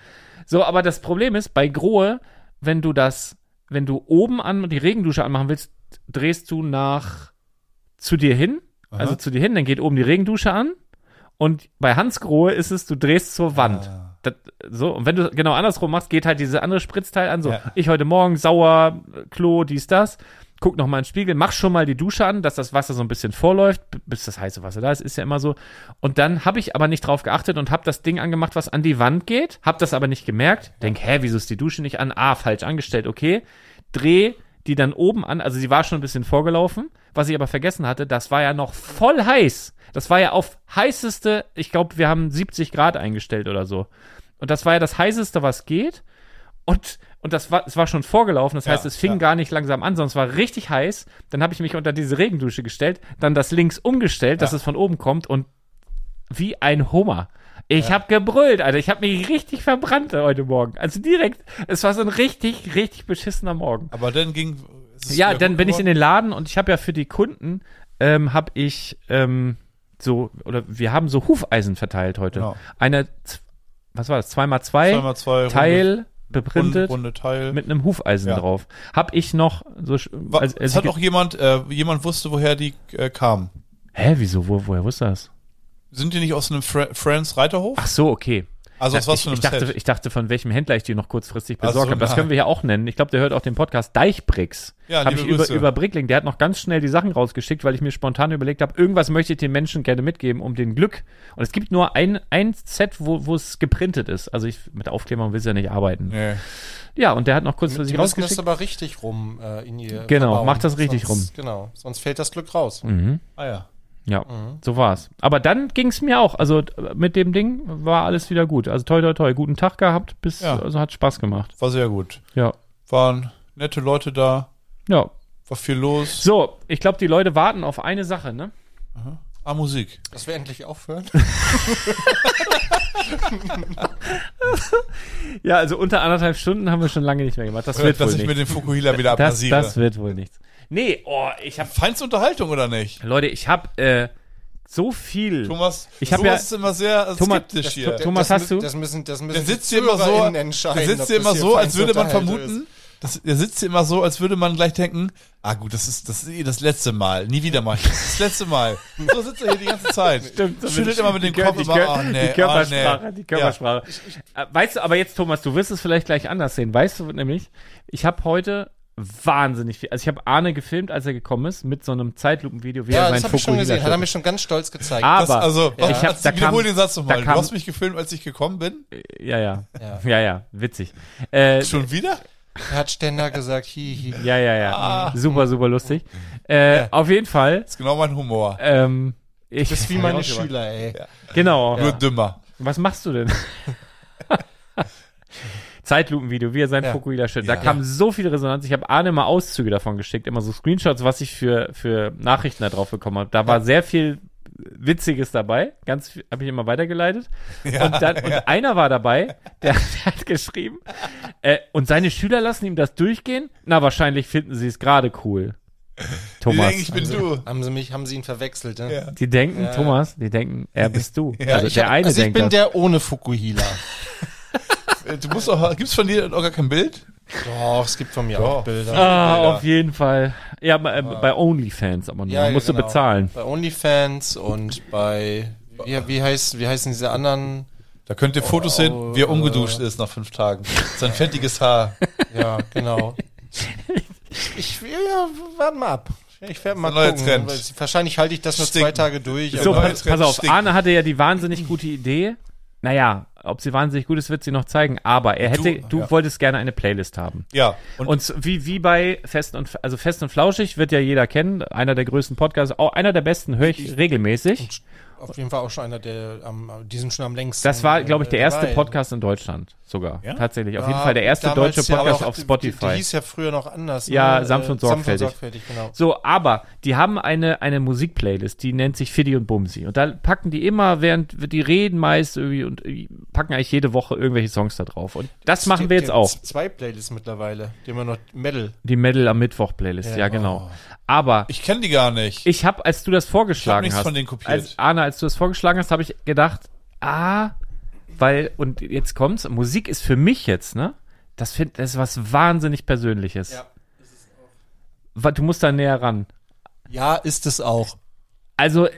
So, aber das Problem ist, bei Grohe, wenn du das, wenn du oben an die Regendusche anmachen willst, drehst du nach zu dir hin, also zu dir hin, dann geht oben die Regendusche an. Und bei Hans Grohe ist es, du drehst zur Wand.
Ah.
Das, so, und wenn du genau andersrum machst, geht halt dieses andere Spritzteil an. So,
Ja.
ich heute Morgen sauer, Klo, dies, das. Guck noch mal in den Spiegel, mach schon mal die Dusche an, dass das Wasser so ein bisschen vorläuft, b- bis das heiße Wasser da ist, ist ja immer so. Und dann habe ich aber nicht drauf geachtet und habe das Ding angemacht, was an die Wand geht, habe das aber nicht gemerkt. Denk, hä, wieso ist die Dusche nicht an? Ah, falsch angestellt, okay. Dreh die dann oben an, also sie war schon ein bisschen vorgelaufen. Was ich aber vergessen hatte, das war ja noch voll heiß. Das war ja auf heißeste, ich glaube, wir haben 70 Grad eingestellt oder so. Und das war ja das heißeste, was geht. Und, und das war, es war schon vorgelaufen, das
Ja,
heißt, es fing
ja.
gar nicht langsam an, sondern es war richtig heiß. Dann habe ich mich unter diese Regendusche gestellt, dann das links umgestellt, dass es von oben kommt und wie ein Hummer. Ich habe gebrüllt, Alter. Ich habe mich richtig verbrannt heute Morgen. Also direkt, es war so ein richtig, richtig beschissener Morgen.
Aber dann ging. ist es
Ja,
wieder
dann
gut
bin ich in
geworden?
den Laden und ich habe ja für die Kunden, ähm, habe ich ähm, so, oder wir haben so Hufeisen verteilt heute.
Genau.
Eine, z- was war das, zweimal zwei,
Zweimal zwei runde-
Teil beprintet
runde Teil.
mit einem Hufeisen
Ja.
drauf. Hab ich noch so, sch-
Wa-
als- als
es
ich
hat
ge-
auch jemand, äh, jemand wusste, woher die äh, kamen.
hä, wieso, wo, woher wusste das?
Sind die nicht aus einem Fra Friends Reiterhof?
Ach so, okay.
Also aus
Ja,
was
ich, ich,
für einem
dachte,
Set?
ich dachte, von welchem Händler ich die noch kurzfristig
Ach so,
besorgt habe. Das
nein.
können wir ja auch nennen. Ich glaube, der hört auch den Podcast Deichbricks.
Ja,
habe
liebe
ich über,
Grüße.
über Brickling. Der hat noch ganz schnell die Sachen rausgeschickt, weil ich mir spontan überlegt habe, irgendwas möchte ich den Menschen gerne mitgeben, um den Glück. Und es gibt nur ein, ein Set, wo wo es geprintet ist. Also ich, mit Aufklebern willst du ja nicht arbeiten. Ja,
nee.
und der hat noch
Die
kurzfristig
müssen das
rausgeschickt.
aber richtig rum äh, in ihr.
Genau, macht das richtig
sonst, Genau, sonst fällt das Glück raus.
Mhm.
Ah ja.
Ja, so war's. Aber dann ging's mir auch. Also äh, mit dem Ding war alles wieder gut. Also toi toi toi, guten Tag gehabt, bis
Ja.
also hat Spaß gemacht.
War sehr gut.
Ja.
Waren nette Leute da,
Ja.
war viel los.
So, ich glaube, die Leute warten auf eine Sache, ne?
Ah, Musik.
Dass wir endlich aufhören.
Ja, also unter anderthalb Stunden haben wir schon lange nicht mehr gemacht. Das wird
dass
wohl
ich mir
nichts.
den Fukuhila wieder
Das,
abrasiere.
das wird wohl nichts. Nee, oh, ich hab.
Feinste Unterhaltung, oder nicht?
Leute, ich hab äh, so viel.
Thomas,
Ich hab
Thomas
ja-
ist immer sehr
Thomas-
skeptisch
das-
hier.
Thomas,
das,
hast du?
Das müssen, das müssen
Der sitzt
die
hier immer so,
ZuhörerInnen
der
entscheiden.
sitzt
ob
hier
das
immer so, als würde man
Feinsunterhaltung
vermuten, das, der sitzt hier immer so, als würde man gleich denken, ah gut, das ist, das ist eh das letzte Mal, nie wieder mal, das letzte Mal. So sitzt er hier die ganze Zeit.
Stimmt, so
Schüttelt
mit-
immer mit dem
die Kör-
Kopf
die
immer,
Kör-
oh nee,
Die Körpersprache,
oh nee.
die Körpersprache. Äh, Weißt du, aber jetzt, Thomas, du wirst es vielleicht gleich anders sehen. Weißt du nämlich, ich habe heute wahnsinnig viel. Also ich habe Arne gefilmt, als er gekommen ist, mit so einem Zeitlupenvideo, wie
Ja,
er
das
seinen
habe ich schon
Fokuhila
gesehen. Hat er
schüttelt.
mir schon ganz stolz gezeigt.
Aber
Das, also,
ich hab, da kam,
wiederhol den Satz
da
nochmal. Du
kam-
hast mich gefilmt, als ich gekommen bin?
ja, ja,
Ja.
ja, ja, witzig. Äh,
Schon wieder?
Er hat Ständer gesagt, hihi.
ja, ja, ja,
Ah.
super, super lustig. Äh, Auf jeden Fall.
Das ist genau mein Humor.
Ähm, ich,
Das ist wie meine Schüler, ey.
Genau.
Nur dümmer.
Was machst du denn? Zeitlupenvideo, wie er seinen
Ja.
Fukuhila schüttelt. Da
Ja.
kam so viel Resonanz. Ich habe Arne mal Auszüge davon geschickt, immer so Screenshots, was ich für, für Nachrichten da drauf bekommen habe. Da war sehr viel Witziges dabei. Ganz habe ich immer weitergeleitet. und dann, und einer war dabei, der, der hat geschrieben, äh, und seine Schüler lassen ihm das durchgehen? Na, wahrscheinlich finden sie es gerade cool.
Die
Thomas. also.
denken, ich bin du.
Haben sie mich, haben sie ihn verwechselt, ne?
Ja.
Die denken, Thomas, die denken, er bist du. Also
ich
der
hab-
eine
also ich
denkt
bin
das.
der ohne Fukuhila.
Äh, Du musst auch, gibt's von dir auch gar kein Bild?
Doch, es gibt von mir auch Bilder.
Ah, auf jeden Fall. Ja, bei, bei OnlyFans aber nur.
Ja, ja,
musst du
genau.
bezahlen.
Bei OnlyFans und bei. Wie, wie, heißt, wie heißen diese anderen?
Da könnt ihr Fotos sehen, wie er
oh,
umgeduscht ist nach fünf Tagen. Sein fettiges Haar.
Ja, genau. Ich, ich ja, warten mal ab. Ich werde mal
Ein neuer
gucken.
Trend.
weil Wahrscheinlich halte ich das nur zwei
Stinken.
Tage durch.
Ja,
so,
aber-
neue
pass,
Trends
pass auf,
stinken.
Arne hatte ja die wahnsinnig gute Idee. Naja, ob sie wahnsinnig gut ist, wird sie noch zeigen. Aber er hätte,
Du-
du,
ja.
wolltest gerne eine Playlist haben.
Ja.
Und, so wie, wie bei Fest und, also Fest und Flauschig wird ja jeder kennen. Einer der größten Podcasts, auch einer der besten, höre ich regelmäßig.
auf jeden Fall auch schon einer, der am, die sind schon am längsten.
Das war, glaube ich, der
äh,
erste
dabei.
Podcast in Deutschland sogar.
Ja?
Tatsächlich. Auf
Ja,
jeden Fall der erste
damals
deutsche
ja, aber
Podcast
auch-
auf
Die, die
Spotify.
hieß ja früher noch anders.
Ja,
ne?
sanft und
Äh,
sorgfältig.
sorgfältig, genau.
So, aber die haben eine, eine Musikplaylist, die nennt sich Fiddy und Bumsi. Und da packen die immer, während die reden meist irgendwie und äh, packen eigentlich jede Woche irgendwelche Songs da drauf. Und das machen wir
Die- die
jetzt auch.
haben Zwei Playlists mittlerweile, die immer noch Metal.
Die Metal am Mittwoch-Playlist, ja, genau. Aber
oh. Ich kenne die gar nicht.
ich habe, als du das vorgeschlagen
nichts
hast,
von denen kopiert.
als Arne, als du das vorgeschlagen hast, habe ich gedacht, ah, weil und jetzt kommt's, Musik ist für mich jetzt, ne? Das find, das ist was wahnsinnig Persönliches. Ja, du musst da näher ran.
Ja, ist es auch.
Also ich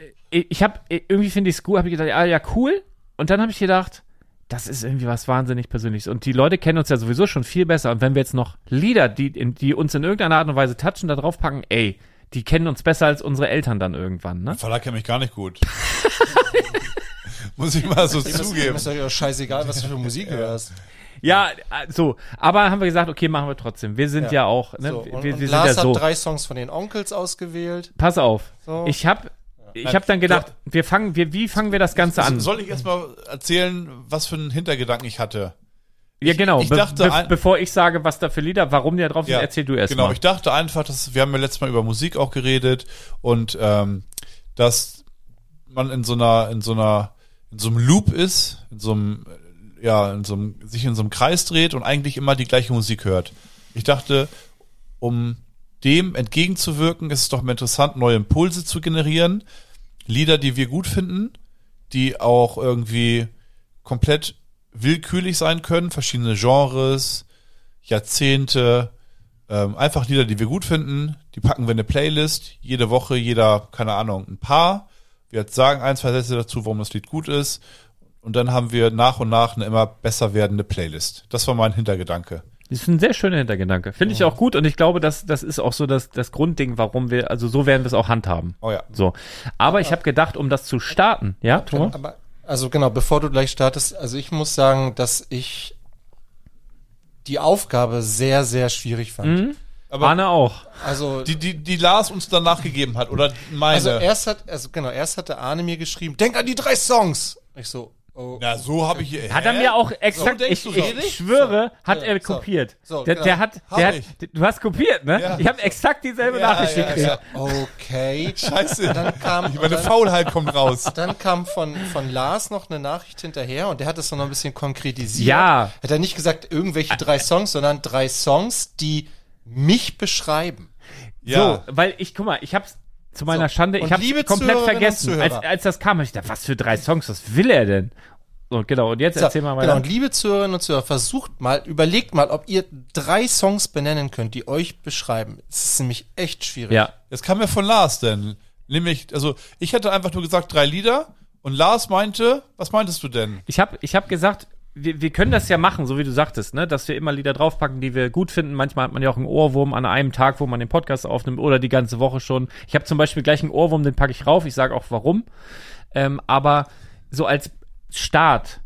ich habe irgendwie finde ich es gut, habe ich gedacht, ah ja cool. Und dann habe ich gedacht, das ist irgendwie was wahnsinnig Persönliches. Und die Leute kennen uns ja sowieso schon viel besser. Und wenn wir jetzt noch Lieder, die, in, die uns in irgendeiner Art und Weise touchen, da drauf packen, ey, die kennen uns besser als unsere Eltern dann irgendwann, ne?
Verlag kennt mich gar nicht gut. Muss ich mal so zugeben.
Ist doch ja scheißegal, was du für Musik hörst.
Ja, äh, so. Aber haben wir gesagt, okay, machen wir trotzdem. Wir sind ja,
Ja.
auch, ne?
So, und,
wir, wir
und
sind
Lars
ja so.
hat drei Songs von den Onkels ausgewählt.
Pass auf.
So.
Ich habe ich hab dann gedacht, wir fangen, wir, wie fangen wir das Ganze an?
Also Soll ich erstmal erzählen, was für einen Hintergedanken ich hatte?
ja, genau.
ich dachte
be
ein-
bevor ich sage, was da für Lieder, warum die da drauf sind,
Ja,
erzähl du erst
Genau,
mal.
ich dachte einfach, dass wir haben ja letztes Mal über Musik auch geredet und ähm, dass man in so einer, in so einer, in so einem Loop ist, in so einem, äh, ja, in so einem, sich in so einem Kreis dreht und eigentlich immer die gleiche Musik hört. Ich dachte, um dem entgegenzuwirken, ist es doch mal interessant, neue Impulse zu generieren, Lieder, die wir gut finden, die auch irgendwie komplett willkürlich sein können, verschiedene Genres, Jahrzehnte, ähm, einfach Lieder, die wir gut finden, die packen wir in eine Playlist, jede Woche, jeder, keine Ahnung, ein paar. Wir sagen ein, zwei Sätze dazu, warum das Lied gut ist. Und dann haben wir nach und nach eine immer besser werdende Playlist. Das war mein Hintergedanke.
Das ist ein sehr schöner Hintergedanke. Finde ich auch gut und ich glaube, das, das ist auch so das, das Grundding, warum wir, also so werden wir es auch handhaben.
Oh ja.
So. Aber ich habe gedacht, um das zu starten, ja, Thomas?
Aber, also genau, bevor du gleich startest, also ich muss sagen, dass ich die Aufgabe sehr, sehr schwierig fand.
Mhm.
aber-
Arne auch.
Also,
Die, die, die Lars uns danach gegeben hat, oder meine.
also erst hat, also genau, erst hatte Arne mir geschrieben, denk an die drei Songs. Ich so, oh.
Na, so habe ich.
Hat er mir auch exakt,
denkst
ich,
du
ich,
doch.
schwöre, hat
Ja,
er
so.
kopiert.
So,
der,
genau.
der hat,
Hab
der hat,
ich.
du hast kopiert, ne?
Ja.
ich habe exakt dieselbe
Ja,
Nachricht
ja,
gekriegt.
Ich so, okay.
Scheiße.
Dann kam,
Meine
dann,
Faulheit kommt raus.
dann kam von, von Lars noch eine Nachricht hinterher und der hat das dann noch ein bisschen konkretisiert.
Ja.
Hat er nicht gesagt, irgendwelche drei Songs, sondern drei Songs, die mich beschreiben.
Ja.
So, weil ich, guck mal, ich hab's zu meiner
So,
Schande, ich
und
hab's
liebe
komplett
Zuhörerinnen und
vergessen. Als,
Zuhörer.
als das kam, hab ich gedacht, was für drei Songs, was will er denn? So, genau, und jetzt
So,
erzähl mal
genau,
weiter.
und liebe Zuhörerinnen und Zuhörer, versucht mal, überlegt mal, ob ihr drei Songs benennen könnt, die euch beschreiben. Es ist nämlich echt schwierig.
ja.
Das kam ja von Lars denn. Nämlich, also ich hätte einfach nur gesagt, drei Lieder. Und Lars meinte, was meintest du denn?
Ich habe ich hab gesagt, wir, wir können das ja machen, so wie du sagtest, ne? dass wir immer Lieder draufpacken, die wir gut finden. Manchmal hat man ja auch einen Ohrwurm an einem Tag, wo man den Podcast aufnimmt oder die ganze Woche schon. Ich habe zum Beispiel gleich einen Ohrwurm, den packe ich rauf. Ich sage auch warum. Ähm, aber so als Start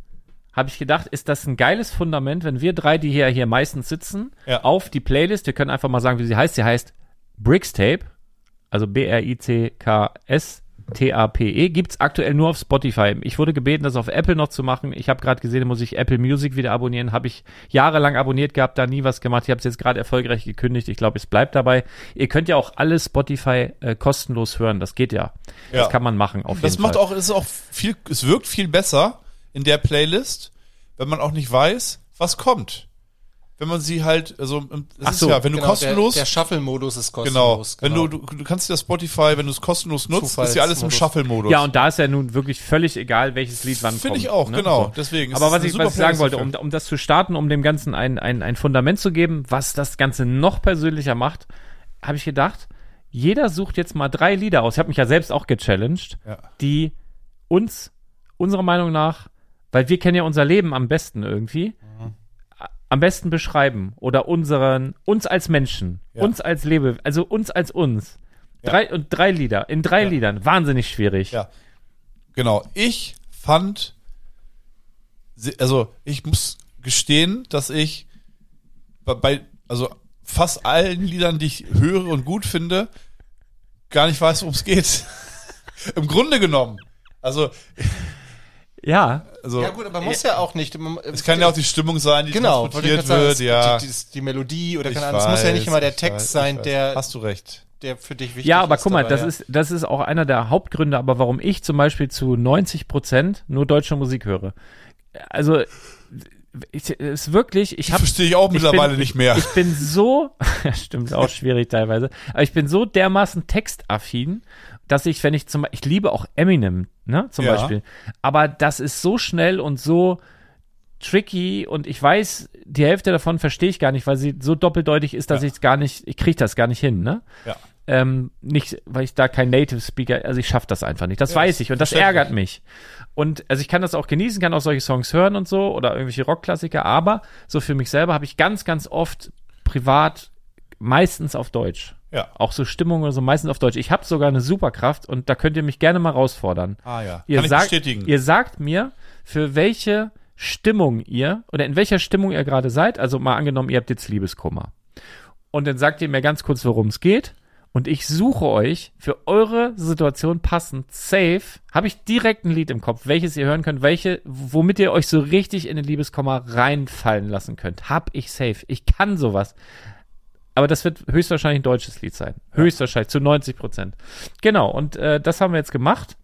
habe ich gedacht, ist das ein geiles Fundament, wenn wir drei, die hier, hier meistens sitzen,
Ja.
auf die Playlist, wir können einfach mal sagen, wie sie heißt. Sie heißt Brickstape, also B-R-I-C-K-S. T-A-P-E E. gibt's aktuell nur auf Spotify. Ich wurde gebeten, das auf Apple noch zu machen. Ich habe gerade gesehen, da muss ich Apple Music wieder abonnieren. Habe ich jahrelang abonniert gehabt, da nie was gemacht. Ich habe es jetzt gerade erfolgreich gekündigt. Ich glaube, es bleibt dabei. Ihr könnt ja auch alle Spotify äh, kostenlos hören. Das geht ja.
Ja.
Das kann man machen. Auf
Das
jeden
macht
Fall.
auch, es ist auch viel, es wirkt viel besser in der Playlist, wenn man auch nicht weiß, was kommt. Wenn man sie halt, also im- es
Ach
ist
so,
ja, wenn du
Genau,
kostenlos,
Der, der Shuffle-Modus ist
genau,
kostenlos.
wenn du, du, du kannst dir das Spotify, wenn du es kostenlos nutzt, ist ja alles im
Zufallsmodus.
Shuffle-Modus.
Ja, und da ist ja nun wirklich völlig egal, welches Lied wann kommt.
Finde ich auch,
ne?
genau.
So.
Deswegen. es
Aber
ist
was
eine
ich,
super
was ich sagen
Playlist
wollte,
dafür.
um, um das zu starten, um dem Ganzen ein, ein, ein Fundament zu geben, was das Ganze noch persönlicher macht, habe ich gedacht, jeder sucht jetzt mal drei Lieder aus. Ich habe mich ja selbst auch gechallenged,
Ja.
die uns, unserer Meinung nach, weil wir kennen ja unser Leben am besten irgendwie,
Mhm.
a- am besten beschreiben oder unseren, uns als Menschen,
Ja.
uns als Lebe, also uns als uns. Drei, und drei Lieder, in drei Liedern, wahnsinnig schwierig.
Ja. Genau. Ich fand, se- also ich muss gestehen, dass ich bei- bei, also fast allen Liedern, die ich höre und gut finde, gar nicht weiß, worum es geht. Im Grunde genommen. Also,
ja.
also
Ja gut, aber muss ja auch nicht. Man-
es kann ja auch die Stimmung sein, die
genau, wollte ich
transportiert
gerade
wird.
sagen, es-
Ja,
die, die, die Melodie oder
Ich
keine Ahnung. Es muss ja
weiß,
nicht immer der
ich
Text
weiß, ich
sein,
weiß.
der,
Hast du recht.
der für dich wichtig ist.
Ja, aber guck mal,
dabei,
das,
ja.
Ist, das ist auch einer der Hauptgründe, aber warum ich zum Beispiel zu 90 Prozent nur deutsche Musik höre. Also, ich, es ist wirklich, ich habe
Verstehe ich auch
ich
mittlerweile
bin,
nicht mehr.
Ich bin so, stimmt auch schwierig teilweise, aber ich bin so dermaßen textaffin, dass ich, wenn ich zum ich liebe auch Eminem, ne, zum
Ja.
Beispiel. Aber das ist so schnell und so tricky und ich weiß, die Hälfte davon verstehe ich gar nicht, weil sie so doppeldeutig ist, dass ich es gar nicht, ich kriege das gar nicht hin, ne?
Ja.
Ähm, nicht, weil ich da kein Native Speaker, also ich schaffe das einfach nicht. Das weiß ich und das ärgert mich. Und also ich kann das auch genießen, kann auch solche Songs hören und so oder irgendwelche Rockklassiker, aber so für mich selber habe ich ganz, ganz oft privat meistens auf Deutsch.
Ja.
Auch so Stimmung oder so meistens auf Deutsch. Ich habe sogar eine Superkraft und da könnt ihr mich gerne mal herausfordern.
Ah ja.
Ihr
kann ich
sagt,
bestätigen.
Ihr sagt mir, für welche Stimmung ihr oder in welcher Stimmung ihr gerade seid. Also mal angenommen, ihr habt jetzt Liebeskummer. Und dann sagt ihr mir ganz kurz, worum es geht. Und ich suche euch für eure Situation passend safe. Habe ich direkt ein Lied im Kopf, welches ihr hören könnt, welche, womit ihr euch so richtig in den Liebeskummer reinfallen lassen könnt. Hab ich safe. Ich kann sowas. Aber das wird höchstwahrscheinlich ein deutsches Lied sein. Höchstwahrscheinlich, zu 90 Prozent. Genau, und äh, das haben wir jetzt gemacht.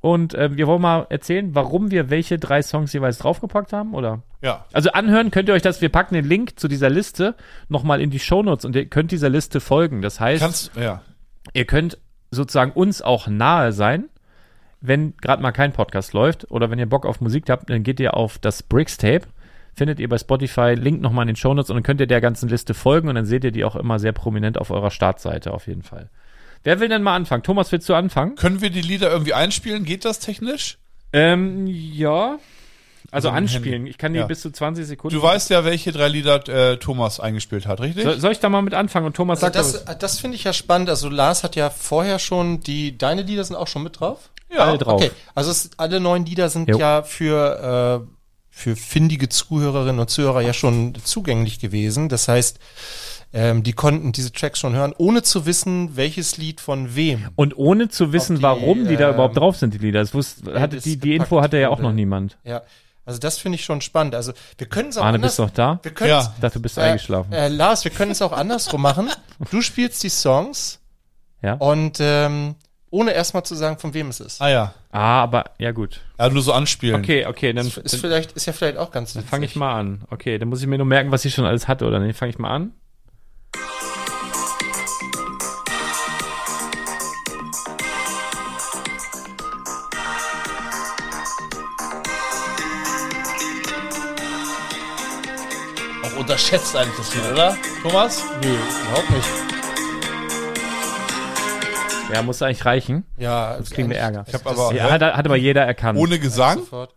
Und äh, wir wollen mal erzählen, warum wir welche drei Songs jeweils draufgepackt haben, oder?
ja.
Also anhören könnt ihr euch das. Wir packen den Link zu dieser Liste nochmal in die Shownotes und ihr könnt dieser Liste folgen. Das heißt,
Kannst, ja.
ihr könnt sozusagen uns auch nahe sein, wenn gerade mal kein Podcast läuft oder wenn ihr Bock auf Musik habt, dann geht ihr auf das Bricks Tape, findet ihr bei Spotify, Link nochmal in den Shownotes und dann könnt ihr der ganzen Liste folgen und dann seht ihr die auch immer sehr prominent auf eurer Startseite auf jeden Fall. Wer will denn mal anfangen? Thomas, willst du anfangen?
Können wir die Lieder irgendwie einspielen? Geht das technisch?
Ähm, ja. Also
Also mit dem
anspielen. Ich kann die
Ja.
bis zu 20 Sekunden.
Du weißt ja, welche drei Lieder äh, Thomas eingespielt hat, richtig?
So, soll ich da mal mit anfangen und Thomas
Also
sagt
das, das finde ich ja spannend. Also Lars hat ja vorher schon die, deine Lieder sind auch schon mit drauf.
ja, alle drauf.
Okay, also es, alle neuen Lieder sind
Jo.
ja für, äh, für findige Zuhörerinnen und Zuhörer ja schon zugänglich gewesen. Das heißt, ähm, die konnten diese Tracks schon hören, ohne zu wissen, welches Lied von wem.
Und ohne zu wissen,
Auf die,
warum die da
ähm,
überhaupt drauf sind, die Lieder. Das wusste, hatte,
das
die, die Info
gepackt
hatte ja auch
wurde.
noch niemand.
Ja, also das finde ich schon spannend. Also wir können es auch
Arne,
anders.
bist du noch da?
wir können
Ja.
Ich dachte, du bist eingeschlafen.
Äh, äh, Lars, wir können es auch andersrum machen. Du spielst die Songs
Ja.
und ähm, ohne erstmal zu sagen, von wem es ist.
Ah ja.
ah, aber, ja gut.
Ja, nur so anspielen.
Okay, okay, dann,
Ist
dann
vielleicht, ist ja vielleicht auch ganz witzig.
fange ich mal an. Okay, dann muss ich mir nur merken, was ich schon alles hatte, oder nicht? Fange ich mal an?
Auch unterschätzt eigentlich das Lied, oder? Thomas?
Nee, überhaupt nicht.
Ja, muss eigentlich reichen.
Ja, das
Kriegen wir Ärger.
Ich habe aber
Ja, hat, hat aber jeder erkannt.
ohne Gesang.
Sofort.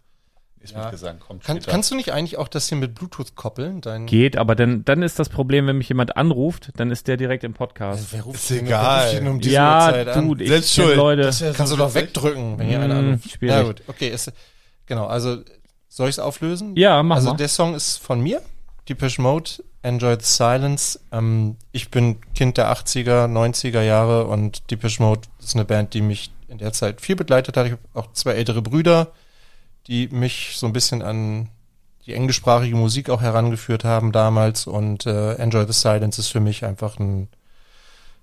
Ist mit Gesang, kommt
Kann,
später.
kannst du nicht eigentlich auch das hier mit Bluetooth koppeln? Dein,
Geht, aber dann, dann ist das Problem, wenn mich jemand anruft, dann ist der direkt im Podcast.
wer ruft
Ist
denn-
egal.
wer ruft denn um diese
Ja,
Uhrzeit an?
du, ich
Selbst
kenn
schuld.
Leute.
Kannst du doch wegdrücken, wenn hier einer
Mm,
anruft.
schwierig.
Na gut, okay. Ist, genau, also soll ich es auflösen?
Ja, mach
also
mal.
der Song ist von mir, Depeche Mode, Enjoyed Silence. Ähm, ich bin Kind der 80er, 90er Jahre und Depeche Mode ist eine Band, die mich in der Zeit viel begleitet hat. Ich habe auch zwei ältere Brüder, die mich so ein bisschen an die englischsprachige Musik auch herangeführt haben damals und äh, Enjoy the Silence ist für mich einfach ein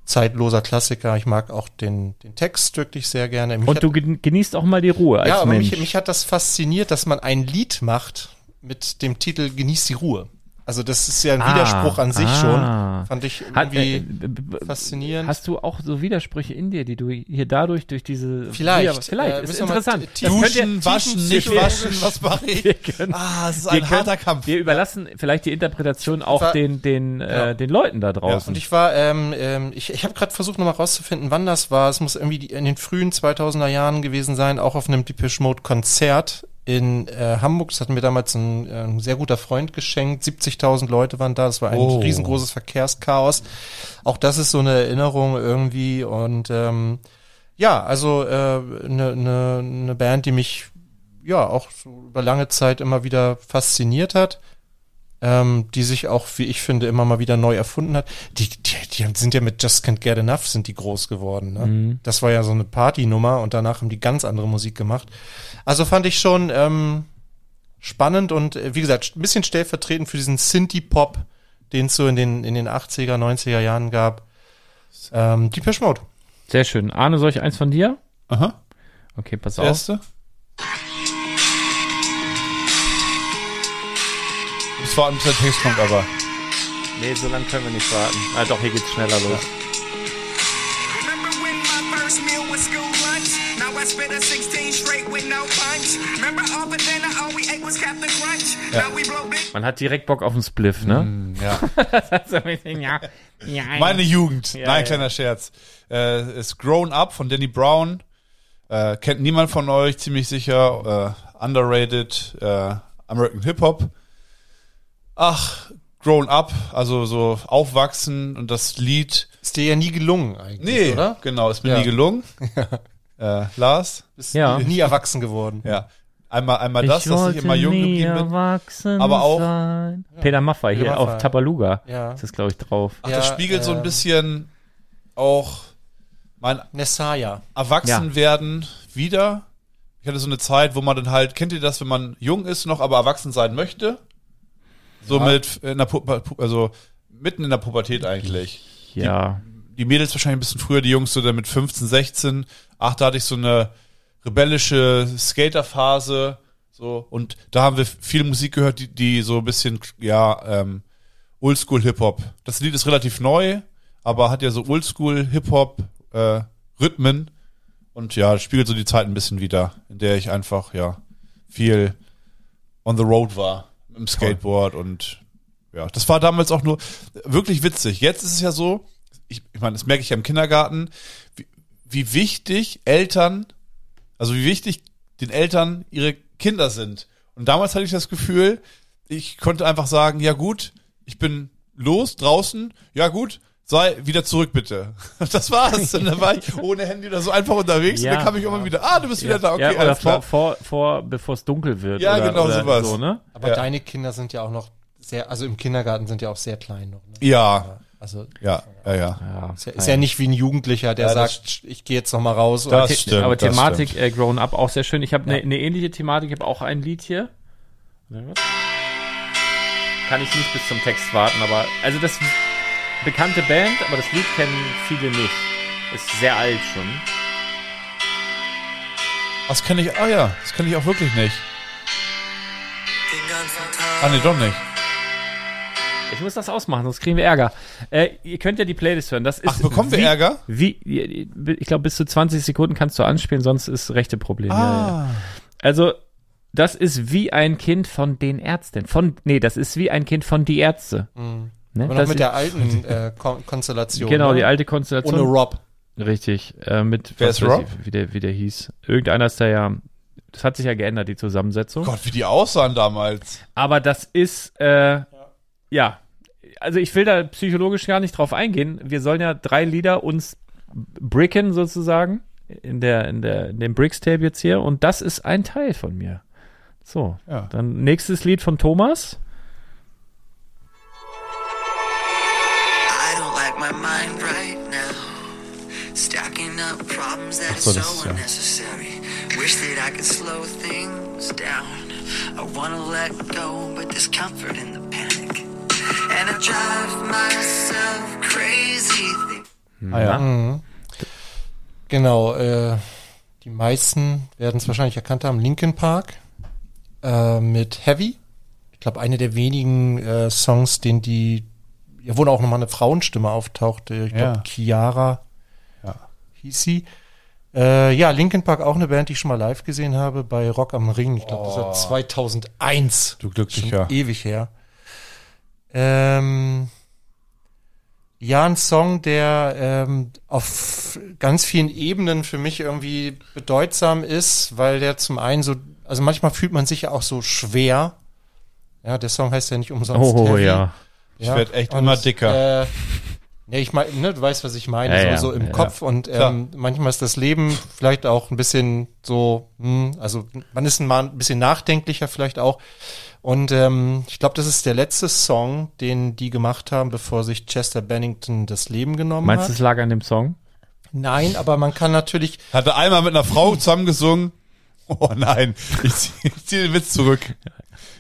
zeitloser Klassiker. Ich mag auch den, den Text wirklich sehr gerne. Mich
Und
hat-
du gen- genießt auch mal die Ruhe als
ja, aber
Mensch.
mich, mich hat das fasziniert, dass man ein Lied macht mit dem Titel Genieß die Ruhe. Also das ist ja ein
Ah,
Widerspruch an sich
ah.
schon. Fand ich
Hat, äh,
irgendwie
b- b-
faszinierend.
hast du auch so Widersprüche in dir, die du hier dadurch durch diese
Vielleicht,
Ja, vielleicht
äh,
ist
müssen wir mal
interessant.
t-
Das könnt ihr-
Duschen, waschen, nicht
Tiefen-
waschen, was mache
Wir
ich?
können-
Ah, es ist
wir
ein
können-
harter Kampf.
Wir überlassen vielleicht die Interpretation auch
War-
den den
Ja.
äh, den Leuten da
Ja,
draußen.
und ich war, ähm, ähm, ich, ich habe gerade versucht, nochmal rauszufinden, wann das war. Es muss irgendwie die, in den frühen 2000er Jahren gewesen sein, auch auf einem Depeche Mode Konzert in äh, Hamburg. Das hat mir damals ein, äh, ein sehr guter Freund geschenkt. 70.000 Leute waren da. Das war ein
Oh.
riesengroßes Verkehrschaos. Auch das ist so eine Erinnerung irgendwie. Und ähm, ja, also eine äh, ne, ne, ne Band, die mich ja auch so über lange Zeit immer wieder fasziniert hat, ähm, die sich auch, wie ich finde, immer mal wieder neu erfunden hat. Die, die, die haben- sind ja mit Just Can't Get Enough sind die groß geworden. Ne? Das war ja so eine Partynummer und danach haben die ganz andere Musik gemacht. Also fand ich schon ähm, spannend und äh, wie gesagt, ein bisschen stellvertretend für diesen Synthie-Pop, den es so in den, in den 80er, 90er Jahren gab. Ähm, die Mode.
Sehr schön. Arne, soll ich eins von dir?
Aha.
Okay, pass auf.
Erste. Es war ein bisschen Text kommt, aber.
Nee, so lange können wir nicht warten. Ah, doch, hier geht's schneller los.
Remember when my first meal was school lunch? Now I spit a 16 straight with no punch. Remember all but then all we ate was Captain Crunch. Now we blow big.
Man hat direkt Bock auf einen Spliff, ne?
Mm,
Ja.
Das ist ein bisschen, ja. ja.
Meine Jugend. Nein,
ja.
kleiner Scherz. Äh, ist Grown Up von Danny Brown. Äh, kennt niemand von euch, ziemlich sicher. Äh, underrated äh, American Hip Hop. Ach, Grown Up, also so aufwachsen und das Lied.
Ist dir ja nie gelungen eigentlich,
Nee,
oder?
genau, ist mir
Ja.
nie gelungen. äh, Lars,
Ist
Ja.
nie erwachsen geworden.
ja. Einmal, einmal das, dass ich immer jung geblieben bin.
erwachsen
aber auch-
sein. Peter Maffay hier
Peter Maffay.
auf Tabaluga.
Ja.
Ist das, glaube ich, drauf.
Ach, das
Ja,
spiegelt so ein
ähm,
bisschen auch mein
Nessaya.
Erwachsenwerden wieder. Ich hatte so eine Zeit, wo man dann halt, kennt ihr das, wenn man jung ist noch, aber erwachsen sein möchte? So mit, in der Pu Pu- also mitten in der Pubertät eigentlich.
Ja.
Die Mädels wahrscheinlich ein bisschen früher, die Jungs so dann mit 15, 16. Ach, da hatte ich so eine rebellische Skaterphase. So, und da haben wir viel Musik gehört, die, die so ein bisschen, ja, ähm, Oldschool-Hip-Hop. Das Lied ist relativ neu, aber hat ja so Oldschool-Hip-Hop-Rhythmen. und ja, das spiegelt so die Zeit ein bisschen wieder, in der ich einfach, ja, viel on the road war. Im Skateboard und ja, das war damals auch nur wirklich witzig. Jetzt ist es ja so, ich, ich meine, das merke ich ja im Kindergarten, wie, wie wichtig Eltern, also wie wichtig den Eltern ihre Kinder sind. Und damals hatte ich das Gefühl, ich konnte einfach sagen, ja gut, ich bin los draußen, ja gut, sei wieder zurück bitte. Das war's. Und dann war ich ohne Handy oder so einfach unterwegs
Ja.
und dann kam ich immer wieder, ah, du bist wieder da, okay,
ja, oder
alles klar.
vor, vor, vor, bevor es dunkel wird.
Ja,
oder,
genau
oder
sowas.
So, ne?
Aber
Ja.
deine Kinder sind ja auch noch sehr, also im Kindergarten sind ja auch sehr klein noch. Ne?
Ja,
Also
ja, ja, ja.
Ja.
ist ja, ist ja nicht wie ein Jugendlicher, der
Ja, das
sagt, ich gehe jetzt noch mal raus.
Das
Okay.
stimmt,
aber
das
Thematik
stimmt.
äh, Grown Up auch sehr schön. Ich habe eine ne ähnliche Thematik, ich habe auch ein Lied hier. Kann ich nicht bis zum Text warten, aber also das bekannte Band, aber das Lied kennen viele nicht. Ist sehr alt schon.
Das kann ich, ah ja, das kann ich auch wirklich nicht.
Den ganzen Tag.
Ah, nee, doch nicht.
Ich muss das ausmachen, sonst kriegen wir Ärger. Äh, ihr könnt ja die Playlist hören. Das ist
Ach, bekommen wir
wie,
Ärger?
Wie, ich glaube, bis zu 20 Sekunden kannst du anspielen, sonst ist rechte Problem. Ja, ja.
Ah.
Also, das ist wie ein Kind von den Ärzten. Von, nee, das ist wie ein Kind von die Ärzte. Ne?
Aber noch
Das
Mhm. mit
ist-
der alten äh, Kon Konstellation.
genau,
ne?
die alte
Ohne
Konstellation.
Rob.
Richtig. Äh, mit,
Wer
was
ist
weiß
Rob?
Ich, wie, der, wie der hieß. Irgendeiner ist da ja. Das hat sich ja geändert, die Zusammensetzung.
Gott, wie die aussahen damals.
Aber das ist, äh, ja. Also ich will da psychologisch gar nicht drauf eingehen. Wir sollen ja drei Lieder uns bricken sozusagen in der in der in dem Bricks Tape jetzt hier und das ist ein Teil von mir. So,
Ja.
dann nächstes Lied von Thomas.
I don't like my mind right now. Stacking up problems that
so,
are
das ist
so
ja-
unnecessary. Wish that I could slow things down. I wanna let go, but there's comfort in the panic. And I drive myself crazy. Think
Ah ja.
Genau, äh, die meisten werden es wahrscheinlich erkannt haben. Linkin Park äh, mit Heavy. ich glaube, eine der wenigen äh, Songs, den die, ja, wo auch nochmal eine Frauenstimme auftauchte. Ich glaube,
Ja.
Chiara hieß sie. Äh, ja, Linkin Park auch eine Band, die ich schon mal live gesehen habe bei Rock am Ring. Ich glaube, das war 2001.
Du
Schon
Glücklicher.
ewig her. Ähm, ja, ein Song, der ähm, auf ganz vielen Ebenen für mich irgendwie bedeutsam ist, weil der zum einen so, also manchmal fühlt man sich ja auch so schwer. Ja, der Song heißt ja nicht umsonst.
Oh,
Heavy.
ja.
Ja,
werd echt immer dicker.
Äh, nee, ich meine, ne, du weißt, was ich meine,
Ja,
so,
ja,
so im
ja.
Kopf und ähm, manchmal ist das Leben vielleicht auch ein bisschen so, hm, also man ist mal ein bisschen nachdenklicher vielleicht auch. Und ähm, ich glaube, das ist der letzte Song, den die gemacht haben, bevor sich Chester Bennington das Leben genommen
Meinst du,
hat.
es lag an dem Song?
Nein, aber man kann natürlich,
Hatte einmal mit einer Frau zusammengesungen. Oh nein, ich ziehe zieh den Witz zurück.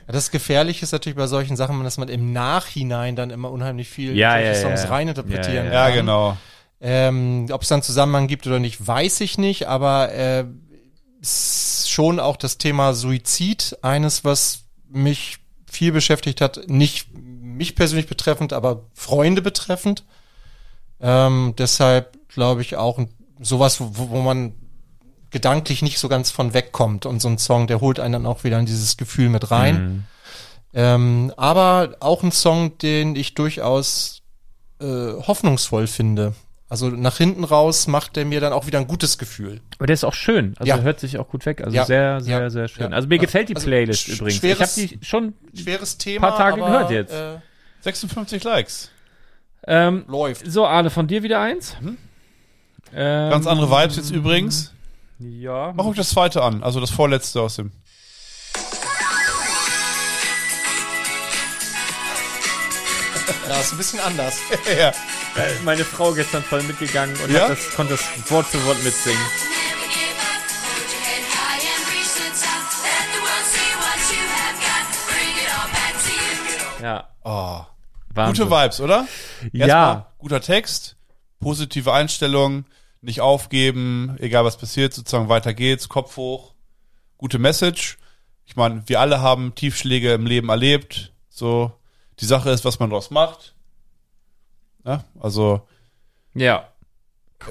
Ja, Das Gefährliche ist natürlich bei solchen Sachen, dass man im Nachhinein dann immer unheimlich viel
Ja,
solche
ja, ja,
Songs
ja.
reininterpretieren
Ja,
Ja,
kann.
genau.
Ähm, Ob es dann Zusammenhang gibt oder nicht, weiß ich nicht, aber äh, ist schon auch das Thema Suizid eines, was mich viel beschäftigt hat, nicht mich persönlich betreffend, aber Freunde betreffend. Ähm, deshalb glaube ich auch ein- sowas, wo, wo man gedanklich nicht so ganz von wegkommt und so ein Song, der holt einen dann auch wieder in dieses Gefühl mit
Mhm.
rein. Ähm, aber auch ein Song, den ich durchaus äh, hoffnungsvoll finde. Also nach hinten raus macht er mir dann auch wieder ein gutes Gefühl.
Aber der ist auch schön. Also
Ja.
der hört sich auch gut weg. Also
Ja.
sehr, sehr,
Ja.
sehr schön.
Ja.
Also mir
Also
gefällt die
sch-
Playlist
sch-
übrigens. Ich
schweres-
habe die schon.
Schweres Thema.
Paar Tage
aber,
gehört jetzt.
Äh,
56 Likes.
Ähm,
läuft.
so, Arne, von dir wieder eins. Ähm,
Ganz andere Vibes jetzt übrigens.
Ja.
Mach euch das zweite an, also das vorletzte aus dem.
Ja, ist ein bisschen anders.
Ja.
meine Frau gestern voll mitgegangen und
Ja?
hat das, konnte das Wort für Wort mitsingen. Ja.
Oh.
Wahnsinn.
Gute Vibes, oder? Erstmal
Ja.
Guter Text, positive Einstellung, nicht aufgeben, egal was passiert, sozusagen weiter geht's, Kopf hoch, gute Message. Ich meine, wir alle haben Tiefschläge im Leben erlebt. So, die Sache ist, was man daraus macht. Ja, also,
Ja.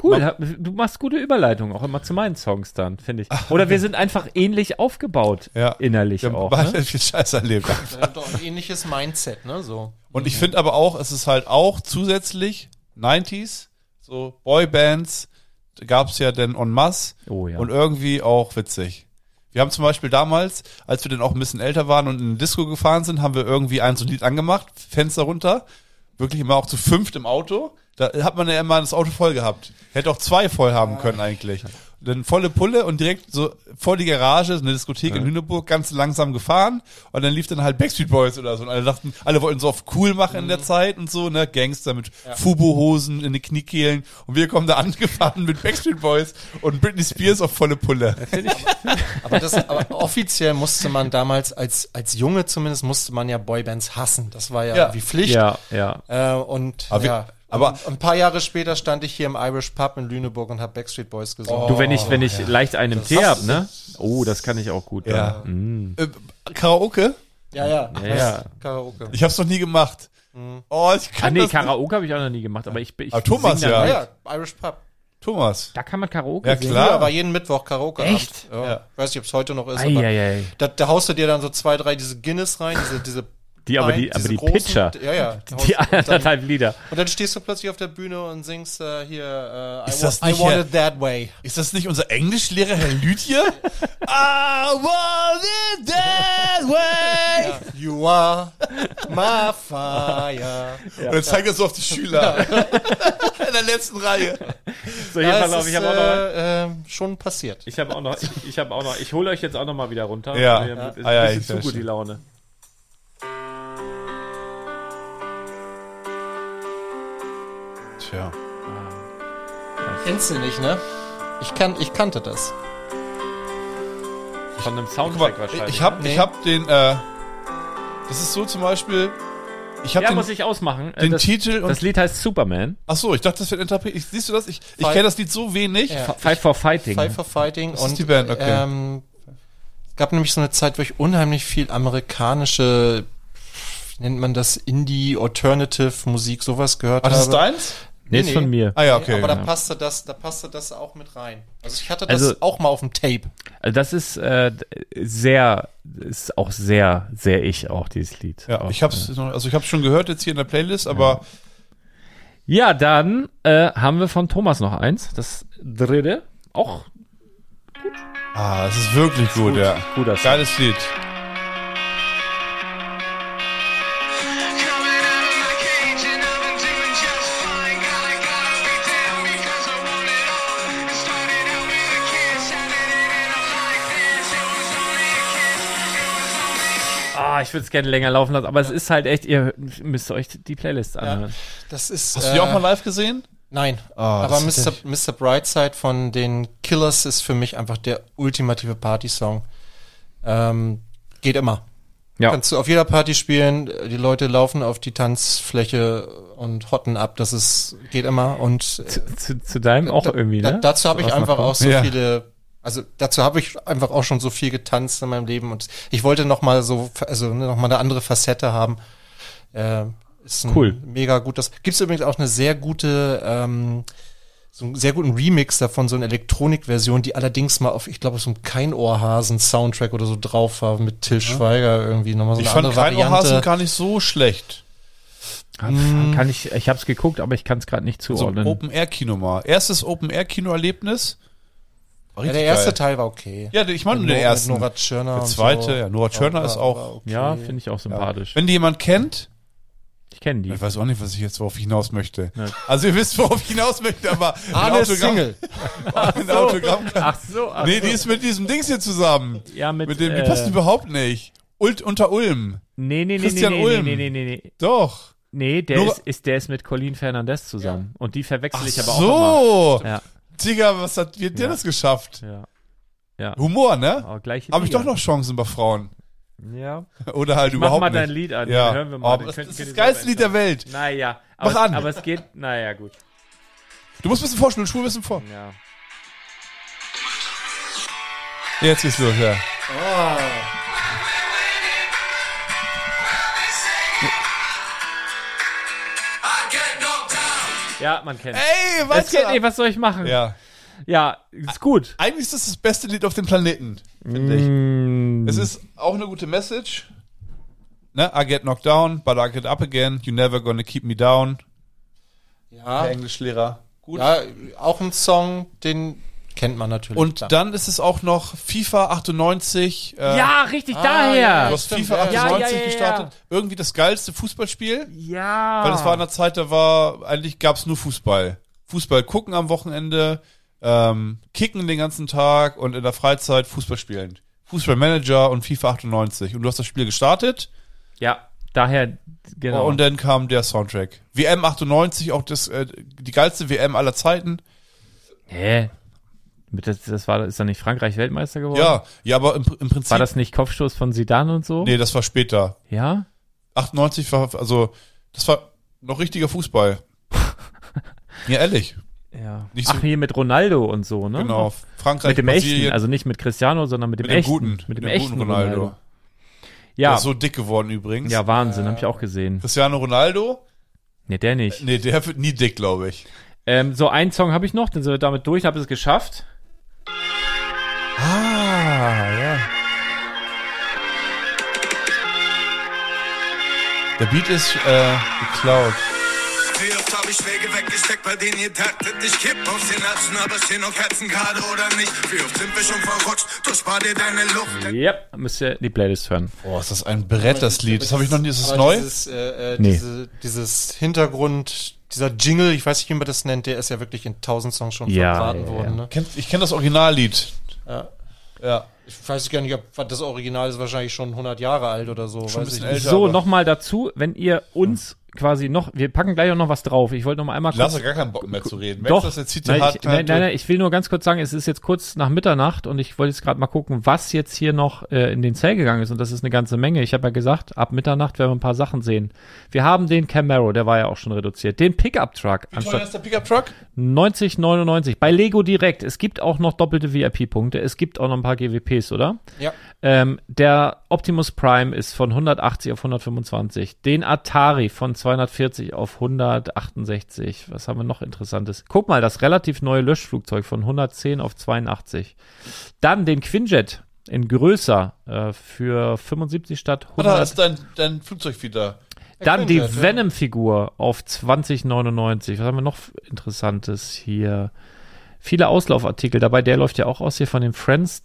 Cool. hab- Du machst gute Überleitung auch immer zu meinen Songs dann, finde ich. Oder wir sind einfach ähnlich aufgebaut.
ja.
Innerlich
wir haben
auch.
beide
Ne?
viel Scheiß erlebt.
Doch ein ähnliches Mindset, ne? So.
Und ich finde aber auch, es ist halt auch zusätzlich 90s, so Boybands, gab's ja dann en masse.
Oh ja.
Und irgendwie auch witzig. Wir haben zum Beispiel damals, als wir dann auch ein bisschen älter waren und in eine Disco gefahren sind, haben wir irgendwie ein so ein Lied angemacht, Fenster runter, wirklich immer auch zu fünft im Auto. Da hat man ja immer das Auto voll gehabt. Hätte auch zwei voll haben können eigentlich. Dann volle Pulle und direkt so vor die Garage, so eine Diskothek in Lüneburg, ganz langsam gefahren und dann lief dann halt Backstreet Boys oder so und alle dachten, alle wollten so auf cool machen in der Zeit und so, ne, Gangster mit Fubo-Hosen in den Kniekehlen und wir kommen da angefahren mit Backstreet Boys und Britney Spears auf volle Pulle.
Aber, das, aber offiziell musste man damals, als, als Junge zumindest, musste man ja Boybands hassen. Das war ja,
Ja.
irgendwie Pflicht.
ja, ja.
Äh, und
Aber wir-
ja.
aber-
Und ein paar Jahre später stand ich hier im Irish Pub in Lüneburg und habe Backstreet Boys gesungen.
Du, wenn ich, wenn
Oh,
ich leicht einen im Tee hab, ne? Oh, das kann ich auch gut.
Ja.
Mhm.
Äh, Karaoke?
Ja, ja.
Ja, ja.
Karaoke.
Ich hab's noch nie gemacht.
Mhm.
Oh, ich
Ah,
kann
nee,
das nicht.
Karaoke habe ich auch noch nie gemacht, aber ich bin. Ich
Ah, Thomas,
sing dann halt
ja.
Ja,
mit.
ja, Irish Pub.
Thomas.
Da kann man Karaoke
Ja,
singen.
klar.
Früher war jeden Mittwoch Karaoke.
Echt?
Ja.
Ja.
Ich weiß nicht, ob es heute noch ist. aber
Eieiei.
Da, da haust du dir dann so zwei, drei diese Guinness rein, diese, diese
Die, aber die,
Pints,
aber
diese
die
großen-
Pitcher.
Ja, ja.
Die
haust du- und, dann,
anderthalb Lieder.
und dann stehst du plötzlich auf der Bühne und singst äh, hier äh, I,
Ist
wa-
das
I
nicht
want
Herr-
it that way.
Ist das nicht unser Englischlehrer, Herr Lütje? I want it that way.
You are my fire.
Und dann zeigt er so auf die Schüler. In der letzten Reihe.
So, hier, pass
es
auf, ich
ist,
habe auch noch.
äh, äh, schon passiert.
Ich habe auch noch, ich, ich habe auch noch, ich hole euch jetzt auch noch mal wieder runter. Also,
Ja.
Mir
Ja.
Ist ein
Ah, ja,
bisschen
ich
zu gut die
verstehe.
Laune.
Tja.
Kennst du nicht, ne? Ich, kann, ich kannte das.
Von einem
Guck
Soundtrack
mal,
wahrscheinlich.
ich hab,
Nee.
ich hab den, äh, das ist so zum Beispiel, ich hab
ja, muss
den,
ich ausmachen. Äh,
den
das,
Titel
das
und,
Lied heißt Superman.
ach so, ich dachte, das wird interpretiert. Ich- Siehst du das? Ich, ich
Fight-
kenne das Lied so wenig.
Ja.
Five for Fighting.
Five for Fighting
Das ist
und
die Band, okay.
ähm, es gab nämlich so eine Zeit, wo ich unheimlich viel amerikanische wie nennt man das, Indie, Alternative Musik, sowas gehört
Ah, das ist
habe.
deins?
Nee, ist von mir.
Ah ja,
Nee,
okay.
aber da
ja.
passte das, da passte das auch mit rein. Also ich hatte das
Also-
auch mal auf dem Tape.
Also das ist äh, sehr, ist auch sehr, sehr ich auch, dieses Lied.
ja,
auch,
ich hab's, noch- also ich hab's schon gehört jetzt hier in der Playlist, aber
Ja, dann äh, haben wir von Thomas noch eins. Das dritte. Auch
ah, es ist wirklich gut, ja.
guter Song.
Geiles Lied.
Coming out of my cage and I've been doing just fine. Gotta, gotta be down because I want it all. It started out with a kiss and it ended up like this. It was only a kiss. It was only a kiss.
Ah, ich würde es gerne länger laufen lassen, aber es ist halt echt, ihr müsst euch die Playlist anhören.
Das ist.
Hast du die auch mal live gesehen?
Nein.
Ah,
aber Mr. Mr. Brightside von den Killers ist für mich einfach der ultimative Party-Song. Ähm, geht immer.
Ja.
Kannst du auf jeder Party spielen, die Leute laufen auf die Tanzfläche und hotten ab, das ist, geht immer und äh,
Zu, zu deinem auch
da-
irgendwie,
da,
ne?
Dazu habe ich
Was
einfach
macht man?
auch so
Ja.
viele, also dazu habe ich einfach auch schon so viel getanzt in meinem Leben und ich wollte noch mal so, also ne, noch mal eine andere Facette haben. Äh, ist ein
Cool.
Mega gut. Das gibt's übrigens auch eine sehr gute, ähm, so einen sehr guten Remix davon, so eine Elektronik-Version, die allerdings mal auf, ich glaube, so einem Keinohrhasen-Soundtrack oder so drauf war mit Till Schweiger irgendwie nochmal so
ich
eine
fand
andere Variante.
Keinohasen gar nicht so schlecht.
Ah, Kann ich, ich habe es geguckt, aber ich kann es gerade nicht
So
zuordnen.
Open-Air-Kino mal. Erstes Open-Air-Kino-Erlebnis. War
ja,
richtig
der erste
geil.
Teil war okay.
Ja, ich meine nur
Mit
den
Nora-
ersten.
mit Nora Tschirner
Der
und
zweite,
so.
ja, Nora Tschirner ist auch-
war okay.
Ja, finde ich auch sympathisch.
Wenn die jemand kennt,
Ich kenne die.
ich weiß auch nicht, was ich jetzt worauf ich hinaus möchte. Also ihr wisst, worauf ich hinaus möchte, aber ein Autogramm, ein Autogramm kann.
Ach so, ach
Nee,
so.
die ist mit diesem Dings hier zusammen.
ja, mit,
Ah. Mit dem, die
äh,
passt überhaupt nicht. Ult unter Ulm.
Nee, nee, nee,
Christian
nee, nee,
Ulm.
nee, nee, nee, nee.
Doch.
Nee, der
Nur-
ist, ist, der ist mit Colin Fernandez zusammen. Und die verwechsel ich aber auch
so.
immer. Ja,
Digga, was hat wie hat dir
Ja.
das geschafft?
ja.
Humor, ne?
Aber gleich
Habe ich doch noch Chancen bei Frauen.
Ja.
Oder halt
Mach
überhaupt
mal
nicht.
dein Lied an,
Ja.
dann hören wir mal.
Oh,
Dann
das
könnt-
ist
könnt
das
ihr
geilste
selber
Lied der Welt.
entscheiden. Naja.
Mach
Aber, es-
an.
aber es geht, naja, gut.
Du musst ein bisschen vorspielen, Schuhe ein bisschen vor.
Ja.
Jetzt geht's los, ja.
I get knocked down.
Ja, man kennt.
Ey,
Es geht
weiter.
nicht, was soll ich machen?
ah, Ja.
Ja, ist gut.
Eigentlich ist das das beste Lied auf dem Planeten, finde ich.
Mm,
Es ist auch eine gute Message. Ne? I get knocked down, but I get up again. You never gonna keep me down.
Ja,
Der Englischlehrer. Gut.
ja, auch ein Song, den kennt man natürlich.
Und
klar.
dann ist es auch noch FIFA 98. Äh,
ja, richtig,
Ah,
daher.
Du
ja.
hast
Stimmt,
FIFA
ja, ja.
98
Ja, ja, ja,
gestartet. Irgendwie das geilste Fußballspiel.
Ja.
Weil es war in der Zeit, da war, eigentlich gab's nur Fußball. Fußball gucken am Wochenende, ähm, kicken den ganzen Tag und in der Freizeit Fußball spielen. Fußballmanager und FIFA 98. Und du hast das Spiel gestartet
ja, daher, genau.
und äh, dann kam der Soundtrack. WM 98, auch das, äh, die geilste WM aller Zeiten.
Hä? Mit Das, das war, ist dann nicht Frankreich Weltmeister geworden?
Ja, ja, aber im, im Prinzip.
War das nicht Kopfstoß von Sidan und so?
nee, das war später.
Ja?
98 war, also, das war noch richtiger Fußball. ja, ehrlich.
Ja.
Nicht so-
Ach, hier mit Ronaldo und so, ne?
Genau. Frankreich,
Mit dem
Brasilien,
echten, also nicht mit Cristiano, sondern mit dem
mit dem
echten.
guten,
mit dem, echten Ronaldo.
Ja. Der
Ja,
ist so dick geworden übrigens.
ja, Wahnsinn, hab ich auch gesehen.
Cristiano Ronaldo?
Nee, der nicht.
Nee, der wird nie dick, glaube ich.
Ähm, so, einen Song habe ich noch, dann sind wir damit durch, habe es geschafft.
Der Beat ist äh, geklaut.
Wie oft habe ich Wege weggesteckt, bei denen ihr dachtet, ich kipp auf den Herzen, aber stehen auf Herzen gerade oder nicht. Wie oft sind wir schon verrutscht, du spar dir deine Luft.
Ja, müsst ihr die Playlist hören.
Boah, ist das ein Brett, das Lied. Das habe ich noch nie. Ist das
Aber
neu?
Dieses, äh, äh,
Nee.
diese, dieses Hintergrund, dieser Jingle, ich weiß nicht, wie man das nennt, der ist ja wirklich in tausend Songs schon
Ja,
verbraten
ja,
worden.
ja.
Ne?
Kennt- Ich kenne das Originallied.
Ja.
Ja.
Ich weiß gar nicht, ob was das Original ist wahrscheinlich schon 100 Jahre alt oder so.
Schon ein
weiß ich
bisschen
nicht.
älter.
So,
aber-
nochmal dazu, wenn ihr uns quasi noch, wir packen gleich auch noch was drauf. Ich wollte noch mal einmal
Lars
kurz.
hat gar keinen Bock mehr zu reden.
Doch.
Merkst du, dass er zieht
Nein,
hier hart.
ich, nein, nein, nein, ich will nur ganz kurz sagen, es ist jetzt kurz nach Mitternacht und ich wollte jetzt gerade mal gucken, was jetzt hier noch äh, in den Sale gegangen ist und das ist eine ganze Menge. Ich habe ja gesagt, ab Mitternacht werden wir ein paar Sachen sehen. Wir haben den Camaro, der war ja auch schon reduziert, den Pickup Truck
Wie teuer
anstatt
ist der Pickup Truck?
90,99 bei Lego direkt. Es gibt auch noch doppelte VIP-Punkte. Es gibt auch noch ein paar GWPs, oder?
Ja.
Ähm, der Optimus Prime ist von 180 auf 125. Den Atari von 240 auf 168. Was haben wir noch Interessantes? Guck mal, das relativ neue Löschflugzeug von 110 auf 82. Dann den Quinjet in größer äh, für 75 statt
Ah, Da
100.
ist dein, dein Flugzeug wieder.
Dann die
ne?
Quinjet, ja.
Venom-Figur auf 2099. Was haben wir noch Interessantes hier? Viele Auslaufartikel dabei. Der läuft ja auch aus hier von den Friends.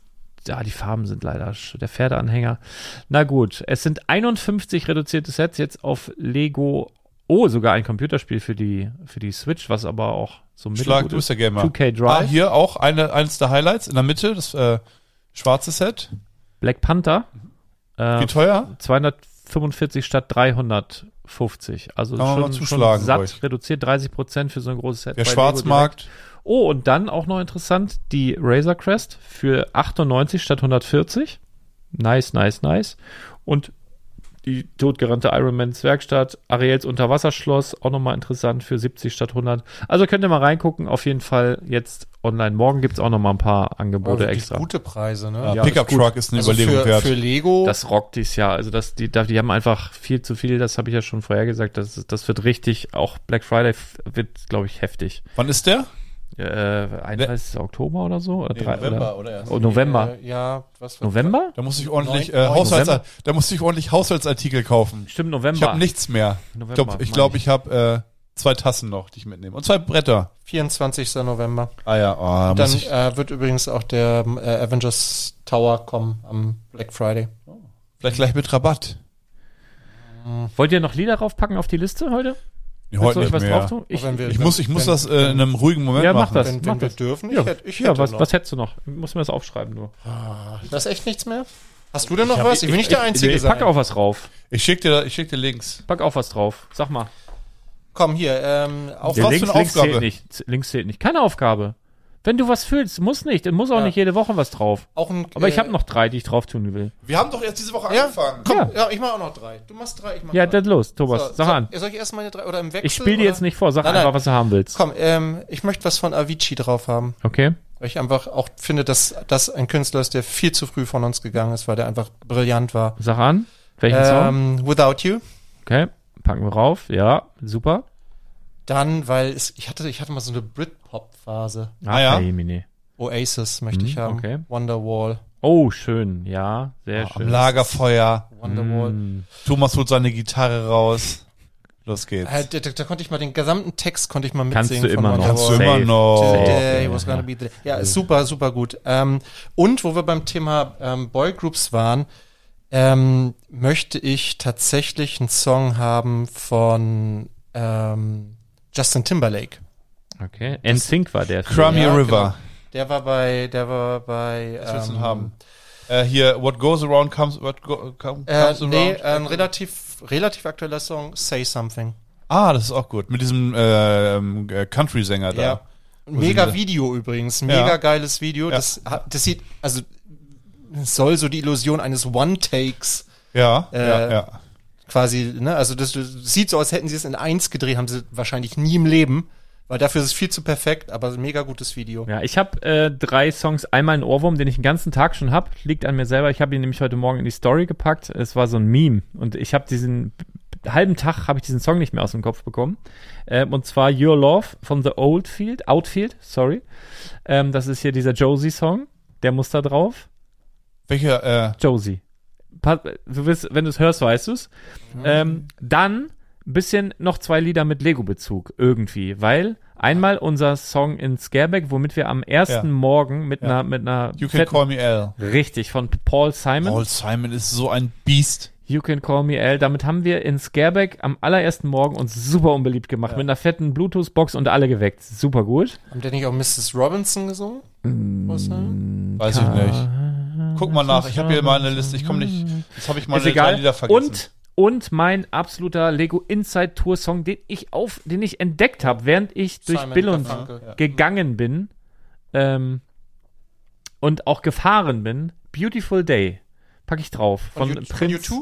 Ja, die Farben sind leider sch- der Pferdeanhänger. Na gut, es sind 51 reduzierte Sets jetzt auf Lego. Oh, sogar ein Computerspiel für die, für die Switch, was aber auch so mittelgut
Schlag, du bist der Gamer.
2K Drive,
Ah, hier auch eine, eines der Highlights in der Mitte, das äh, schwarze Set.
Black Panther.
Wie
Äh,
teuer?
245 statt 350. Also
Kann man mal
schon, schon
zuschlagen
satt
ruhig.
reduziert, 30 Prozent für so ein großes Set.
Der
bei Lego
Schwarzmarkt.
direkt. Oh, und dann auch noch interessant, die Razer Crest für 98 statt 140. Nice, nice, nice. Und die totgerannte Ironmans Werkstatt, Ariels Unterwasserschloss, auch nochmal interessant für 70 statt 100. Also könnt ihr mal reingucken, auf jeden Fall jetzt online. Morgen gibt's auch nochmal ein paar
Also
Angebote
wirklich
extra.
Gute Preise, ne?
Ja,
Ja,
Pickup
ist gut.
Truck ist eine
Also
Überlegung
für,
wert.
für Lego.
Das rockt dieses Jahr. Also das, die, da- die haben einfach viel zu viel, das habe ich ja schon vorher gesagt. Das, das wird richtig, auch Black Friday f- wird, glaube ich, heftig.
Wann ist der?
Äh,
Ne.
31. Oktober oder so? Oder drei, oder?
oder erst?
Oh, November.
Äh, ja, was war
November?
Da muss ich ordentlich,
Neun-
äh,
neun-
Haushalts
November?
da muss ich ordentlich Haushaltsartikel kaufen.
Stimmt,
Ich habe
November.
nichts mehr. Ich
November,
glaube, ich,
meine
glaub,
ich.
ich habe äh, zwei Tassen noch, die ich mitnehme. Und zwei Bretter.
24. November.
Ah ja, oh, da
Dann
muss ich,
äh, wird übrigens auch der äh, Avengers Tower kommen am Black Friday.
vielleicht gleich mit Rabatt.
Wollt ihr noch Lieder raufpacken auf die Liste heute?
Nee,
Willst du
heute
euch was
nicht
drauf
mehr.
tun? Ich,
Wenn wir-
Ich muss, ich muss
wenn-
das äh, in einem ruhigen Moment
Ja, mach
machen.
das.
Wenn,
mach
wenn wir
das.
dürfen,
Ja,
ich hätte, ich
ja
hätte
was,
noch.
was hättest du noch? Ich muss mir das aufschreiben nur.
Das ist echt nichts mehr? Hast du denn noch was? Ich bin nicht der Einzige.
ich
sein.
pack auch was drauf.
Ich schicke dir, ich schick dir Links.
Pack auch was drauf. Sag mal.
Komm hier, ähm, auf
Ja,
was?
links,
Link- für eine
links
Aufgabe?
zählt nicht. Z- Links zählt nicht. Keine Aufgabe. Wenn du was fühlst, muss nicht. Muss auch
Ja.
nicht jede Woche was drauf.
Auch ein,
Aber ich
äh,
habe noch drei, die ich drauf tun will.
Wir haben doch erst diese Woche
Ja,
angefangen.
komm,
Ja.
ja. ich mach auch noch drei. Du machst drei, ich mach
Ja,
drei.
dann los, Thomas.
äh, So,
sag
so,
an.
Soll ich erst meine drei oder im Wechsel?
Ich spiele dir
oder?
jetzt nicht vor. Sag
Nein, nein.
einfach, was du haben willst.
Komm, ähm, ich möchte was von Avicii drauf haben.
Okay?
Weil ich einfach auch finde, dass das ein Künstler ist, der viel zu früh von uns gegangen ist, weil der einfach brillant war.
Sag an. Welchen Song?
Ähm, Without You.
Okay. Packen wir rauf. Ja, super.
Dann, weil es, ich hatte, ich hatte mal so eine Britpop-Phase.
Ah, ja.
Jemine.
Oasis möchte ich haben.
Mhm, okay.
Wonderwall.
Oh, schön. Ja, sehr
Oh,
Am
schön.
Lagerfeuer.
Wonderwall.
Mm.
Thomas holt seine Gitarre raus. Los geht's.
Äh, da, da, da konnte ich mal den gesamten Text konnte ich mal
Kannst
mitsingen
du immer noch.
Kannst du
Safe.
immer noch.
Today
Oh.
was gonna be the day. Ja, ist super, super gut. Ähm, und wo wir beim Thema ähm, Boygroups waren, ähm, möchte ich tatsächlich einen Song haben von ähm, Justin Timberlake.
Okay. NSYNC war der.
Crummy
Ja, genau.
River.
Der war bei, der war bei.
Was willst du
ähm,
denn haben? Äh, hier, what goes around comes, what go, come,
Äh,
comes
nee,
around.
ähm,
ein relativ, relativ aktueller Song, Say Something.
ah, das ist auch gut. Mit diesem äh, ähm, äh, Country-Sänger da.
Ja. Mega
sind wir?
Video übrigens, mega
Ja.
geiles Video.
Ja.
Das, hat- das sieht, also es soll so die Illusion eines One-Takes
Ja,
Äh,
ja, ja.
quasi, ne? Also das, das sieht so, als hätten sie es in eins gedreht, haben sie wahrscheinlich nie im Leben, weil dafür ist es viel zu perfekt, aber ein mega gutes Video.
Ja, ich habe äh, drei Songs. Einmal einen Ohrwurm, den ich den ganzen Tag schon hab. Liegt an mir selber. Ich habe ihn nämlich heute Morgen in die Story gepackt. Es war so ein Meme. Und ich habe diesen halben Tag habe ich diesen Song nicht mehr aus dem Kopf bekommen. Ähm, und zwar Your Love von The Oldfield, Outfield, sorry. Ähm, das ist hier dieser Josie-Song. Der muss da drauf.
Welcher, äh,
Josie. Pa- Du wirst, wenn du es hörst, weißt du es.
Mhm.
Ähm, dann ein bisschen noch zwei Lieder mit Lego-Bezug irgendwie, weil einmal unser Song in Scareback, womit wir am ersten
Ja.
Morgen mit einer mit einer
You Can
fetten-
Call Me Al.
richtig von Paul Simon,
Paul Simon ist so ein Biest.
You Can Call Me L, damit haben wir in Scareback am allerersten Morgen uns super unbeliebt gemacht mit einer fetten Bluetooth-Box und alle geweckt. Super gut.
Haben der nicht auch Mrs. Robinson gesungen? Was sagen?
Weiß ich nicht. Guck mal nach. Ich habe hier mal eine Liste. Ich komme nicht. Jetzt habe ich meine
ist egal.
drei Lieder vergessen.
Und Und mein absoluter Lego Inside Tour Song, den ich auf, den ich entdeckt habe, während ich durch
Simon
Bill und
Garfunkel. Ja.
gegangen bin ähm, und auch gefahren bin. Beautiful Day packe ich drauf von,
U-
Prinz.
von U2?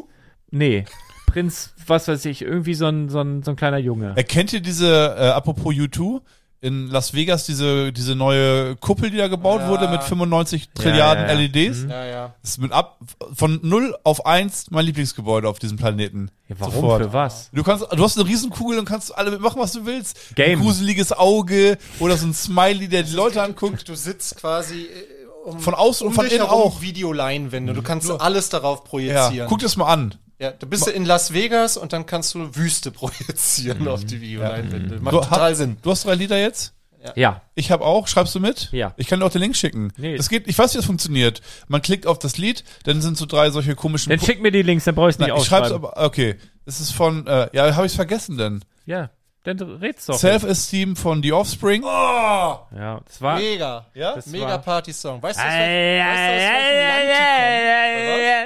Nee, Prinz, was weiß ich, irgendwie so ein, so ein, so ein kleiner Junge.
Erkennt ihr diese, äh, apropos U2, in Las Vegas diese, diese neue Kuppel, die da gebaut
Ja.
wurde mit 95 Trilliarden E
ja, Mhm. ja.
LEDs?
Ja, ja.
Das ist mit ab, von 0 auf 1 mein Lieblingsgebäude auf diesem Planeten.
Ja, warum
Sofort.
für was?
Du kannst, du hast eine Riesenkugel und kannst alle mitmachen, was du willst.
Game.
Ein gruseliges Auge oder so ein Smiley, der die Leute anguckt.
Du sitzt quasi äh, um,
Von außen und von
dich
innen
herum
auch. Mhm.
Videoleinwände. Du kannst alles darauf
Ja,
projizieren.
guck das mal an.
Ja, du bist in Las Vegas und dann kannst du Wüste projizieren
Mhm.
auf die Videoleinwände. Macht
Du,
total
hab-
Sinn.
Du hast drei Lieder jetzt?
Ja,
Ich habe auch. Schreibst du mit?
Ja.
Ich kann dir auch den Link schicken.
Nee.
Das geht, ich weiß, wie das funktioniert. Man klickt auf das Lied, dann sind so drei solche komischen...
dann
Pu-
schick mir die Links, dann brauche ich nicht
Nein, ich schreib's
aufschreiben.
aber, okay. Das ist von, äh, ja, habe ich vergessen denn.
Ja, dann red's doch.
Self-Esteem von The Offspring.
Oh,
ja, das war...
Mega.
Ja?
Das
Mega
war-
Party-Song. Weißt du, aus
Ei,
wel-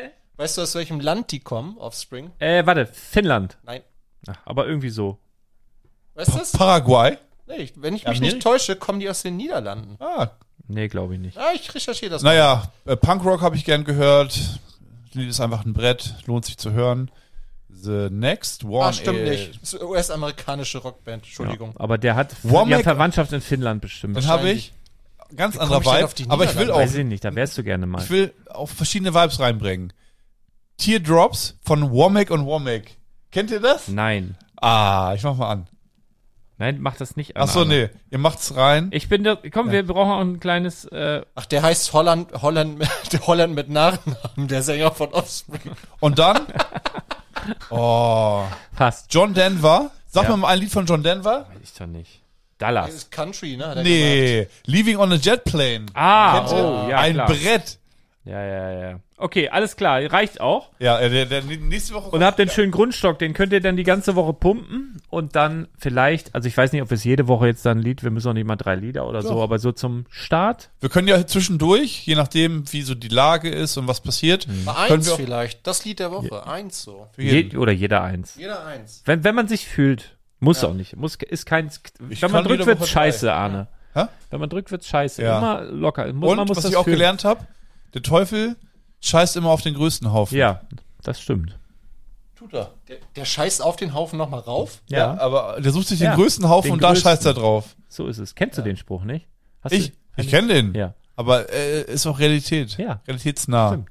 ei,
weißt du, aus welchem Land die kommen? Oder
ei,
was?
ei, ei, ei.
Weißt du, aus welchem Land die kommen? Offspring?
Äh, warte, Finnland.
Nein.
Ach, aber irgendwie so.
Weißt du das?
Paraguay.
Nee, ich- wenn ich mich
Amerika?
nicht täusche, kommen die aus den Niederlanden.
Ah,
Nee, glaube ich nicht.
Ah, ich recherchiere das mal.
naja, äh, Punkrock habe ich gern gehört. Das Lied ist einfach ein Brett. Lohnt sich zu hören. The next one
Oh,
Ah, stimmt
is...
nicht. Das ist eine US-amerikanische Rockband. Entschuldigung.
Aber der hat
Womack-
ja, Verwandtschaft in Finnland
Dann
bestimmt.
habe ich ganz
komm
anderer
ich denn auf die
Vibe, aber ich will
Niederlande?
auch,
Weiß ich nicht, da wärst du gerne mal.
ich will auch verschiedene Vibes reinbringen. Teardrops von Womack und Womack. Kennt ihr das?
Nein.
Ah, ich mach mal an.
Nein, mach das nicht an.
Ach so,
Arne.
nee, ihr macht's rein.
Ich bin da, komm, wir brauchen auch ein kleines, äh,
Ach, der heißt Holland, Holland, der Holland mit Nachnamen, der Sänger von Offspring.
Und dann Oh,
passt.
John Denver. Sag
Ja.
mir mal ein Lied von John Denver.
Weiß ich doch nicht.
Das
Dallas.
ist Country, ne? Hat er
Nee, Leaving on a Jet Plane.
Ah,
Kennt ihr?
oh, ja,
ein
klar.
Brett.
Ja, ja, ja. Okay, alles klar, reicht auch.
Ja, äh, der, der, nächste Woche
Und habt den schönen Grundstock, den könnt ihr dann die ganze Woche pumpen und dann vielleicht, also ich weiß nicht, ob wir es jede Woche jetzt dann ein Lied, wir müssen auch nicht mal drei Lieder oder so, aber so zum Start.
Wir können ja zwischendurch, je nachdem, wie so die Lage ist und was passiert,
Mal
können
eins
wir auch
vielleicht. Das Lied der Woche. Eins so.
für jeden.
Je, oder jeder eins.
Jeder eins.
Wenn, wenn man sich fühlt, muss auch nicht. Muss, ist kein,
Ich
wenn man
kann
drückt,
jede
wird
Woche
scheiße, Arne.
Hä?
Wenn man drückt, wird scheiße.
Ja.
Immer locker. Muss,
Und
man muss
was
das
ich auch
fühlen.
gelernt habe, der Teufel scheißt immer auf den größten Haufen.
Ja, das stimmt.
tut er.
Der, der scheißt auf den Haufen nochmal rauf.
Ja, aber der sucht sich den
Ja,
größten Haufen
den
und
größten.
da scheißt er drauf.
So ist es. Kennst du den Spruch nicht? Hast
Ich,
Du,
ich kenne den.
ja,
Aber äh, ist auch Realität.
Ja.
Realitätsnah.
stimmt.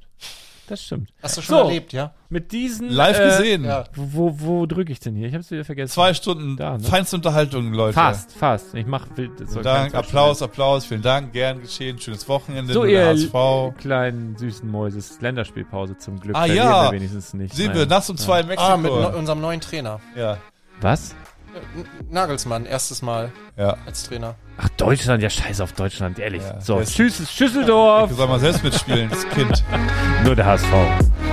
Das stimmt.
Hast du schon
So.
erlebt, ja?
Mit diesen.
Live
äh,
gesehen.
Ja.
Wo, wo drücke ich denn hier? Ich hab's wieder vergessen.
Zwei Stunden
Da, ne?
feinste Unterhaltung, Leute.
Fast, fast. Ich mach. will- Das soll
Vielen
keine
Dank,
zwei
Applaus, Applaus, vielen Dank, gern geschehen, schönes Wochenende,
So,
nur
ihr
der
l-
HSV.
kleinen süßen Mäuses. Länderspielpause zum Glück.
Ah,
Verlieren
ja.
wir wenigstens nicht.
Sehen
Nein.
wir, nachts um zwei in Mexiko.
Ah, mit neu- unserem neuen Trainer.
ja,
Was?
N- Nagelsmann, erstes Mal
ja.
als Trainer.
Ach, Deutschland. Ja, scheiß auf Deutschland. Ehrlich.
Ja.
so,
Das-
tschüss, Schüsseldorf.
Wir sollen mal selbst mitspielen, das Kind.
Nur der HSV.